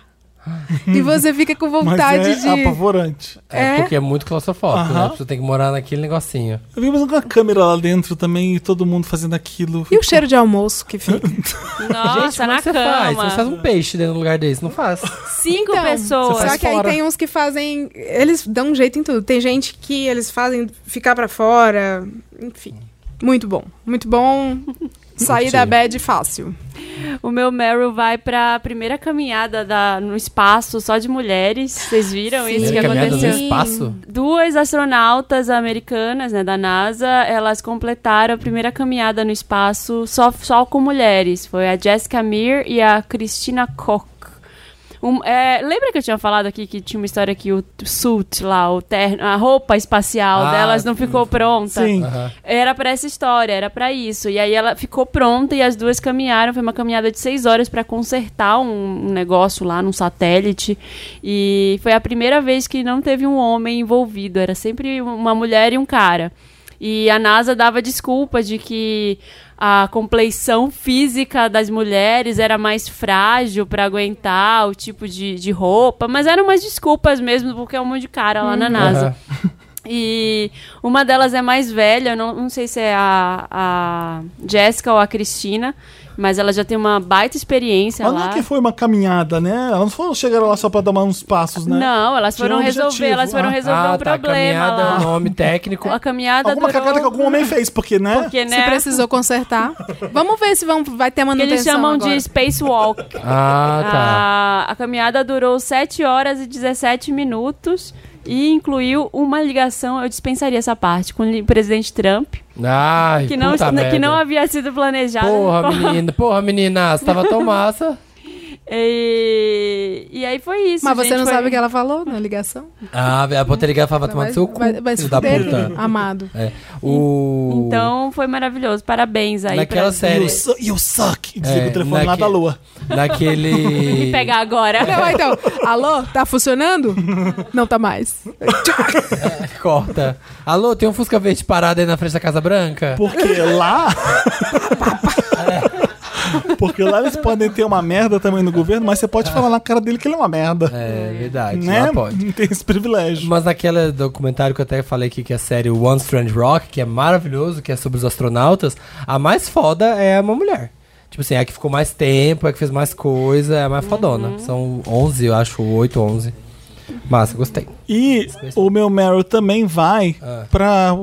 E: e você fica
D: [LAUGHS]
E: com
D: Mas
E: vontade
D: é
E: de.
D: apavorante.
F: É,
E: É.
F: porque é muito claustrofóbico, né?
D: Aham.
F: Você tem que morar naquele negocinho.
D: Eu vi mais uma câmera lá dentro também e todo mundo fazendo aquilo.
E: E o cheiro de almoço que fica.
F: Gente,
J: Nossa,
F: como é
J: na
F: que você faz? Você
J: cama.
F: faz um peixe dentro de um lugar desse, não faz.
J: Cinco
E: Então,
J: pessoas.
D: faz
E: Só que aí
D: fora.
E: tem uns que fazem. Eles dão um jeito em tudo. Tem gente que eles fazem ficar pra fora. Enfim. Muito bom.
D: [LAUGHS]
E: Muito bom. Sair da bad fácil.
A: O meu Meryl vai pra primeira caminhada da, no espaço só de mulheres. Vocês viram isso que
F: Primeira caminhada
A: aconteceu?
F: no espaço?
A: Duas astronautas americanas, né, da NASA, elas completaram a primeira caminhada no espaço só, só com mulheres. Foi a Jessica Meir e a Christina Koch. Um- é, lembra que eu tinha falado aqui que tinha uma história que o suit lá, o terno, a roupa espacial
F: Ah,
A: delas não ficou pronta?
D: Sim.
F: Aham.
A: Era pra essa história, era pra isso. E aí ela ficou pronta e as duas caminharam. Foi uma caminhada de seis horas pra consertar um, um negócio lá num satélite. E foi a primeira vez que não teve um homem envolvido. Era sempre uma mulher e um cara. E a NASA dava desculpa de que a compleição física das mulheres era mais frágil pra aguentar o tipo de, de roupa, mas eram umas desculpas mesmo, porque é um monte de cara lá
F: Uhum.
A: na NASA.
F: Aham.
A: E uma delas é mais velha, eu não, não sei se é a, a Jéssica ou a Cristina, mas ela já tem uma baita experiência
D: Mas não
A: lá.
D: é que foi uma caminhada, né? Elas não foram chegar lá só pra dar uns passos, né?
A: Não, elas
D: Tinha
A: foram
D: um
A: resolver,
D: objetivo.
A: elas foram
D: Ah,
A: resolver um
F: ah, tá.
A: problema
F: Caminhada é um
A: lá.
E: [LAUGHS]
F: nome técnico.
A: A caminhada
D: Alguma
A: durou-
D: cagada que algum homem fez, porque, né?
A: Porque, né?
E: Se precisou consertar. Vamos ver se vão, vai ter
A: que
E: manutenção
A: eles chamam
E: agora.
A: de spacewalk.
F: [LAUGHS] Ah, tá.
A: A, a caminhada durou 7 horas e 17 minutos e incluiu uma ligação, eu dispensaria essa parte, com o li- presidente Trump,
F: Ai,
A: que não,
F: puta
A: [LAUGHS] que não
F: merda.
A: havia sido planejada.
F: Porra, menina, porra, menina, você tava
E: [LAUGHS]
F: tão massa.
A: E, e aí foi isso.
E: Mas você
A: gente,
E: não
A: foi-
E: sabe o que ela falou na ligação?
F: Ah, a poder ligar e falar, vai tomar no seu cu,
E: vai, vai se
F: filho da
E: fuder,
F: puta.
E: amado.
F: É. O...
A: Então foi maravilhoso. Parabéns aí.
F: Naquela
A: pra-
F: série.
D: You, su you suck! E Desliga
F: É,
D: o telefone lá
F: naque-
D: da lua. [LAUGHS]
F: Naquele...
A: Me pegar agora.
E: Não, então, alô, tá funcionando? Não tá mais.
F: [LAUGHS] Corta. Alô, tem um Fusca Verde parado aí na frente da Casa Branca?
D: Porque lá. [LAUGHS] Porque lá eles podem ter uma merda também no governo, mas você pode falar na cara dele que ele é uma merda.
F: É, verdade.
D: né?
F: Lá pode.
D: Não [LAUGHS] tem esse
F: [LAUGHS]
D: privilégio.
F: Mas naquele documentário que eu até falei aqui, que é a série One Strange Rock, que é maravilhoso, que é sobre os astronautas, a mais foda é uma mulher. Tipo assim, é a que ficou mais tempo, é a que fez mais coisa, é a mais
D: Uhum.
F: fodona. São 11, eu acho, 8, 11. Massa, gostei.
D: E o meu Meryl também vai
F: Ah.
D: pra,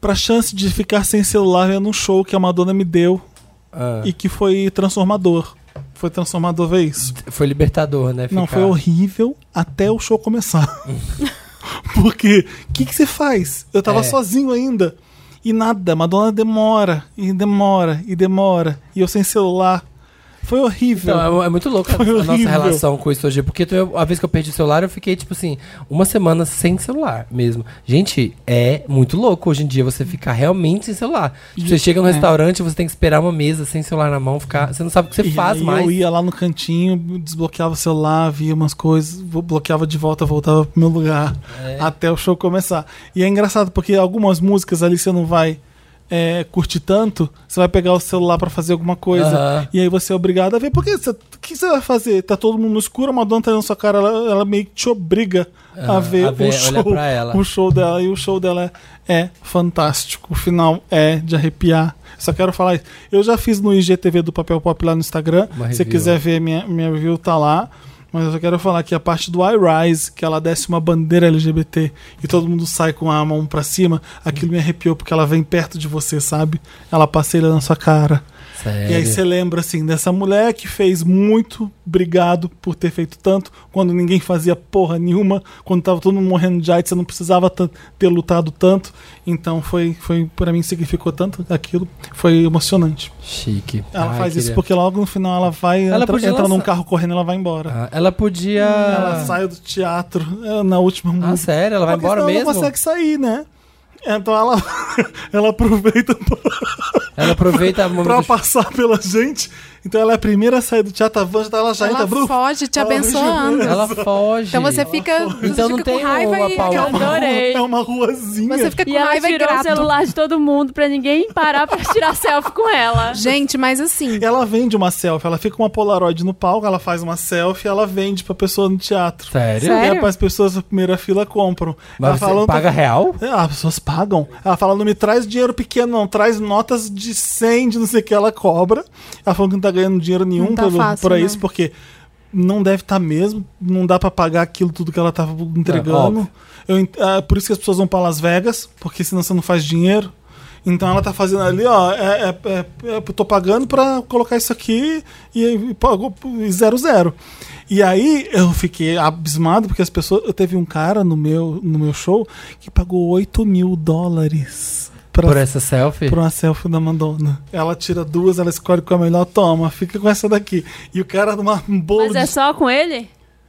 D: pra chance de ficar sem celular vendo um show que a Madonna me deu
F: Ah,
D: e que foi transformador. Foi transformador ver isso.
F: Foi libertador, né?
D: Não,
F: ficar-
D: foi horrível até o show
F: [LAUGHS]
D: começar. Porque o que, que você faz? Eu tava
F: É.
D: sozinho ainda. E nada, Madonna demora, e demora, e demora. E eu sem celular. Foi horrível.
F: Então, é, é muito louco a,
D: Foi
F: a nossa
D: horrível.
F: relação com isso hoje. Porque tu- a vez que eu perdi o celular, eu fiquei, tipo assim, uma semana sem celular mesmo. Gente, é muito louco hoje em dia você ficar realmente sem celular. Tipo, você chega no
D: é.
F: restaurante, você tem que esperar uma mesa sem celular na mão, ficar. Você não sabe o que você
D: E
F: faz
D: aí
F: mais.
D: Eu ia lá no cantinho, desbloqueava o celular, via umas coisas, vo- bloqueava de volta, voltava pro meu lugar
F: É.
D: até o show começar. E é engraçado porque algumas músicas ali você não vai é, curtir tanto, você vai pegar o celular pra fazer alguma coisa.
F: Aham.
D: E aí você é obrigado a ver. Porque você- o que você vai fazer? Tá todo mundo no escuro, a Madonna tá na sua cara, ela, ela meio que te obriga
F: Ah,
D: a ver
F: a ver,
D: o
F: olha
D: show.
F: pra ela.
D: O show dela. E o show dela é, é fantástico. O final é de arrepiar. Só quero falar isso. Eu já fiz no IGTV do Papel Pop lá no Instagram.
F: Uma
D: Se você
F: review.
D: quiser ver, minha, minha review tá lá. Mas eu só quero falar que a parte do iRise, que ela desce uma bandeira LGBT e todo mundo sai com a mão pra cima, aquilo me arrepiou porque ela vem perto de você, sabe? Ela passeia na sua cara.
F: Sério.
D: E aí você lembra, assim, dessa mulher que fez muito, obrigado por ter feito tanto, quando ninguém fazia porra nenhuma, quando tava todo mundo morrendo de AIDS, você não precisava tan- ter lutado tanto. Então foi, foi para mim, significou tanto aquilo. Foi emocionante.
F: Chique.
D: Ela
F: Ai,
D: faz isso
F: queria-
D: porque logo no final ela vai,
F: Ela
D: entra,
F: podia
D: entra num
F: lançar-
D: carro correndo ela vai embora.
F: Ah, ela podia.
D: Hum, Ela sai do teatro é, na última
F: Ah,
D: música.
F: sério? Ela vai
D: Porque
F: embora
D: senão
F: mesmo?
D: Ela não consegue sair, né? Então ela, [LAUGHS] ela aproveita [LAUGHS]
F: Ela aproveita a
D: pra
F: momento.
D: passar pela gente. Então ela é a primeira a sair do teatro, a Vanja, ela já entra.
E: Ela
D: brum.
E: foge te
D: Ela fugiu.
E: abençoando.
F: Ela foge.
E: Então você fica, você
F: Então não
E: fica
F: tem
E: com raiva
F: uma
E: e
F: pausa.
A: Adorei.
D: [LAUGHS] É uma ruazinha.
E: você fica com
A: E ela
E: raiva e
A: tirou o
E: grato.
A: celular de [LAUGHS] todo mundo pra [LAUGHS] ninguém parar pra tirar selfie com ela.
E: Gente, mas assim,
D: Ela vende uma selfie, ela fica com uma Polaroid no palco, ela faz uma selfie, ela vende pra pessoa no teatro.
F: Sério?
E: Sério?
D: E as pessoas da primeira fila compram. Ela
F: Mas você
D: fala,
F: paga real?
D: É, as pessoas pagam. Ela fala, não me traz dinheiro pequeno, não. Traz notas de 100, de não sei o que ela cobra. Ela falou que não tá ganhando dinheiro nenhum
E: Não tá
D: pelo,
E: fácil,
D: por
E: né?
D: isso, porque não deve estar mesmo. Não dá pra pagar aquilo tudo que ela tava entregando.
F: óbvio.
D: Eu ent- ah, por isso que as pessoas vão pra Las Vegas, porque senão você não faz dinheiro. Então ela tá fazendo ali, ó, é, é, é, é, eu tô pagando pra colocar isso aqui e, e pagou e zero zero. E aí eu fiquei abismado porque as pessoas. Eu teve um cara no meu, no meu show que pagou 8 mil dólares pra,
F: Por essa selfie?
D: por uma selfie da Madonna. Ela tira duas, ela escolhe qual é a melhor, toma, fica com essa daqui. E o cara numa um bolo
A: Mas é
D: de
A: só com ele?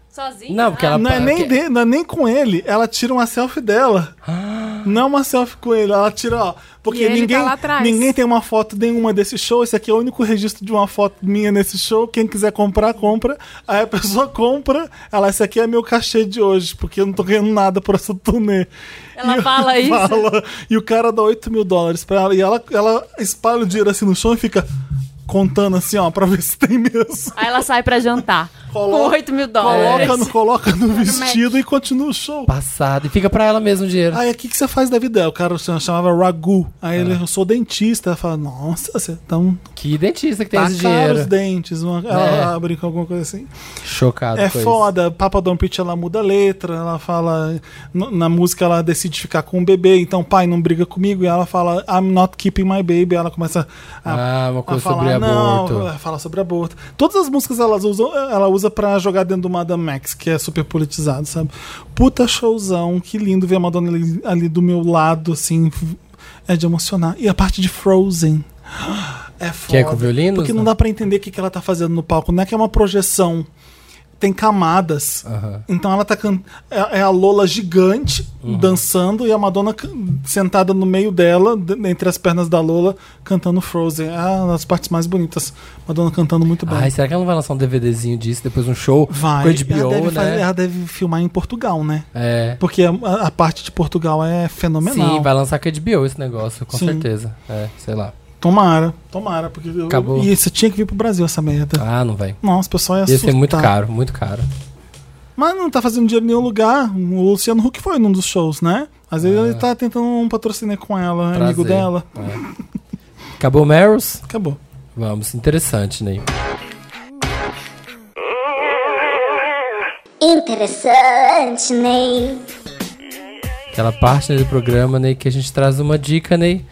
A: Sozinho?
F: Não, porque ela
D: não é,
F: paga-
D: nem de- não é nem com ele, ela tira uma selfie dela. Não uma selfie com ele, ela tira, ó.
E: E
D: Porque
E: ele tá
D: ninguém,
E: lá atrás.
D: ninguém tem uma foto nenhuma desse show. Esse aqui é o único registro de uma foto minha nesse show. Quem quiser comprar, compra. Aí a pessoa compra, ela, esse aqui é meu cachê de hoje, porque eu não tô ganhando nada por essa turnê.
A: Ela
D: E o-
E: [LAUGHS] É
A: fala isso?
D: fala, e o cara dá 8 mil dólares pra ela. E ela, ela espalha o dinheiro assim no chão e fica contando assim, ó, pra ver se tem mesmo.
A: Aí ela sai pra jantar.
D: Coloca-
A: com 8 mil
E: É.
A: dólares.
D: Coloca no, coloca no vestido e continua o show.
F: Passado. E fica pra ela mesmo o dinheiro.
D: Aí, o que, que você faz da vida? O cara se chamava Ragu. Aí ele, eu sou dentista. Ela fala, nossa, você tá, um,
F: Que dentista que tem
D: tá
F: esse
D: caro
F: dinheiro.
D: os dentes. Uma, ela, ela brinca com alguma coisa assim.
F: Chocado
D: é
F: com isso.
D: foda. Papa Don Pitch, ela muda a letra. Ela fala, no- na música, ela decide ficar com o bebê. Então, pai, não briga comigo. E ela fala, I'm not keeping my baby. Ela começa a...
F: Ah, uma
D: a
F: coisa
D: falar,
F: sobre
D: não,
F: aborto.
D: ela fala sobre aborto. Todas as músicas elas usam, ela usa pra jogar dentro do Madame Max, que é super politizado, sabe? Puta showzão, que lindo ver a Madonna ali, ali do meu lado, assim, é de emocionar. E a parte de Frozen. [GASPS] É foda.
F: Que é com violinos,
D: Porque não
F: né?
D: dá pra entender o que que ela tá fazendo no palco. Não é que é uma projeção. Tem camadas.
F: Aham. Uhum.
D: Então ela tá can... é é a Lola gigante dançando e a Madonna can- sentada no meio dela, d- entre as pernas da Lola, cantando Frozen. É uma das partes mais bonitas. Madonna cantando muito bem.
F: Ai, será que ela não vai lançar um DVDzinho disso, depois um show
D: Vai.
F: com a HBO,
D: ela, deve
F: né?
D: fazer- ela deve filmar em Portugal, né?
F: É.
D: Porque a, a parte de Portugal é fenomenal.
F: Sim, vai lançar com a HBO esse negócio, com
D: Sim.
F: certeza. É, sei lá.
D: Tomara, tomara. Porque eu-
F: Acabou.
D: E você tinha que vir pro Brasil essa merda.
F: Ah, não vai.
D: Nossa, o pessoal ia
F: Ia ser
D: surtar.
F: muito caro, muito caro.
D: Mas não tá fazendo dinheiro em nenhum lugar. O Luciano Huck foi num dos shows, né? Às vezes ele tá tentando um patrocínio com ela,
F: Trazer.
D: amigo dela.
F: É. Acabou Meryl's?
D: Acabou.
F: Vamos, interessante, Ney.
K: Interessante, Ney.
F: Aquela parte né, do programa, Ney, que a gente traz uma dica, Ney,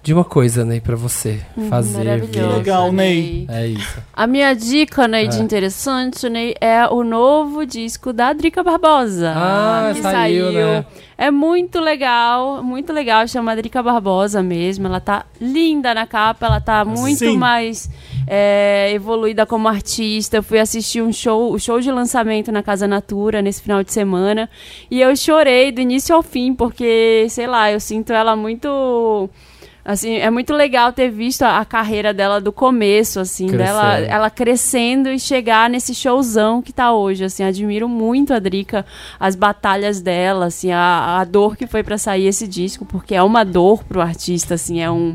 F: de uma coisa, Ney, pra você fazer,
A: Hum, Maravilhoso.
F: ver.
D: Legal, Ney.
F: É isso.
A: A minha dica, Ney,
F: É.
A: de interessante, Ney, é o novo disco da Drica Barbosa.
F: Ah, saiu, né?
A: É muito legal, muito legal. Chama Drica Barbosa mesmo. Ela tá linda na capa, ela tá muito
D: Sim.
A: mais é, evoluída como artista. Eu fui assistir um show, o show de lançamento na Casa Natura nesse final de semana. E eu chorei do início ao fim, porque, sei lá, eu sinto ela muito. Assim, é muito legal ter visto a, a carreira dela do começo, assim,
F: Crescendo.
A: dela ela crescendo e chegar nesse showzão que tá hoje, assim, admiro muito a Drica, as batalhas dela, assim, a, a dor que foi pra sair esse disco, porque é uma dor pro artista, assim, é um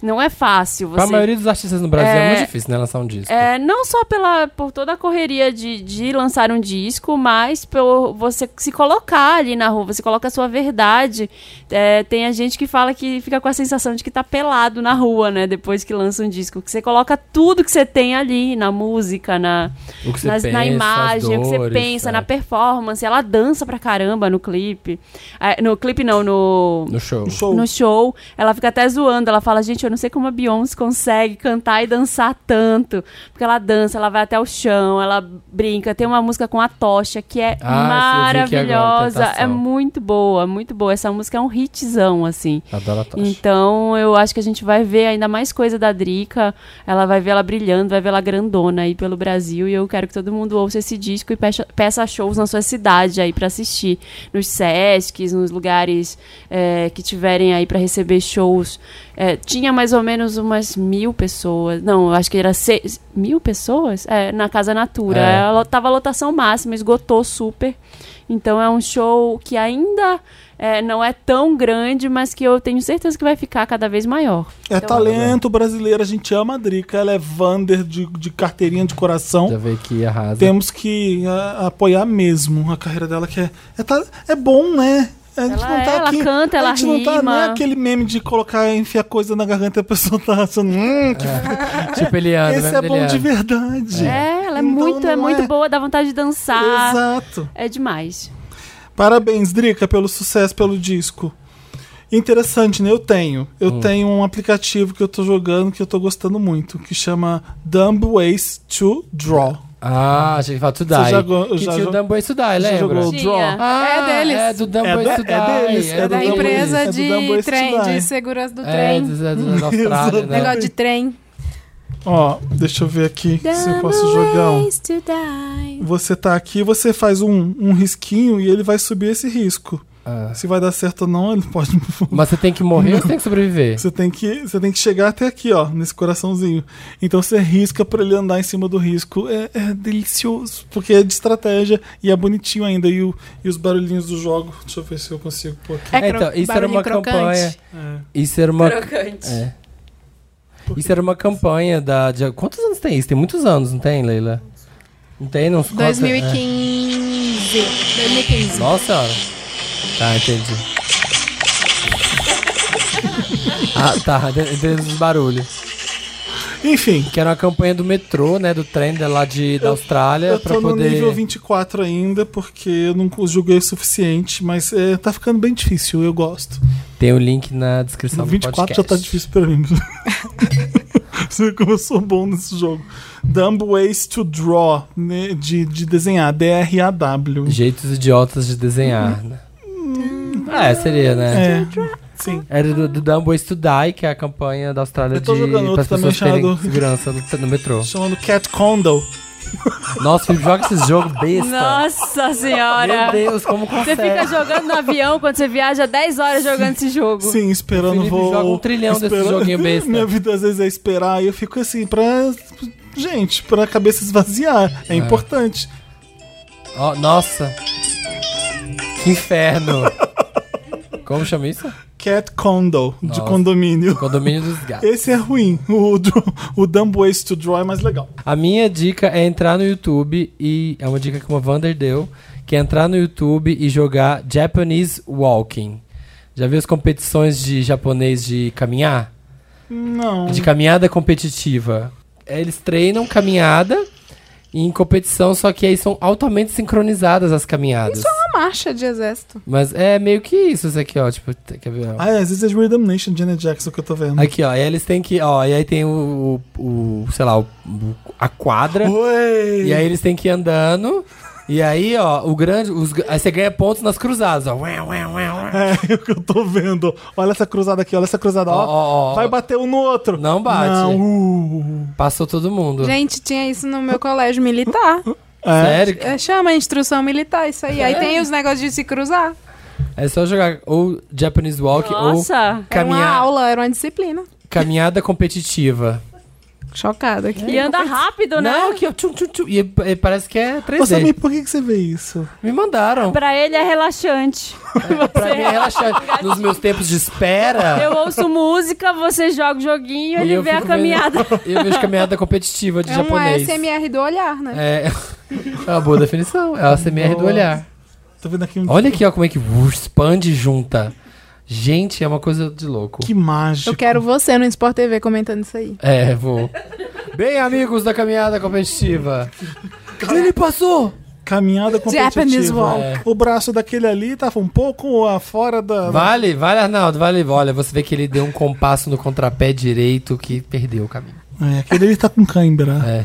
A: não é fácil você
F: Pra maioria dos artistas no Brasil é,
A: É.
F: muito difícil, né? Lançar um disco.
A: é, não só pela, por toda a correria de, de lançar um disco, mas por você se colocar ali na rua, você coloca a sua verdade. É, tem a gente que fala que fica com a sensação de que tá pelado na rua, né? Depois que lança um disco. Que você coloca tudo que você tem ali, na música, na,
F: O que você
A: nas- na
F: pensa, as
A: imagem, o que você
F: dores,
A: pensa,
F: é.
A: na performance. Ela dança pra caramba no clipe. Ah, no clipe não, no...
F: No
A: [LAUGHS]
D: Um
F: show.
D: É
A: No show. Ela fica até zoando. Ela fala, gente, eu não sei como a Beyoncé consegue cantar e dançar tanto. Porque ela dança, ela vai até o chão, ela brinca. Tem uma música com a Tocha que é
F: Ah, sim, eu vi aqui agora,
A: maravilhosa.
F: Tentação.
A: é muito boa, muito boa. Essa música é um hitzão, assim.
F: Adoro a Tocha.
A: Então, eu acho que a gente vai ver ainda mais coisa da Drica. Ela vai ver ela brilhando, vai ver ela grandona aí pelo Brasil. E eu quero que todo mundo ouça esse disco e peça, peça shows na sua cidade aí pra assistir. Nos Sescs, nos lugares é, que tiverem aí pra receber shows. É, tinha mais ou menos umas mil pessoas. Não, eu acho que era seis, mil pessoas é, na Casa Natura.
F: É.
A: Ela tava a lotação máxima, esgotou super. Então é um show que ainda é, não é tão grande, mas que eu tenho certeza que vai ficar cada vez maior.
D: É talento brasileiro, a gente ama a Drica, ela é Vander de, de carteirinha de coração.
F: Já veio que arrasa.
D: Temos que a- apoiar mesmo a carreira dela, que é, é, ta- é bom, né? A gente
A: Ela é, ela canta, ela
D: a gente não tá, não é
A: rima.
D: aquele meme de colocar, enfiar coisa na garganta e a pessoa tá achando, hum, que
F: Tipo Eliana,
D: Esse
F: lembra
D: é
F: da
D: bom de
F: Eliana?
D: verdade.
A: É, ela é muito, é
D: não
A: muito
D: é.
A: boa, dá vontade de dançar.
D: Exato.
A: É demais.
D: Parabéns, Drica, pelo sucesso, pelo disco. Interessante, né? Eu tenho. Eu tenho um aplicativo que eu tô jogando que eu tô gostando muito, que chama Dumb Ways to Draw.
F: Ah, achei que falava to die.
D: Você já go-
F: que
D: já
F: tinha
D: jo-
F: o Dumbo e Sudai,
D: Você
F: lembra?
D: jogou o Draw? Tinha.
F: Ah,
E: É deles.
F: É do Dumbo
D: É
F: e
D: do- é
F: Sudai.
D: deles, é do
E: da
D: Dumbo- é
E: empresa
D: do Dumbo
E: de
D: East
E: trem,
D: Line.
E: de segurança do
F: É,
E: trem.
F: do- do- do-
D: [LAUGHS]
F: da Austrália, né?
E: Negócio de trem.
D: Ó, deixa eu ver aqui se eu posso jogar um. Você tá aqui, você faz um, um risquinho e ele vai subir esse risco. Se vai dar certo ou não, ele pode.
F: Ah.
D: [LAUGHS]
F: Mas você tem que morrer ou você tem que sobreviver?
D: Você tem que, você tem que chegar até aqui, ó, nesse coraçãozinho. Então você risca pra ele andar em cima do risco. É, é delicioso, porque é de estratégia e é bonitinho ainda. E, o- e os barulhinhos do jogo. Deixa eu ver se eu consigo pôr aqui.
E: É
F: É, então,
E: cro-
F: isso era
E: barulhinho
F: uma
E: crocante.
F: campanha.
D: É.
F: Isso era uma.
J: Crocante.
F: É. Isso era uma campanha da. de- Quantos anos tem isso? Tem muitos anos, não tem, Leila? Não tem, não? Quanto-
E: 2015. 2015.
F: É. Nossa senhora. Tá, entendi. ah, tá. de- Entendi os barulhos.
D: Enfim,
F: Que era uma campanha do metrô, né? Do trem de lá de, da Austrália.
D: eu
F: É, pra
D: tô no
F: poder...
D: nível 24 ainda, porque eu não julguei o suficiente, mas é, tá ficando bem difícil, eu gosto.
F: Tem o link na descrição
D: No 24
F: do
D: já
F: podcast.
D: tá difícil pra mim. [LAUGHS] Você vê como eu sou bom nesse jogo. Dumb Ways to Draw, né, de, de desenhar, D-R-A-W.
F: Jeitos idiotas de desenhar, né? Ah, é, seria, né?
D: Hum. É, sim.
F: Era do, do Dumbo Estudai, que é a campanha da Austrália
D: Eu tô
F: de
D: jogando outro
F: pras
D: também
F: pessoas terem
D: chamado-
F: segurança no, no metrô.
D: Chamando Cat Condal.
F: Nossa, Felipe, joga esse jogo besta.
A: Nossa
F: Meu
A: senhora!
F: Deus, como
A: Você
F: consegue?
A: fica jogando no avião quando você viaja 10 horas jogando esse jogo.
D: Sim, esperando
F: Felipe
D: vou.
F: joga um trilhão desse joguinho
D: [LAUGHS]
F: besta.
D: Minha vida às vezes é esperar e eu fico assim, pra. Gente, pra cabeça esvaziar. É, importante.
F: Ó, nossa. Que inferno. Como chama isso?
D: Cat Condal, de
F: Nossa.
D: condomínio.
F: Condomínio dos gatos.
D: Esse é ruim. O, dro- o Dumb Ways to Draw é mais legal.
F: A minha dica é entrar no YouTube e. É uma dica que uma Vander deu. Que é entrar no YouTube e jogar Japanese Walking. Já viu as competições de japonês de caminhar?
D: Não.
F: De caminhada competitiva. É, Eles treinam caminhada em competição, só que aí são altamente sincronizadas as caminhadas.
E: Uma marcha de exército.
F: Mas é meio que isso, isso aqui, ó. Tipo, t- quer ver? ó?
D: Ah, é, às vezes é Rhythm Nation, Janet Jackson que eu tô vendo.
F: Aqui, ó. E aí eles têm que. Ó, e aí tem o. o, o- sei lá, o- o- a quadra.
D: Oi!
F: E aí eles têm que ir andando. E aí, ó, o grande. os- aí você ganha pontos nas cruzadas, ó. Ué, ué, ué, ué.
D: É, [LAUGHS] é o que eu tô vendo. Olha essa cruzada aqui, olha essa cruzada. Ó,
F: Ó, ó, ó.
D: vai bater um no outro.
F: Não bate.
D: Não, uh,
F: Passou todo mundo.
E: Gente, tinha isso no meu colégio militar.
F: Sério?
E: É, Chama a instrução militar, isso aí. Aí tem os negócios de se cruzar.
F: É só jogar ou Japanese Walk ou
E: Nossa! é um Era uma
F: caminha-
E: aula, era uma disciplina.
F: caminhada competitiva.
E: Chocada aqui.
A: E anda rápido, né?
F: Não, que eu tchum, tchum, tchum. E e parece que é 3D.
D: Você me, por que, que você vê isso?
F: Me mandaram.
A: Pra ele é relaxante.
F: Pra mim é relaxante. Nos meus tempos de espera.
A: Eu [LAUGHS] ouço música, você joga o joguinho,
F: e
A: ele
F: eu
A: vê a
F: fico vendo-
A: caminhada.
F: eu vejo caminhada competitiva de
E: É uma
F: japonês.
E: SMR do olhar, né?
F: É, [LAUGHS] é uma boa definição. É a CMR do
D: Nossa.
F: olhar.
D: Tô vendo aqui um.
F: Olha aqui, ó, como é que uh, expande junta. Gente, é uma coisa de louco.
D: Que mágico.
E: Eu quero você no Sport TV comentando isso aí.
F: É, vou. Bem, amigos da caminhada competitiva. Ele passou!
D: Caminhada
E: Japanese
D: competitiva.
E: walk.
F: É.
D: O braço daquele ali tava um pouco ah, fora da.
F: Vale, vale, Arnaldo, vale. Olha, você vê que ele deu um compasso no contrapé direito que perdeu o caminho.
D: É, aquele ali tá com cãibra.
F: É.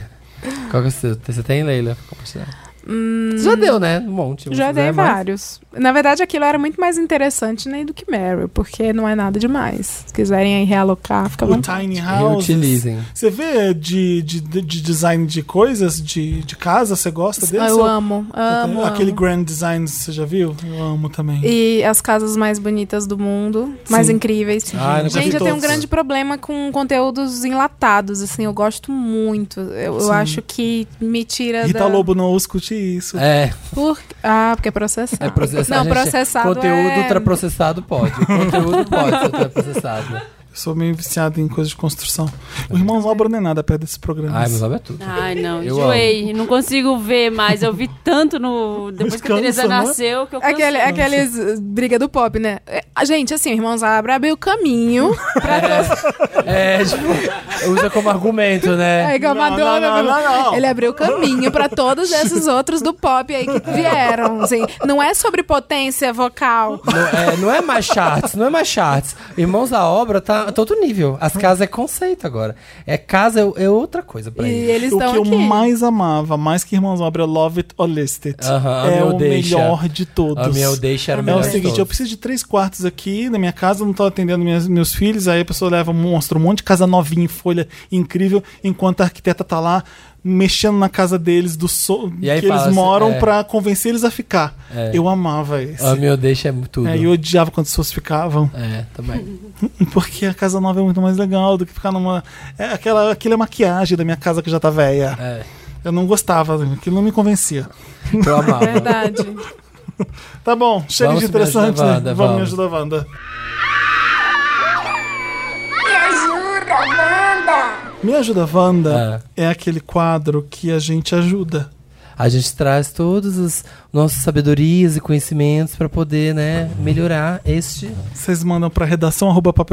F: Qual que é o seu? Você tem, Leila? pra compartilhar?
E: Hum,
F: Já deu, né? Um monte.
E: Já
F: você
E: dei
F: der mais.
E: vários. Na verdade, aquilo era muito mais interessante né, do que Meryl, porque não é nada demais. Se quiserem aí realocar, fica Tá bom.
D: O Tiny House.
F: Reutilizem.
D: Você vê de, de, de- de design de coisas, de, de casa, você gosta desse?
E: Ah, Eu amo, amo,
D: Aquele
E: amo.
D: Grand Design, você já viu? Eu amo também.
E: E as casas mais bonitas do mundo, mais
D: Sim.
E: incríveis.
F: Ah, eu não
E: Gente,
D: gosto de
E: eu tenho um
D: todos.
E: grande problema com conteúdos enlatados, assim, eu gosto muito. Eu, eu
D: Sim.
E: acho que me tira
D: Rita
E: da...
D: Lobo não escute isso.
F: É,
E: Por... Ah, porque é processado.
F: é processado.
E: Não,
F: gente.
E: processado
F: Conteúdo
E: é...
F: ultraprocessado pode. Conteúdo pode
E: [LAUGHS]
F: ser ultraprocessado.
D: Eu sou meio viciado em coisas de construção. O Irmãos Obra não é nada perto desse programa.
F: Ai, mas obra é
A: [LAUGHS]
F: tudo.
A: Ai, não,
F: Eu
A: enjoei. Não consigo ver mais. Eu vi tanto no. Depois
D: Mas
A: que a Teresa
D: cansa, né?
A: nasceu, que eu cansei.
E: Aquele, aqueles eh, briga do pop, né? É, a Gente, assim, o Irmãos Abra abriu o caminho
D: [LAUGHS]
E: pra todos.
F: É, tipo, usa como argumento, né?
E: É igual
D: Não,
E: Madonna.
D: não, não,
E: meu-
D: não, não.
E: Ele abriu o caminho pra todos esses outros do pop aí que vieram. Assim. Não é sobre potência vocal.
F: Não é, não é mais charts, não é mais charts. Irmãos da obra tá tá outro nível. As casas é conceito agora. É casa é, é outra coisa pra
E: E
F: eles.
E: eles
D: o
E: estão
D: que
E: aqui.
D: eu mais amava, mais que Irmãos Obra, é Love It or List It.
F: Aham, a
D: é
F: minha
D: o
F: deixa.
D: melhor de todos.
F: A minha deixa era o
D: É
F: melhor
D: o
F: de
D: seguinte, eu
F: todos.
D: preciso de três quartos aqui na minha casa, não tô atendendo minhas- meus filhos, aí a pessoa leva, mostra um monte de casa novinha em folha, incrível, enquanto a arquiteta tá lá mexendo na casa deles, do so-
F: E aí
D: que
F: fala
D: eles
F: assim,
D: moram,
F: é.
D: pra convencer eles a ficar.
F: É.
D: Eu amava esse.
F: A minha deixa é tudo.
D: É, e eu odiava quando as pessoas ficavam, [LAUGHS]
F: É, também.
D: porque a casa nova é muito mais legal do que ficar numa... É, aquela, aquilo é maquiagem da minha casa que já tá velha.
F: É,
D: Eu não gostava, aquilo não me convencia.
F: eu amava.
E: Verdade.
D: Tá bom, chega
F: Vamos
D: de
F: pro Me Ajuda,
D: interessante, né?
F: Wanda,
D: Vamos, me
F: vamos.
D: ajuda, Wanda.
K: Me ajuda, Wanda!
D: Me ajuda, Wanda é. aquele quadro que a gente ajuda.
F: A gente traz todas as nossas sabedorias e conhecimentos pra poder, né, melhorar este.
D: Vocês mandam para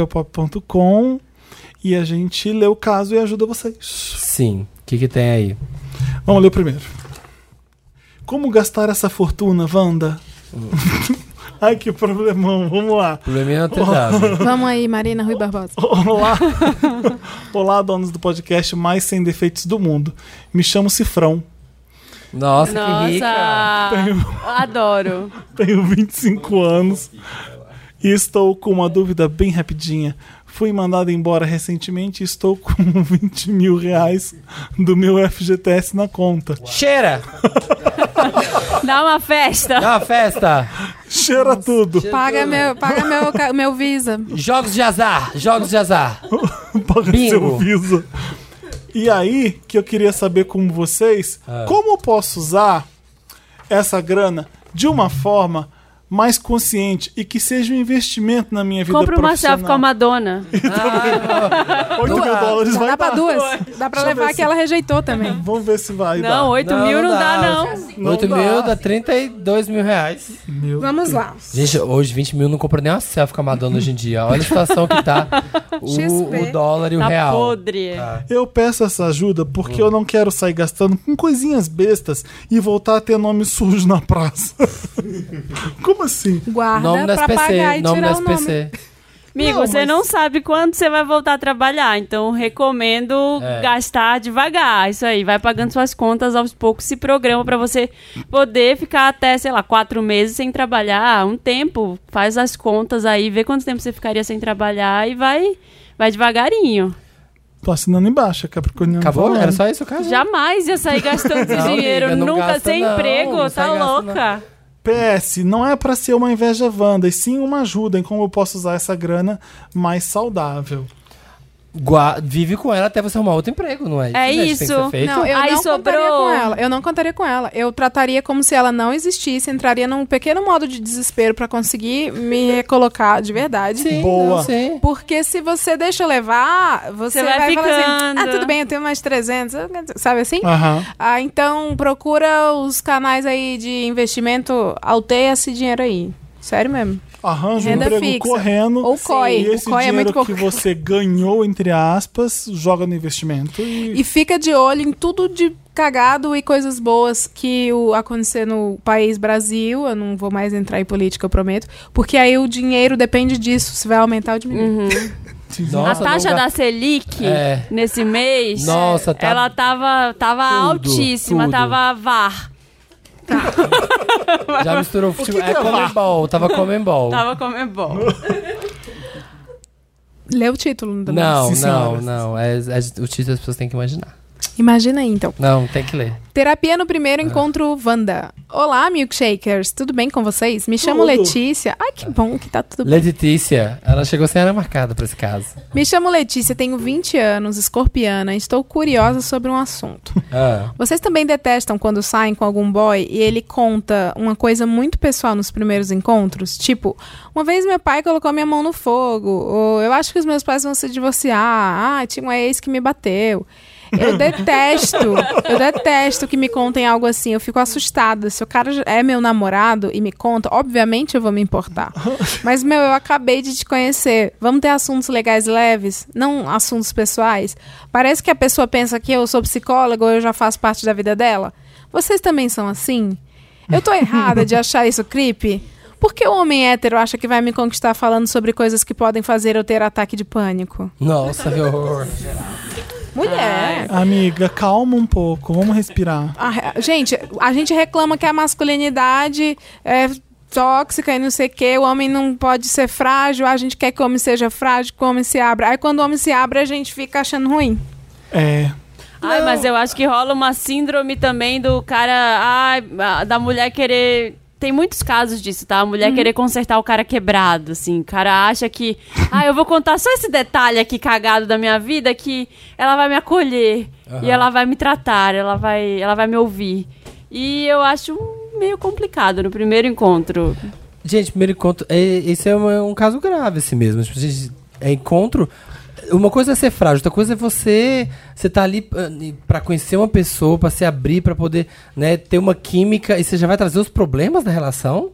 D: redação@papelpop.com e a gente lê o caso e ajuda vocês.
F: Sim. O que que tem aí?
D: Vamos ler o primeiro. Como gastar essa fortuna, Wanda? [LAUGHS] Ai, que problemão. Vamos lá.
F: Probleminha não ter dado.
E: Vamos aí, Marina Rui Barbosa.
D: Olá. Olá, donos do podcast mais sem defeitos do mundo. Me chamo Cifrão.
F: Nossa, que rica.
A: Nossa! Adoro.
D: Tenho 25 anos e estou com uma dúvida bem rapidinha. Fui mandado embora recentemente e estou com [LAUGHS] 20 mil reais do meu FGTS na conta.
F: Cheira!
A: Dá uma festa.
F: Dá uma festa!
D: Cheira tudo.
E: Paga meu, paga meu, ca- meu Visa.
F: Jogos de azar! Jogos de azar!
D: [LAUGHS] Paga
F: Bingo.
D: seu Visa. E aí que eu queria saber como vocês,
A: Ah.
D: como eu posso usar essa grana de uma forma mais consciente e que seja um investimento na minha vida
A: Compra uma selfie com a Ah,
D: profissional.
A: Madonna.
D: 8 mil dólares vai
E: Dá pra
D: dar.
E: duas. Dá pra
D: Deixa eu ver
E: levar
D: se-
E: que ela rejeitou também.
D: Vamos ver se vai
A: né? Não,
D: dar.
A: 8 mil não dá, não.
F: 8
D: dá.
F: mil dá 32 mil reais.
D: Meu
H: Vamos lá.
F: Gente, hoje 20 mil não compra nem uma selfie com a Madonna hoje em dia. Olha a situação que
A: [LAUGHS]
F: tá o,
H: XP.
F: o dólar e o
A: Tá
F: real.
A: podre.
D: Eu peço essa ajuda porque eu não quero sair gastando com coisinhas bestas e voltar a ter nome sujo na praça. [LAUGHS] Como assim?
E: Guarda
F: Nome
E: pra
F: das
E: pagar
F: PC,
E: e
F: nome
E: tirar
F: das
E: o nome.
F: PC.
A: Amigo,
J: Não,
A: você
J: mas-
A: não sabe quando você vai voltar a trabalhar, então recomendo
J: É.
A: gastar devagar. Isso aí, vai pagando suas contas aos poucos, se programa pra você poder ficar até, sei lá, quatro meses sem trabalhar, um tempo. Faz as contas aí, vê quanto tempo você ficaria sem trabalhar e vai, vai devagarinho.
D: Tô assinando embaixo, é Capricorniano.
F: Acabou?
D: falando.
F: Era só isso, cara?
A: Jamais ia sair gastando esse
F: Uhum. Não,
A: dinheiro,
F: amiga, não
A: nunca
F: gasta
A: sem
F: não,
A: emprego,
F: não
A: tá
F: sai gasta
A: louca?
D: PS, não é pra ser uma inveja Wanda, e sim uma ajuda em como eu posso usar essa grana mais saudável.
F: Gua- vive com ela até você arrumar outro emprego, não é isso?
D: É
F: gente? Tem que ser
D: isso.
F: feito.
E: Não, eu
A: Aí
E: não contaria
A: sobrou.
E: com ela. Eu não contaria com ela. Eu trataria como se ela não existisse, entraria num pequeno modo de desespero pra conseguir me recolocar de verdade.
F: Sim, Boa. não,
E: [LAUGHS]
F: sim.
E: Porque se você deixa levar, você
A: Você vai
E: vai, falar assim:
A: ficando.
E: "Ah, tudo bem, eu tenho mais 300", sabe assim?
A: Aham.
E: Ah, então procura os canais aí de investimento, alteia esse dinheiro aí. Sério mesmo.
D: Arranja um
E: Renda
D: emprego
E: fixa.
D: correndo.
E: Ou COI.
D: E esse
E: O COI é
D: dinheiro
E: muito
D: que
E: pouco.
D: você ganhou, entre aspas, joga no investimento. E,
E: E fica de olho em tudo de cagado e coisas boas que o acontecer no país Brasil. Eu não vou mais entrar em política, eu prometo. Porque aí o dinheiro depende disso, se vai aumentar ou diminuir.
A: a taxa
F: não ga-
A: da Selic
F: É.
A: nesse mês,
F: Nossa, tá-
A: ela tava, tava
F: Tudo,
A: altíssima,
F: tudo.
A: tava VAR.
F: Já misturou futebol.
A: que
F: É
A: é lá?
F: Comembol, tava Comembol.
A: Tava comebol.
E: Lê o título. também.
F: Não,
E: Sim,
F: não,
E: senhora.
F: não. É, é- o título as pessoas têm que imaginar.
E: Imagina aí, então.
F: Não, tem que ler.
E: Terapia no primeiro encontro Wanda. Olá, milkshakers. Tudo bem com vocês? Me chamo
F: Tudo.
E: Letícia. Ai, que bom que tá tudo bem.
F: Letícia, ela chegou sem área marcada pra esse caso.
E: Me chamo Letícia, tenho 20 anos, escorpiana, e estou curiosa sobre um assunto.
F: Ah.
E: Vocês também detestam quando saem com algum boy e ele conta uma coisa muito pessoal nos primeiros encontros? Tipo, uma vez meu pai colocou minha mão no fogo, ou eu acho que os meus pais vão se divorciar, ah, tinha um ex que me bateu. Eu detesto, eu detesto que me contem algo assim, eu fico assustada. Se o cara já é meu namorado e me conta, obviamente eu vou me importar. Mas, meu, eu acabei de te conhecer. Vamos ter assuntos legais leves, não assuntos pessoais. Parece que a pessoa pensa que eu sou psicóloga ou eu já faço parte da vida dela. Vocês também são assim? Eu tô errada de achar isso creepy? Por que o homem hétero acha que vai me conquistar falando sobre coisas que podem fazer eu ter ataque de pânico?
F: Nossa, que horror.
E: Mulher!
D: Amiga, calma um pouco, vamos respirar.
E: A- gente, a gente reclama que a masculinidade é tóxica e não sei o quê, o homem não pode ser frágil, a gente quer que o homem seja frágil, que o homem se abra. Aí quando o homem se abre, a gente fica achando ruim.
D: É.
A: Ai, mas eu acho que rola uma síndrome também do cara, ai, a- da mulher querer tem muitos casos disso, tá? A mulher
D: Uhum.
A: querer consertar o cara quebrado, assim. O cara acha que, ah, eu vou contar só esse detalhe aqui cagado da minha vida que ela vai me acolher
J: Aham.
A: e ela vai me tratar, ela vai, ela vai me ouvir. E eu acho um meio complicado no primeiro encontro.
F: Gente, primeiro encontro. é- Esse é uma- um caso grave, assim mesmo. Tipo, gente, é encontro. Uma coisa é ser frágil, outra coisa é você. Você tá ali eh, pra conhecer uma pessoa, pra se abrir, pra poder né, ter uma química e você já vai trazer os problemas da relação.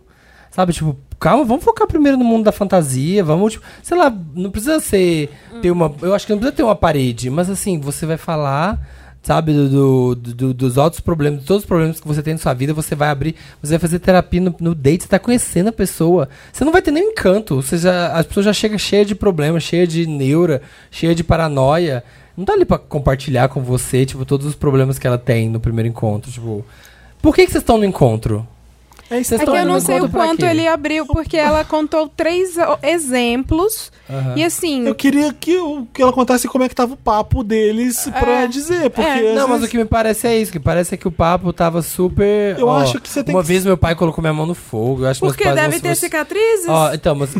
F: Sabe, tipo, calma, vamos focar primeiro no mundo da fantasia, vamos, tipo, sei lá, não precisa ser. Ter uma, eu acho que não precisa ter uma parede, mas assim, você vai falar sabe, do, do- do- dos outros problemas, de todos os problemas que você tem na sua vida, você vai abrir, você vai fazer terapia no, no date, você tá conhecendo a pessoa. Você não vai ter nenhum encanto. Você já, as pessoas já chegam cheia de problemas, cheia de neura, cheia de paranoia. Não tá ali pra compartilhar com você, tipo, todos os problemas que ela tem no primeiro encontro. Tipo, por que, que vocês estão no encontro?
D: É,
F: Vocês
E: que
F: estão
E: eu
F: indo
E: não
F: no
E: sei o
F: encontro pra
E: quanto
F: quê?
E: ele abriu, porque ela contou três ó, exemplos.
F: Aham.
E: E assim.
D: Eu queria que, o- que ela contasse como é que tava o papo deles pra dizer, porque. às
F: É, não, mas
D: vezes-
F: o que me parece é isso, que parece é que o papo tava super.
D: Eu
F: ó,
D: acho que você tem
F: Uma
D: que-
F: vez meu pai colocou minha mão no fogo. Eu acho que meus
E: Porque
F: pais não
E: deve
F: se
E: ter assim.
F: fosse-
E: cicatrizes? Então,
F: Ó, então,
D: [LAUGHS]
F: mas.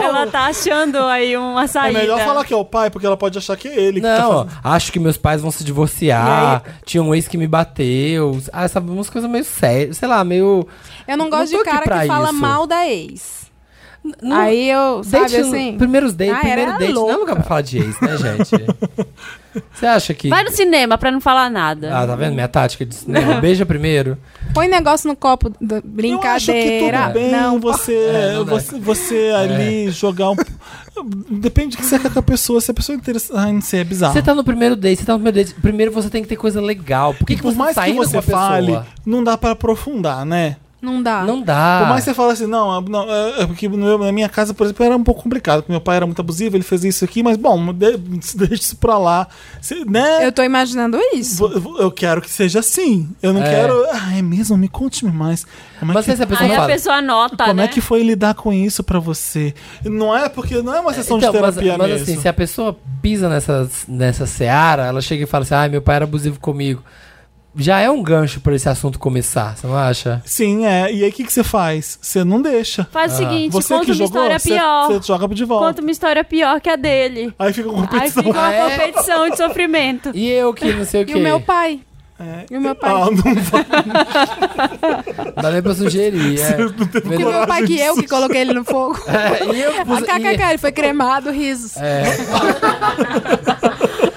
A: Ela tá achando aí uma
D: É
A: saída.
D: melhor falar que é o pai, porque ela pode achar que é ele. que tá
F: [LAUGHS] tá né? Não,
D: fazendo.
F: acho que meus pais vão se divorciar. Tinha um ex que me bateu. Ah, sabe, umas coisas meio sérias. Sei lá, meio.
E: Eu não gosto
F: tô
E: de
F: aqui
E: cara
F: pra
E: que fala
F: isso.
E: mal da ex.
F: não-
E: Aí eu, sabe
F: Date-
E: assim?
F: Primeiros dates,
E: Ah,
F: primeiro
E: era
F: date. Não é
E: louca.
F: lugar pra falar de ex,
D: [LAUGHS]
F: né, gente? Você acha que.
A: Vai no cinema pra não falar nada.
F: Ah, tá vendo minha tática de cinema? Beija primeiro.
E: Põe negócio no copo. da- Brincadeira.
D: Acho que tudo bem você, é, você, você ali jogar um. Depende do que você quer com a pessoa. Se a pessoa é interessada em ser é bizarro.
F: Você tá no primeiro date, você tá no primeiro date. Primeiro você tem que ter coisa legal. Por que, que
D: Por
F: você
D: mais
F: tá
D: que
F: indo com
D: você
F: a pessoa?
D: fale, não dá pra aprofundar, né?
E: Não dá.
F: Não dá.
D: Por mais que você fala assim, não, não, é é porque no meu- na minha casa, por exemplo, era um pouco complicado, porque meu pai era muito abusivo, ele fez isso aqui, mas bom, de- [LAUGHS] deixa isso pra lá. Você- né?
E: Eu tô imaginando isso.
D: Vo- vo- Eu quero que seja assim. Eu não
F: É.
D: quero. Ah, é mesmo? Me conte-me mais. Como é
F: Mas
D: que...
F: essa pessoa
A: Aí a
F: fala.
A: pessoa anota,
D: Como
A: né?
D: é que foi lidar com isso pra você? Não é porque não é uma sessão
F: Então,
D: de
F: mas,
D: terapia
F: mas
D: mesmo.
F: assim, se a pessoa pisa nessa, nessa seara, ela chega e fala assim, ai, meu pai era abusivo comigo. Já é um gancho pra esse assunto começar, você não acha?
D: Sim, é. E aí o que, que você faz? Você não deixa.
A: Faz o
F: Ah.
A: seguinte,
D: Você
A: conta
D: que
A: uma
D: jogou,
A: história
D: você,
A: pior.
D: você joga de volta.
A: Conta uma história pior que a dele.
D: Aí fica com
A: Aí
D: competição.
A: fica uma
F: Ah, é?
A: competição de sofrimento.
F: E eu que não sei o quê.
E: E o meu pai.
D: É.
E: E o meu pai.
D: Ah, não vai.
F: Dá nem
D: [LAUGHS]
F: pra sugerir, é.
E: E o meu pai Ah, que eu que coloquei ele no fogo.
F: É, e eu que pus-
E: A KKK, ele foi cremado, risos.
F: É.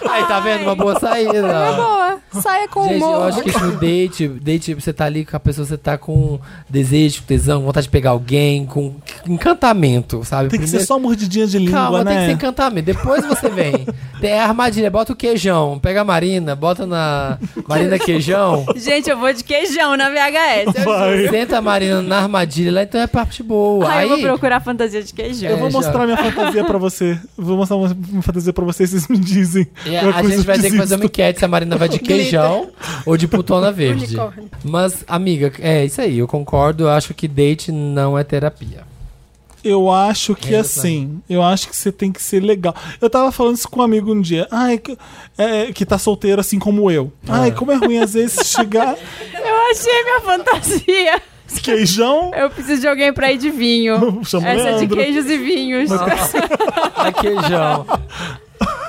F: Aí tá vendo? Uma boa
E: É
F: saída.
E: boa. Saia com
F: Ah. Gente, eu
E: humor.
F: acho que isso no date, date, você tá ali com a pessoa, você tá com desejo, com tesão, vontade de pegar alguém, com encantamento, sabe?
D: Tem que ser
F: Primeiro-
D: só mordidinha de língua,
F: Calma,
D: né?
F: tem que ser encantamento. Depois você vem. Tem a armadilha, bota o queijão, pega a Marina, bota na Marina queijão,
J: Gente, eu vou de queijão na VHS. eu juro.
D: Vai.
F: senta a Marina na armadilha, lá então é parte boa.
A: Aí
F: Aí,
A: eu vou procurar fantasia de queijão.
D: Eu vou
F: É,
D: mostrar
F: já.
D: minha fantasia pra você. Vou mostrar uma- uma fantasia pra vocês, vocês me dizem.
F: e
D: Uma
F: é, a
D: coisa
F: gente vai ter que fazer uma
D: desisto.
F: enquete se a Marina vai de queijão ou de putona verde.
H: Unicórnio.
F: Mas, amiga, é isso aí, eu concordo, eu acho que date não é terapia.
D: Eu acho que
F: Ainda
D: assim, eu acho que você tem que ser legal. Eu tava falando isso com um amigo um dia. Ai, que, é, que tá solteiro assim como eu. Ai, como é ruim às vezes chegar.
A: Eu achei minha fantasia.
D: Queijão. [LAUGHS]
A: Eu preciso de alguém pra ir de vinho.
D: Chama
A: Essa
D: o
A: é de
D: Leandro.
A: queijos e vinhos.
F: A É queijão.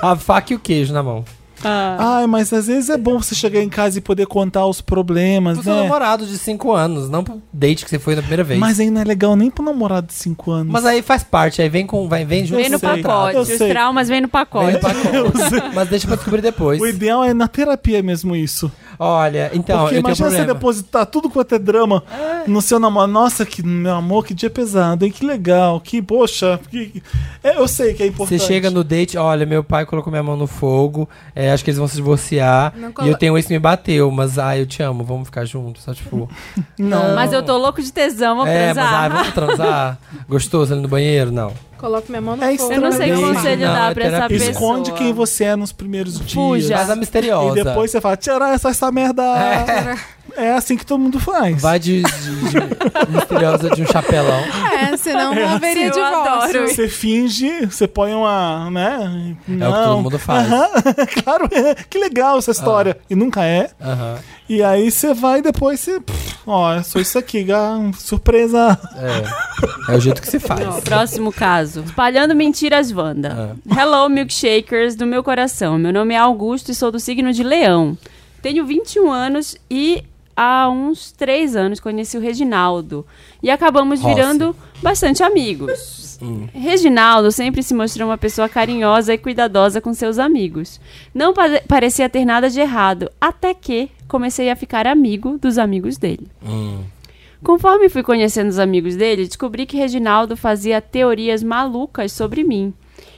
F: A faca e o queijo na mão.
A: Ah.
D: Ai, mas às vezes é bom você chegar em casa e poder contar os problemas,
F: Pro seu
D: né?
F: namorado de 5 anos, não pro date que você foi na primeira vez.
D: Mas aí não é legal nem pro namorado de 5 anos.
F: Mas aí faz parte, aí vem com. Vai, vem junto
A: Vem no
F: com o contrato.
A: pacote.
D: eu
A: Os
D: sei.
A: traumas vêm no
F: Vem no
A: pacote.
F: pacote. [LAUGHS] Mas deixa pra descobrir depois.
D: O ideal é na terapia mesmo isso.
F: Olha, então,
D: Porque
F: eu tenho um
D: imagina você
F: problema.
D: depositar tudo quanto é drama no seu namorado. Nossa, que meu amor, que dia pesado, hein? Que legal, que poxa. que- É, eu sei que é
F: Você
D: importante.
F: chega no date, olha, meu pai colocou minha mão no fogo, é, acho que eles vão se divorciar.
E: Não
F: E
E: colo-
F: eu tenho um ex que me bateu, mas ai, eu te amo, vamos ficar juntos. Só tipo.
D: Não.
A: Mas eu tô louco de tesão, vou
F: é, mas ai,
A: transar.
F: vamos transar. Gostoso ali no banheiro? Não.
E: Coloco minha mão no
D: É
E: fogo.
A: Eu não sei que
D: Também.
A: conselho
F: Não,
A: dar
F: é
A: pra essa
F: terapia.
A: pessoa.
D: Esconde quem você é nos primeiros
A: Fuja.
D: dias.
F: Faz a misteriosa.
D: E depois você fala, tirar essa, essa merda. É. assim que todo mundo faz.
F: Vai de, de- de misteriosa de um chapelão.
E: É, senão não haveria
A: Eu
E: divórcio.
A: adoro.
D: Você finge, você põe uma, né?
F: É o que todo mundo
D: [LAUGHS]
F: faz. Ah.
D: claro, é. que legal essa história. E nunca é.
F: Aham,
D: E aí você vai e depois você. pff, Ó, eu sou isso aqui, [LAUGHS] ga- surpresa.
F: É. É o jeito que se faz.
A: Próximo caso. Espalhando mentiras, Wanda. Hello, milkshakers do meu coração. Meu nome é Augusto e sou do signo de Leão. Tenho 21 anos e há uns 3 anos conheci o Reginaldo. E acabamos
F: Rossi.
A: virando bastante amigos. Reginaldo sempre se mostrou uma pessoa carinhosa e cuidadosa com seus amigos. Não pa- parecia ter nada de errado, até que comecei a ficar amigo dos amigos dele. Conforme fui conhecendo os amigos dele, descobri que Reginaldo fazia teorias malucas sobre mim.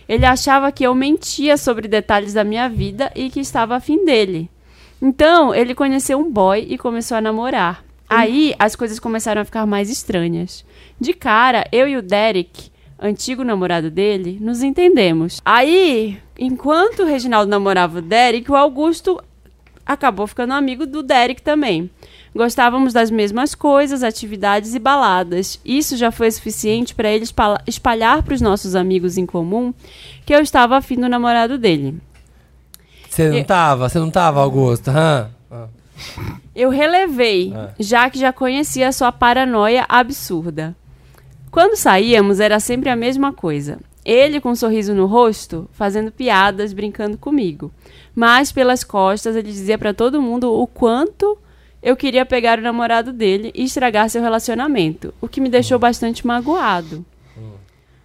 A: Ele achava que eu mentia sobre detalhes da minha vida e que estava afim dele. Então, ele conheceu um boy e começou a namorar. Aí, as coisas começaram a ficar mais estranhas. De cara, eu e o Derek, antigo namorado dele, nos entendemos. Aí, enquanto o Reginaldo namorava o Derek, o Augusto acabou ficando amigo do Derek também. Gostávamos das mesmas coisas, atividades e baladas. Isso já foi suficiente para ele espala- espalhar para os nossos amigos em comum que eu estava afim do namorado dele.
F: Você não tava? Você não tava, Augusto? Hã? Ah.
A: Eu relevei, já que já conhecia a sua paranoia absurda. Quando saíamos, era sempre a mesma coisa. Ele com um sorriso no rosto, fazendo piadas, brincando comigo. Mas pelas costas, ele dizia pra todo mundo o quanto eu queria pegar o namorado dele e estragar seu relacionamento, o que me deixou bastante magoado.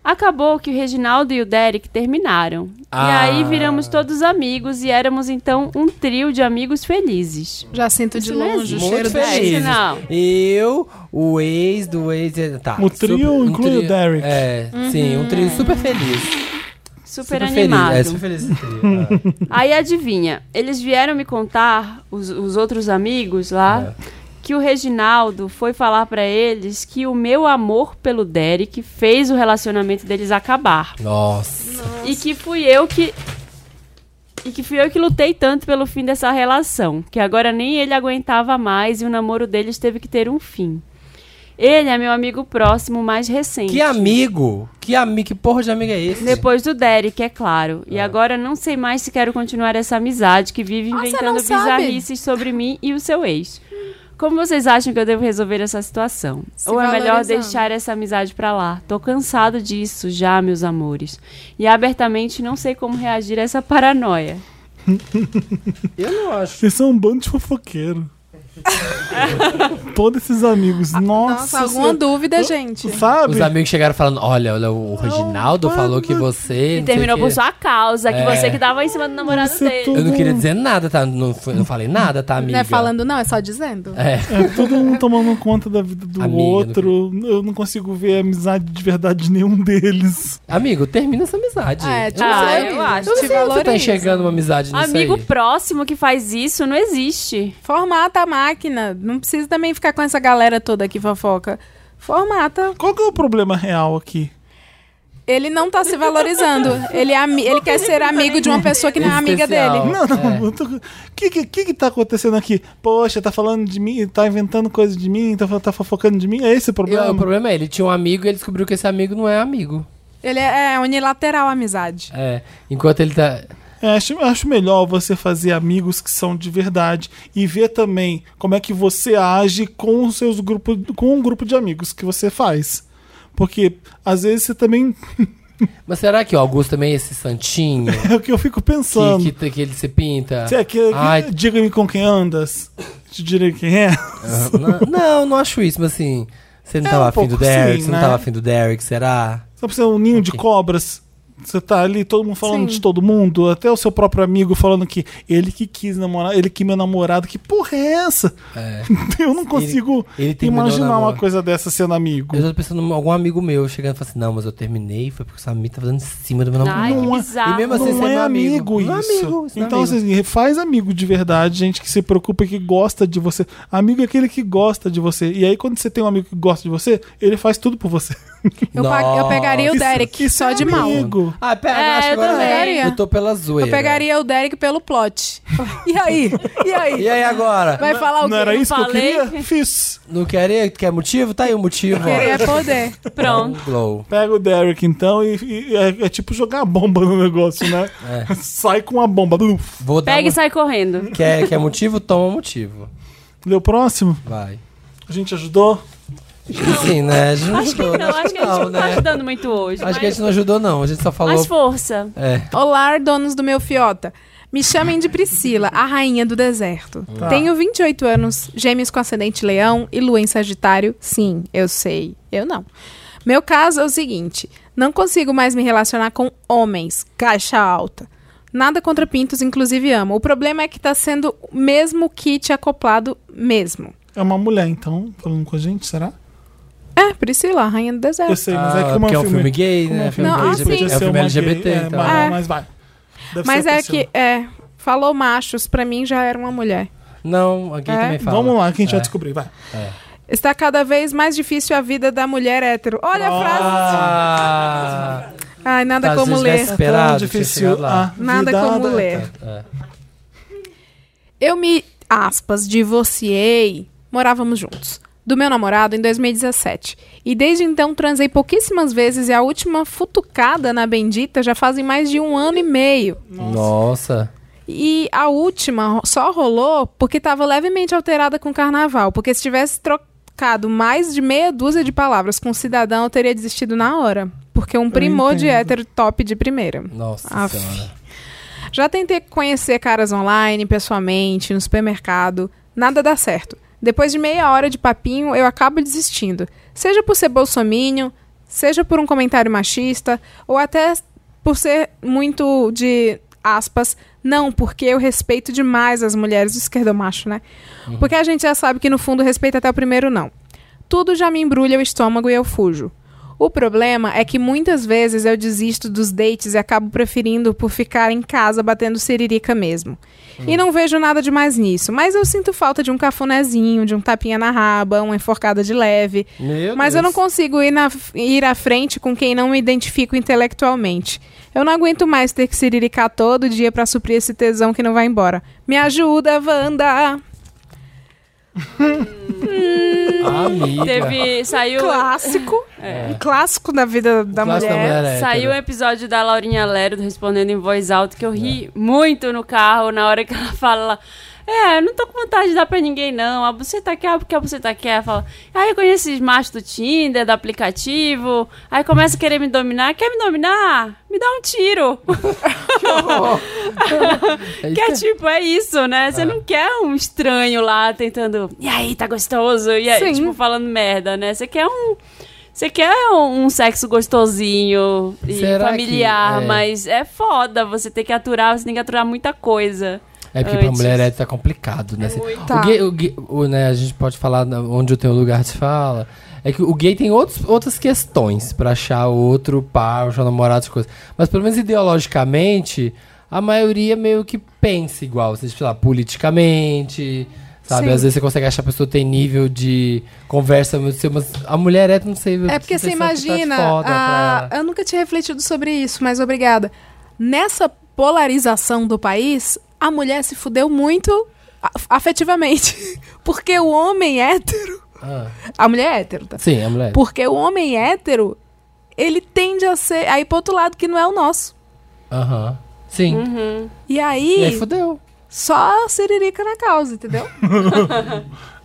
A: Acabou que o Reginaldo e o Derek terminaram.
F: Ah.
A: E aí viramos todos amigos e éramos então um trio de amigos felizes.
E: Já sinto de
A: Isso não
E: longe o
A: existe.
E: cheiro
F: Muito
E: do
F: feliz.
A: Não.
F: Eu, o ex do ex. Tá.
D: O Um trio inclui o
F: trio-
D: Derek.
F: É, sim, um
E: Uhum.
F: trio super feliz.
A: Super,
F: Feliz.
A: animado.
F: É, super feliz
D: [LAUGHS]
F: esse trio. é. É.
A: Aí adivinha, eles vieram me contar, os, os outros amigos lá, que o Reginaldo foi falar pra eles que o meu amor pelo Derek fez o relacionamento deles acabar.
F: Nossa.
A: E que fui eu que. E que fui eu que lutei tanto pelo fim dessa relação, que agora nem ele aguentava mais e o namoro deles teve que ter um fim. Ele é meu amigo próximo mais recente.
F: Que amigo? Que amigo? Que porra de amigo é esse?
A: Depois do Derek, é claro. E agora não sei mais se quero continuar essa amizade que vive
E: Ah, você
A: inventando
E: não sabe?
A: bizarrices sobre mim e o seu ex. Como vocês acham que eu devo resolver essa situação?
E: Se
A: Ou é melhor
E: valorizando.
A: deixar essa amizade pra lá? Tô cansado disso já, meus amores. E abertamente não sei como reagir a essa paranoia.
F: Eu não acho.
D: Vocês são um bando de fofoqueiro. Todos esses amigos. Nossa.
E: Ah,
D: é
E: Nossa, alguma
D: senhora.
E: dúvida, gente?
D: Sabe?
F: Os amigos chegaram falando: olha, olha, o Reginaldo falou que você.
A: E
F: não sei
A: terminou
F: o
A: por
F: quê.
A: sua causa, que
F: É.
A: você que tava em cima do namorado
D: Você
A: dele.
D: é tudo- um-
F: Eu não queria dizer nada, tá? Não, fui- não falei nada, tá, amiga?
E: Não é falando, não, é só dizendo.
F: É.
D: É todo mundo tomando conta da vida do
F: Amiga,
D: outro. Eu não consigo ver a amizade de verdade de nenhum deles.
F: Amigo, termina essa amizade.
E: É, te
F: eu não
A: Ah, eu
F: sei,
A: acho.
E: valoriza,
F: eu não
E: Te
F: sei onde você tá
E: valoriza.
F: enxergando uma amizade nisso
A: Amigo
F: aí.
A: próximo que faz isso não existe.
E: Formata a máquina. Não precisa também ficar com essa galera toda que fofoca. Formata.
D: Qual que é o problema real aqui?
E: Ele não tá se valorizando. Ele, é ami- ele quer ser amigo de uma pessoa que não é amiga
F: Especial. É.
E: dele.
D: Não, não. eu tô- O que, que, que que tá acontecendo aqui? Poxa, tá falando de mim, tá inventando coisa de mim, tá, tá fofocando de mim? É esse o
F: Eu-
D: problema?
F: o problema é, ele tinha um amigo e ele descobriu que esse amigo não é amigo.
E: Ele é, é unilateral a amizade.
F: É. Enquanto ele tá.
D: É, acho, acho melhor você fazer amigos que são de verdade e ver também como é que você age com os seus grupos, com um grupo de amigos que você faz. Porque às vezes você também. [LAUGHS]
F: Mas será que o Augusto também é esse santinho?
D: é o que eu fico pensando.
F: que, que, que ele se pinta?
D: Você é que- que-
F: Ai,
D: [LAUGHS] Diga-me com quem andas. Te direi quem é.
F: Ah, Não, não, não acho isso, mas assim. Você não
D: É
F: tava
D: um
F: afim do
D: pouco
F: Derek?
D: sim,
F: você não
D: né?
F: tava afim do Derek, será?
D: Só pra ser um ninho de
F: Ok.
D: cobras. Você tá ali, todo mundo falando
E: Sim.
D: de todo mundo, até o seu próprio amigo falando que ele que quis namorar, ele que meu namorado, que porra é essa? [LAUGHS]
F: É.
D: Eu não consigo
F: ele terminou o
D: imaginar uma
F: namoro.
D: coisa dessa sendo amigo.
F: Eu tô pensando em algum amigo meu chegando e falando assim: não, mas eu terminei, foi porque o Samir tá fazendo em cima do meu
A: Ai,
F: namorado.
A: que
D: Não é-
A: bizarro.
F: e mesmo assim,
D: não
F: sendo
D: é amigo,
F: amigo. Não é
D: isso.
F: amigo, isso não é
D: então,
F: amigo.
D: assim, faz amigo de verdade, gente que se preocupa, que gosta de você. Amigo é aquele que gosta de você. E aí, quando você tem um amigo que gosta de você, ele faz tudo por você.
E: Eu, pa- eu
F: Nossa.
E: pegaria o
D: Isso-
E: [LAUGHS] Derek
D: isso
E: só
D: é
E: de mal.
D: amigo.
F: Ah, pera,
A: É,
F: acho que
A: eu
F: agora
E: também.
F: eu tô pela zoeira.
E: Eu pegaria o Derek pelo plot. E aí? E aí?
F: E aí agora?
E: Vai falar o
D: Não
E: quê?
D: era
A: não
D: isso que eu
A: falei?
D: queria? Fiz.
F: Não quer ir? Quer motivo? Tá aí o motivo. ó.
E: Querer é poder.
A: Pronto.
F: Glow.
D: Pega o Derek, então, e, e- é, é tipo jogar a bomba no negócio,
F: [LAUGHS]
D: né?
F: É.
D: [LAUGHS] Sai com a bomba. Uf.
F: Vou dar
A: Pega
F: uma-
A: e sai correndo.
F: quer, quer motivo? Toma motivo.
D: Leu o próximo?
F: Vai.
D: A gente ajudou?
F: Sim, né? A gente não
A: Acho que
F: ajudou.
A: não, acho que a gente não tá
F: né?
A: ajudando muito hoje.
F: Acho
A: mas,
F: que a gente não ajudou, não. A gente só falou.
A: mas força.
F: É.
E: Olá, donos do meu fiota. Me chamem de Priscila, a rainha do deserto.
D: Tá.
E: Tenho 28 anos, gêmeos com ascendente leão e lua em sagitário. Sim, eu sei. Eu não. Meu caso é o seguinte. Não consigo mais me relacionar com homens. Caixa alta. Nada contra pintos, inclusive amo. O problema é que tá sendo o mesmo kit acoplado mesmo.
D: É uma mulher, então, falando com a gente, será?
E: É, Priscila, a rainha do deserto.
D: Eu sei, mas
F: Ah,
D: é como
F: porque
D: é
F: é
D: um
F: um filme gay,
D: como
F: né?
D: é um filme
E: Não,
D: gay,
E: ah, sim.
D: podia
F: É um
D: ser
F: filme
D: uma
F: LGBT,
D: gay, é,
F: então.
D: mas,
E: É.
D: mas vai. Deve
E: Mas
D: ser a
E: é
D: Priscila.
E: que, é, falou machos, pra mim já era uma mulher.
F: Não, alguém
E: É.
F: também fala.
D: Vamos lá, que a gente vai
F: É.
D: descobrir, vai. Tá
E: Está cada vez mais difícil a vida da mulher hétero. Olha a frase.
F: Ah,
E: Ai, nada
F: Tá,
E: como
F: gente,
E: ler.
F: nessa- Esperado,
D: Tão Ah.
F: tinha chegado lá.
D: a
E: Nada
D: vida né,
E: como
D: da-
E: ler.
F: é.
E: Eu me, aspas, divorciei. Morávamos juntos. Do meu namorado em 2017. E desde então transei pouquíssimas vezes e a última futucada na bendita já fazem mais de um ano e meio.
F: Nossa.
E: E a última ro- só rolou porque estava levemente alterada com o carnaval. Porque se tivesse trocado mais de meia dúzia de palavras com o cidadão, eu teria desistido na hora. Porque um primor de hétero top de primeira.
F: Nossa
E: Aff.
F: senhora.
E: Já tentei conhecer caras online, pessoalmente, no supermercado. Nada dá certo. Depois de meia hora de papinho, eu acabo desistindo. Seja por ser bolsominion, seja por um comentário machista, ou até por ser muito de aspas, não, porque eu respeito demais as mulheres do esquerdomacho, né? Porque a gente já sabe que no fundo respeita até o primeiro não. Tudo já me embrulha o estômago e eu fujo. O problema é que muitas vezes eu desisto dos dates e acabo preferindo por ficar em casa batendo siririca mesmo.
F: Hum.
E: E não vejo nada demais nisso, mas eu sinto falta de um cafunézinho, de um tapinha na raba, uma enforcada de leve.
F: Meu
E: mas eu não
F: Deus.
E: consigo ir, na- ir à frente com quem não me identifico intelectualmente. Eu não aguento mais ter que siriricar todo dia pra suprir esse tesão que não vai embora. Me ajuda, Wanda!
F: Amiga.
A: Teve. Saiu.
E: Clássico. Um clássico da vida da
F: clássico
E: mulher.
F: da mulher é hétero.
A: Saiu é o episódio da Laurinha Lero do respondendo em voz alta que eu
F: É.
A: ri muito no carro na hora que ela [LAUGHS] fala lá, É, eu não tô com vontade de dar pra ninguém, não. A buceta quer, ah, porque a buceta quer. Ela Fala, aí eu conheço esses machos do Tinder, do aplicativo. Aí começa a querer me dominar. Quer me dominar? Me dá um tiro. que é tipo, é isso, né? Você não quer um estranho lá tentando. E aí, tá gostoso? E aí,
E: Sim.
A: tipo, falando merda, né? Você quer um. Você quer um, um sexo gostosinho e
F: Será que-
A: familiar,
F: é.
A: mas é foda. Você tem que aturar, você tem que aturar muita coisa.
F: É porque pra
A: antes.
F: mulher hétero tá complicado, né?
A: muito.
E: Tá.
F: o gay, o gay- o, né, a gente pode falar na- onde eu tenho lugar de fala. É que o gay tem outros, outras questões pra achar outro par, achar namorado, essas coisas. Mas pelo menos ideologicamente, a maioria meio que pensa igual. Vocês, sei lá, politicamente. Sabe,
E: Sim.
F: às vezes você consegue achar a pessoa tem nível de conversa, mas você- mas a mulher hétero não sei.
E: É porque você
F: tem sempre tá de
E: imagina.
F: foda pra
E: ah,
F: ela.
E: eu nunca tinha refletido sobre isso, mas obrigada. Nessa polarização do país, a mulher se fudeu muito a- afetivamente. [LAUGHS] Porque o homem hétero.
F: Ah.
E: A mulher é hétero, tá?
F: Sim, a mulher.
E: Porque o homem hétero, ele tende a ser. Aí pro outro lado que não é o nosso.
F: Aham. Sim.
E: Uhum. E
F: E
E: aí,
F: aí fudeu.
E: só a siririca na causa, entendeu?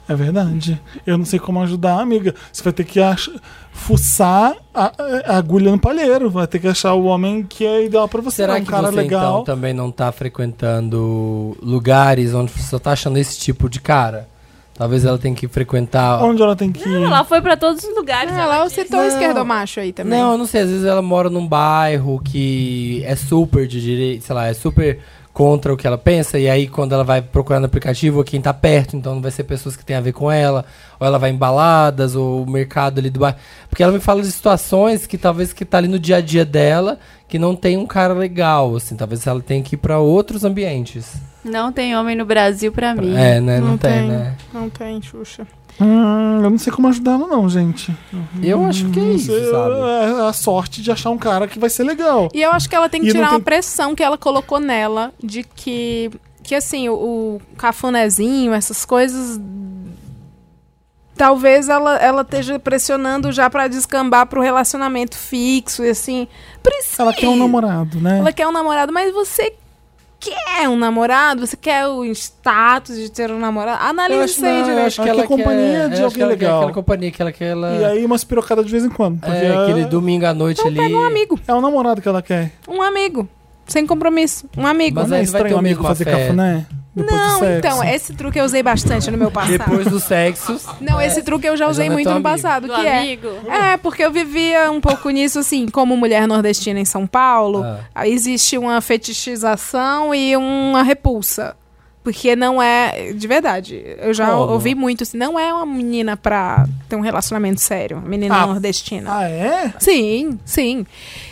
D: É verdade. Eu não sei como ajudar a amiga. Você vai ter que ach... fuçar a, a agulha no palheiro. Vai ter que achar o homem que é ideal pra você.
F: Será
D: um
F: que
D: cara
F: você
D: legal.
F: então também não tá frequentando lugares onde você só tá achando esse tipo de cara? Talvez ela tenha que frequentar.
D: Onde ela tem que ir?
A: Ela foi pra todos os lugares.
E: Ela lá, citou o
F: Não.
E: esquerdomacho aí também.
F: Não, eu não sei, às vezes ela mora num bairro que é super de direita, sei lá, é super contra o que ela pensa, e aí quando ela vai procurar no aplicativo, quem tá perto, então não vai ser pessoas que tem a ver com ela, ou ela vai em baladas, ou o mercado ali do bairro. Porque ela me fala de situações que talvez que tá ali no dia a dia dela, que não tem um cara legal, assim, talvez ela tenha que ir pra outros ambientes.
A: Não tem homem no Brasil pra mim.
F: É, né? Não, tem, né?
E: Não tem, Xuxa.
D: Hum, eu não sei como ajudar ela, não, gente.
F: Eu acho que é isso,
D: Você-
F: sabe?
D: é a sorte de achar um cara que vai ser legal.
E: E eu acho que ela tem que
D: E não
E: tirar
D: tem-
E: uma pressão que ela colocou nela de que. Que assim, o, o cafunézinho, essas coisas. Talvez ela, ela esteja pressionando já pra descambar pro relacionamento fixo e assim. Precisa.
D: Ela quer um namorado, né?
E: Ela quer um namorado, mas você quer um namorado? Você quer o status de ter um namorado? Analisa isso aí
D: é.
F: não, eu
E: direito.
F: acho que
D: Ela
F: ela
D: quer né? companhia de
F: eu acho que
D: alguém
F: ela quer
D: legal.
F: Aquela companhia que ela quer. Ela...
D: E aí umas pirocadas de vez em quando. Porque
F: É, aquele domingo à
A: Então
F: noite ali.
E: Pega um amigo.
D: é o namorado que ela quer.
E: Um amigo. Sem compromisso. Um amigo.
F: Mas
D: não é
F: aí vai ter
D: estranho
F: o
D: um amigo
F: mesmo
D: fazer
F: afeto.
D: cafuné? Depois do
E: Não,
D: sexo.
E: então, esse truque eu usei bastante no meu passado.
F: Depois do sexo.
E: Não, esse truque eu já
F: Já
E: usei
F: não é
E: muito
F: teu
E: no
F: amigo.
E: passado,
A: Do
E: que
A: amigo.
E: é. É, porque eu vivia um pouco nisso, assim, como mulher nordestina em São Paulo,
F: Ah.
E: ah, existe uma fetichização e uma repulsa. Porque não é. De verdade, eu já
F: Como?
E: ouvi muito assim, não é uma menina pra ter um relacionamento sério, uma menina
D: Ah.
E: nordestina.
D: Ah, é?
E: [LAUGHS] Sim, sim.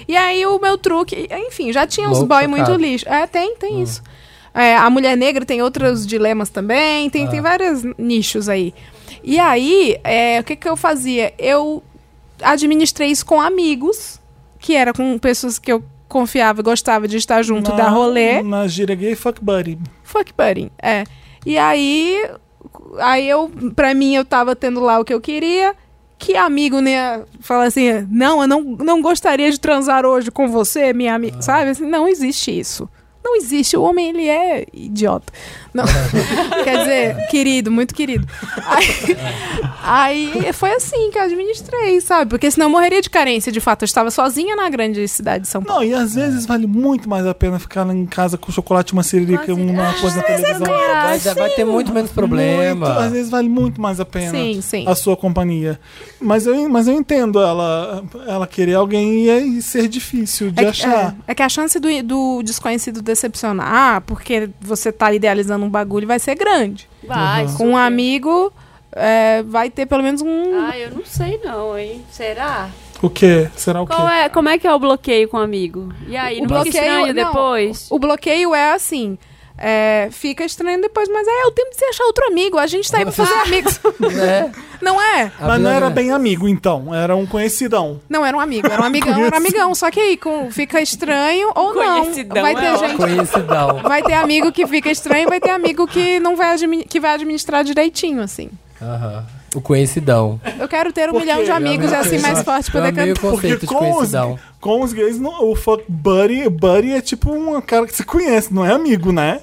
E: E aí o meu truque, enfim, já tinha uns
F: Louco,
E: boy muito
F: cara.
E: lixo. É, tem, tem isso. É, a mulher negra tem outros dilemas também, tem, tem vários nichos aí. E aí, é, o que, que eu fazia? Eu administrei isso com amigos, que era com pessoas que eu confiava e gostava de estar junto,
D: Na-
E: dar rolê.
D: Na gíria gay, fuck buddy.
E: Fuck buddy, é. E aí, aí eu, pra mim, eu tava tendo lá o que eu queria. Que amigo, né? Fala assim, não, eu não, não gostaria de transar hoje com você, minha amiga.
D: Ah.
E: Sabe? Assim, não existe isso. Não existe. O homem, ele é idiota.
D: [LAUGHS]
E: Não. Quer dizer, querido, muito querido. Aí, aí foi assim que eu administrei, sabe? Porque senão eu morreria de carência. De fato, eu estava sozinha na grande cidade de São Paulo.
D: Não, e às vezes vale muito mais a pena ficar em casa com chocolate, uma siririca, uma coisa na televisão.
F: Ah, Vai, vai ter muito menos
D: Muito, assim.
F: problema.
D: às vezes vale muito mais a pena
E: Sim, sim.
D: a sua companhia. Mas eu, mas eu entendo ela, ela querer alguém e, e ser difícil de
E: É que,
D: achar.
E: é, é que a chance do, do desconhecido decepcionar, porque você tá idealizando um bagulho, vai ser grande.
A: Vai.
E: Com um amigo, é, vai ter pelo menos um.
A: Ah, eu não sei não, hein? Será?
D: O quê? Será o quê?
A: Qual é, como é que é o bloqueio com o amigo? E aí, não bloqueio, fica estranho
E: não,
A: depois?
E: O bloqueio é assim. é, fica estranho depois, mas é o tempo de você achar outro amigo. A gente tá aí pra fazer amigos.
F: É.
E: Não é?
D: Mas não era bem amigo, então. Era um conhecidão.
E: Não, era um
D: [LAUGHS]
E: amigo, era um amigão, era um amigão. Só que aí com, fica estranho ou não.
J: Conhecidão
E: Vai
J: é
E: ter
J: ótimo.
E: gente.
F: Conhecidão.
E: Vai ter amigo que fica estranho e vai ter amigo que não vai, admi- que vai administrar direitinho, assim.
F: Aham. O conhecidão.
E: Eu quero ter um
D: Por
E: milhão
D: quê?
E: de amigos e assim mais forte poder
F: Amei o
E: cantar.
F: conceito
D: Porque
F: de
D: com os,
F: conhecidão.
D: com os gays, não- o fuck buddy, buddy é tipo um cara que se conhece, não é amigo, né?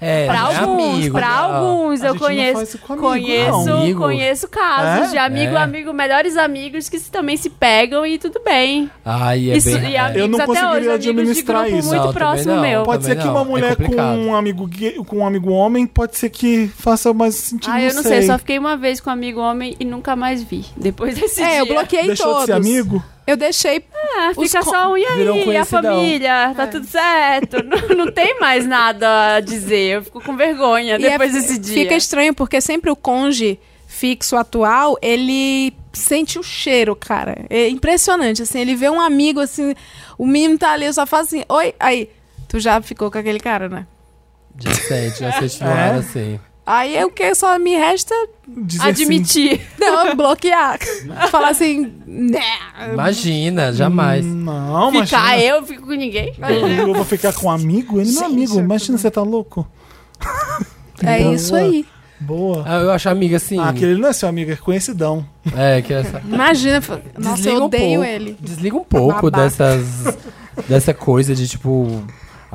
F: É,
A: Pra
F: não é
A: alguns,
F: amigo,
A: pra
F: não.
A: alguns
D: A
A: eu
D: gente não faz
A: conheço.
D: isso com amigo,
A: conheço,
F: não. Amigo?
A: conheço casos
D: É?
A: de amigo,
F: É.
A: amigo, melhores amigos que se- também se pegam e tudo bem.
F: Ai, é
A: Isso-
F: bem...
A: e amigos
D: Eu não
A: até
D: conseguiria
A: hoje, amigos de
D: administrar
A: grupo
D: isso.
A: muito
F: Não, também
A: próximo
F: não.
A: meu.
F: Pode-
D: Pode ser que
F: não,
D: uma
F: é
D: mulher com
F: complicado.
D: um amigo gay, com um amigo homem, pode ser que faça mais sentido.
A: Ah, eu não sei. só fiquei uma vez com um amigo homem e nunca mais vi. Depois desse
E: É,
A: dia.
E: eu bloqueei
D: Deixou
E: todos.
D: de ser amigo?
E: Eu deixei.
A: Ah,
E: Os
A: fica
E: co-
A: só um e
F: Virou um
A: aí, a
F: conhecidão. É.
A: família, tá tudo certo. [LAUGHS] Não, não tem mais nada a dizer. Eu fico com vergonha
E: e é-
A: depois desse dia.
E: Fica estranho, porque sempre o conge fixo atual, ele sente o cheiro, cara. É impressionante, assim, ele vê um amigo, assim, o menino tá ali, só faz assim, oi, aí, tu já ficou com aquele cara, né?
F: Já sente, já sente
D: É?
F: no ar, assim.
E: Aí é o que só me resta,
D: Dizer assim,
A: Admitir. [LAUGHS]
E: não, bloquear. Falar assim, né?
F: Imagina, jamais.
D: Hum. Não, mas.
A: ficar eu, fico com ninguém.
D: Eu vou ficar com um amigo? Ele não é amigo. Imagina, você tá louco.
E: É isso aí.
D: Boa.
F: Ah, eu acho amiga assim.
D: Ah, aquele não é seu amigo, é conhecidão.
F: É, que essa...
E: Imagina, fa- nossa,
F: Desliga
E: eu
F: um
E: odeio
F: pouco-
E: ele.
F: Desliga um pouco
E: Babaca.
F: dessas. [LAUGHS] dessa coisa de tipo.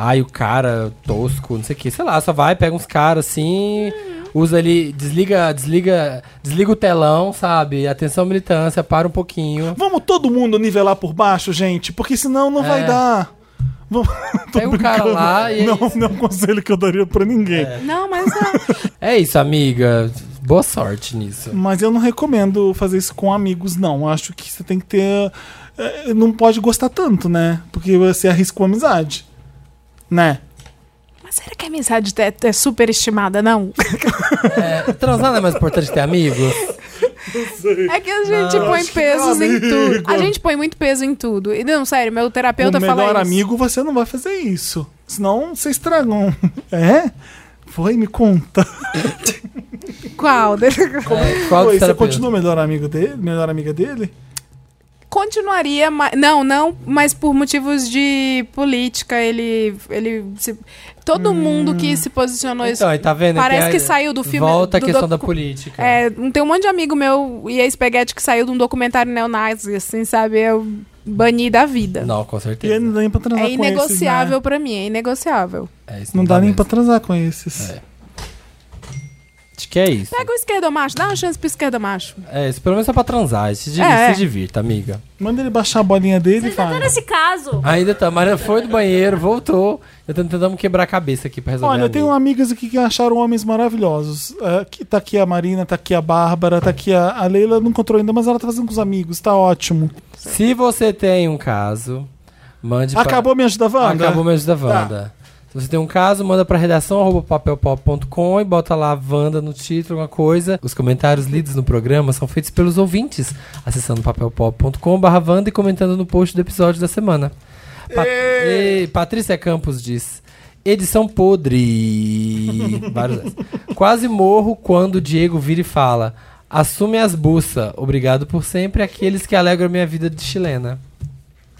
F: Ai, o cara tosco, não sei o que. Sei lá, só vai, pega uns caras assim. Usa ali, desliga, desliga, desliga o telão, sabe? Atenção militância, para um pouquinho.
D: Vamos todo mundo nivelar por baixo, gente, porque senão não vai
F: É.
D: dar. Vamos... [LAUGHS] Tô
F: Pega o cara
D: brincando.
F: lá e é
D: não,
F: isso.
D: não é um conselho que eu daria pra ninguém.
E: Não, mas não.
F: É isso, amiga. Boa
D: [LAUGHS]
F: sorte nisso.
D: Mas eu não recomendo fazer isso com amigos, não. Eu Acho que você tem que ter. eh, Não pode gostar tanto, né? Porque você arrisca a amizade. Né?
E: Mas será que a amizade é, é superestimada, não?
F: É, transar não é mais importante ter amigos?
E: É que a gente põe pesos em tudo. A gente põe muito peso em tudo. E não, sério, meu
D: Com
E: terapeuta
D: o
E: fala
D: melhor
E: isso.
D: amigo, você não vai fazer isso. Senão você estragam. [LAUGHS] É? Foi, me conta.
E: Qual?
F: É, qual
D: Foi,
F: dos
D: você
F: terapeutas?
D: continua o melhor amigo dele? Melhor amiga dele?
E: Continuaria, mas não, não, mas por motivos de política, ele ele se-
D: Hum.
E: todo mundo que se posicionou isso.
F: Então, aí tá vendo?
E: Parece
F: a-
E: que saiu do filme-
F: Volta a
E: do
F: questão da
E: docu-
F: política.
E: É, tem um monte de amigo meu e ex-peguete que saiu de um documentário neonazi, assim, sabe? Eu bani da vida.
F: Não, com
D: E ele
F: certeza.
D: não dá nem pra transar
E: É
D: com esses,
E: inegociável
D: né?
E: pra mim, é inegociável.
F: É, isso
D: Não dá nem
F: mesmo.
D: pra transar com esses.
F: É. Acho que é isso.
E: Pega o esquerdomacho, dá uma chance pro esquerdomacho.
F: É, isso pelo menos é pra transar. Se, di-
E: É, é.
F: se divirta, amiga.
D: Manda ele baixar a bolinha dele e fala.
J: Nesse caso,
F: Ainda tá, Maria foi do banheiro, voltou. Eu tô tentando quebrar a cabeça aqui pra resolver.
D: Olha, eu tenho amigas aqui que acharam homens maravilhosos. É, que- tá aqui a Marina, tá aqui a Bárbara, tá aqui a, a Leila, não encontrou ainda, mas ela tá fazendo com os amigos, tá ótimo.
F: Se você tem um caso, mande
D: Acabou me ajudar,
F: pra...
D: Wanda?
F: Acabou me ajuda, Wanda. Se você tem um caso, manda pra redação arroba papelpop.com e bota lá Wanda no título, alguma coisa. Os comentários lidos no programa são feitos pelos ouvintes, acessando papelpop.com barra Wanda e comentando no post do episódio da semana. Pa- Ei, Patrícia Campos diz. Edição podre. [LAUGHS] Vários S. Quase morro quando o Diego vira e fala. Assume as buças. Obrigado por sempre aqueles que alegram minha vida de chilena.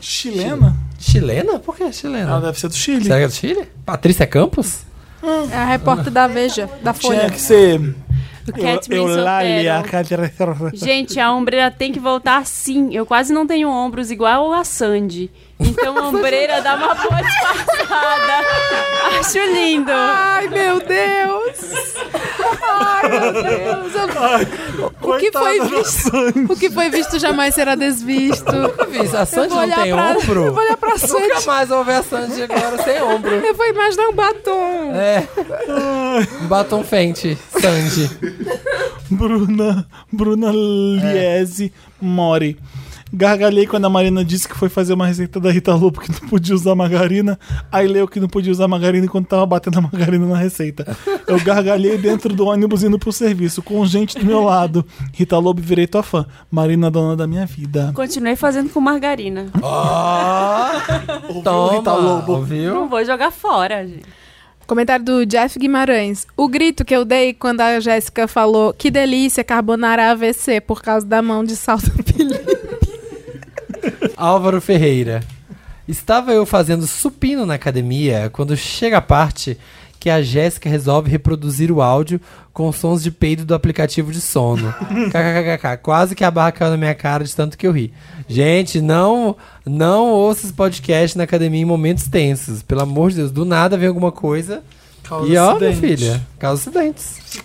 D: Chilena?
F: Chilena? Por que
D: Ela
F: chilena?
D: deve ser do Chile.
F: Será que é do Chile? Patrícia Campos?
E: É a repórter da Veja,
D: Tinha
E: da Folha.
D: que ser.
A: Catherine
D: né? Eu- Eulália
A: Sotero.
D: Cadre-
A: Gente, a ombreira tem que voltar sim. Eu quase não tenho ombros igual a Sandy. Então a ombreira dá uma boa disfarçada. Acho lindo.
E: Ai, meu Deus! Ai, meu Deus! Eu- O que
D: Coitada
E: foi
D: da
E: visto?
D: Sandy.
E: O que foi visto jamais será desvisto.
F: Fiz, A Sandy
E: vou
F: não
E: olhar
F: tem
E: pra- Eu vou
F: ombro?
E: olhar pra
F: Nunca
E: Sandy.
F: mais vou ver a Sandy agora sem ombro.
E: Eu vou imaginar um batom.
F: É. Batom fente, Sandy.
D: Bruna, Bruna Liese Mori. Gargalhei quando a Marina disse que foi fazer uma receita da Rita Lobo que não podia usar margarina. Aí leu que não podia usar margarina enquanto tava batendo a margarina na receita. Eu gargalhei dentro do ônibus indo pro serviço, com gente do meu lado. Rita Lobo, virei tua fã. Marina, dona da minha vida.
A: Continuei fazendo com margarina.
F: Toma,
D: Rita Lobo.
F: ouviu?
A: Não vou jogar fora, gente.
E: Comentário do Jeff Guimarães. O grito que eu dei quando a Jéssica falou que delícia carbonara AVC por causa da mão de salto
F: Álvaro Ferreira. Estava eu fazendo supino na academia quando chega a parte que a Jéssica resolve reproduzir o áudio com sons de peido do aplicativo
D: [LAUGHS]
F: de sono. KKKK. Quase que a barra caiu na minha cara de tanto que eu ri. Gente, não não ouça esse podcast na academia em momentos tensos. Pelo amor de Deus, do nada vem alguma coisa.
A: Causa
F: e ó, minha
A: acidente.
F: filha, causa acidentes.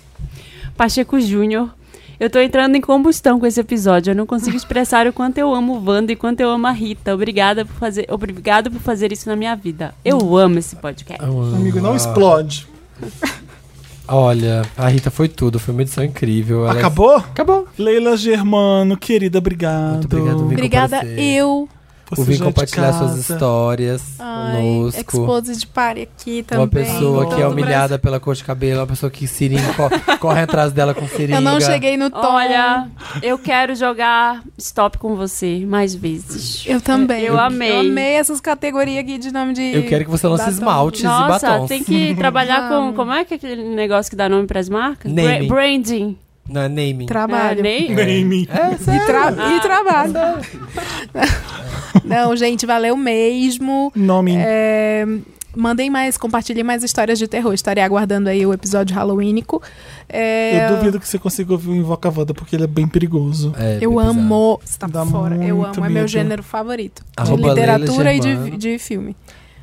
A: Pacheco Júnior. Eu tô entrando em combustão com esse episódio. Eu não consigo expressar o quanto eu amo o Wanda e quanto eu amo a Rita. Obrigada por fazer, obrigado por fazer isso na minha vida. Eu amo esse podcast.
D: Amigo, não explode.
F: Ah, Olha, a Rita foi tudo, foi uma edição incrível. Ela-
D: Acabou?
F: Acabou.
D: Leila Germano, querida, obrigado. Muito
F: obrigado, Vim
E: Obrigada,
F: comparecer.
E: eu.
F: Por vir
D: é
F: compartilhar suas histórias
E: Ai,
F: conosco.
E: expose de pare aqui também.
F: Uma pessoa que é
E: Todo
F: humilhada pela cor de cabelo, uma pessoa que seringa, co- [LAUGHS] corre atrás dela com seringa.
E: no
A: tom. Olha, eu quero jogar stop com você mais vezes.
E: Eu também.
A: Eu amei.
E: Eu amei essas categorias aqui de nome de.
F: Eu quero que você lance
E: batom.
F: esmaltes e
A: Nossa,
F: batons.
A: tem que trabalhar com. Como é que é aquele negócio que dá nome pras marcas? Bra-
F: Naming.
A: Branding.
F: Não, é Ah. naming. É,
E: Trabalho.
A: É, nem-
D: Naming.
E: e, tra- e trabalho. [LAUGHS] Não, gente, valeu mesmo.
D: Nome.
E: É, mandem mais, compartilhem mais histórias de terror. Estarei aguardando aí o episódio halloweenico. É,
D: Eu duvido que você consiga ouvir o Invoca Wanda, porque ele é bem perigoso.
F: É,
E: eu amo. Você tá
D: Dá
E: fora. Eu
D: muito
E: amo. É meu
D: medo.
E: gênero favorito. De
F: Arroba Leila
E: literatura e de,
F: Germano.
E: de filme.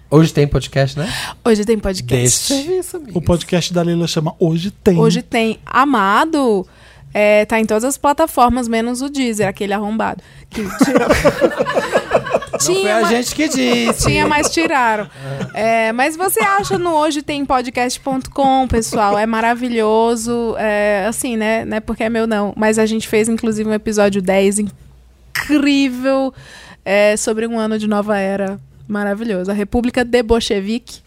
F: Hoje tem podcast, né?
E: Hoje tem podcast.
D: É
F: Deixa.
D: O podcast da Leila chama Hoje Tem. Tá
E: Hoje tem Amado. É, tá em todas as plataformas, menos o Deezer, aquele arrombado.
F: [LAUGHS]
E: Que tirou.
F: Não foi a gente que
E: [LAUGHS]
F: disse.
E: Tinha, mas tiraram. É, mas você acha no hoje tem podcast.com, pessoal. É maravilhoso. É, assim, né? Não é porque é meu, não. Mas a gente fez, inclusive, um episódio 10 incrível é, sobre um ano de nova era. Maravilhoso. A República de Bolchevique.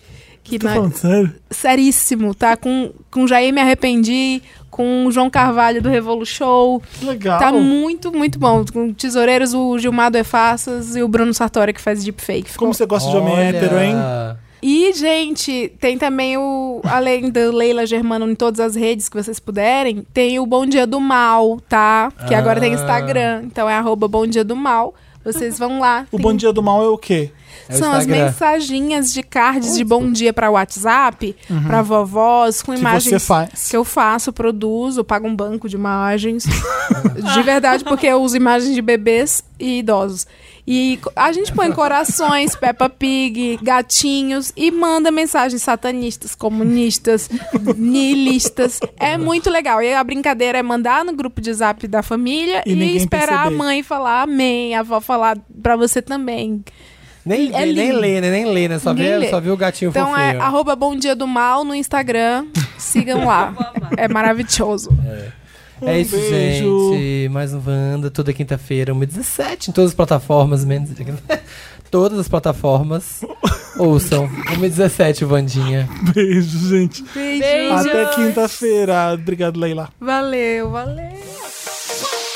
E: Que
D: Tô
E: na-
D: falando sério?
E: Seríssimo, tá? Com, com Jair Me Arrependi, com João Carvalho do Revolu Show.
D: Que legal.
E: Tá muito, muito bom. Com tesoureiros, o Gilmar do Efaças e o Bruno Sartori que faz deepfake. Ficou...
D: Como você gosta de homem hétero, hein?
E: E, gente, tem também o. Além do Leila Germano em todas as redes que vocês puderem, tem o Bom Dia do Mal, tá? Que agora tem
F: Ah.
E: Instagram. Então é arroba Bom Dia do Mal. Vocês vão lá.
D: O
E: tem-
D: Bom Dia do Mal é o quê?
F: É o
E: São as
F: Instagram.
E: mensaginhas de cards de bom dia pra WhatsApp, pra vovós, com
D: Uhum. Que
E: imagens
D: você faz. [LAUGHS]
E: que eu faço, produzo, pago um banco de imagens. [LAUGHS] de verdade, porque eu uso imagens de bebês e idosos. E co- a gente põe corações, Peppa Pig, gatinhos e manda mensagens satanistas, comunistas, nihilistas. É muito legal. E a brincadeira é mandar no grupo de zap da família
D: E
E: e,
D: ninguém
E: esperar
D: perceber.
E: a mãe falar amém, a avó falar pra você também.
F: Nem,
E: É
F: nem
E: lindo.
F: lê, né? Nem lê, né? Só,
E: Ninguém
F: vê,
E: lê.
F: só vê o gatinho
E: Então
F: fofinho.
E: é arroba bom dia do mal no Instagram. Sigam lá. é maravilhoso.
F: É isso,
D: beijo.
F: gente. Mais um Wanda, toda quinta-feira, 1h17, em todas as plataformas, menos. [LAUGHS] todas as plataformas. Ouçam. 1h17, Wandinha.
D: Beijo, gente.
E: Beijo.
D: Até quinta-feira. Obrigado, Leila.
E: Valeu, valeu.
K: Thank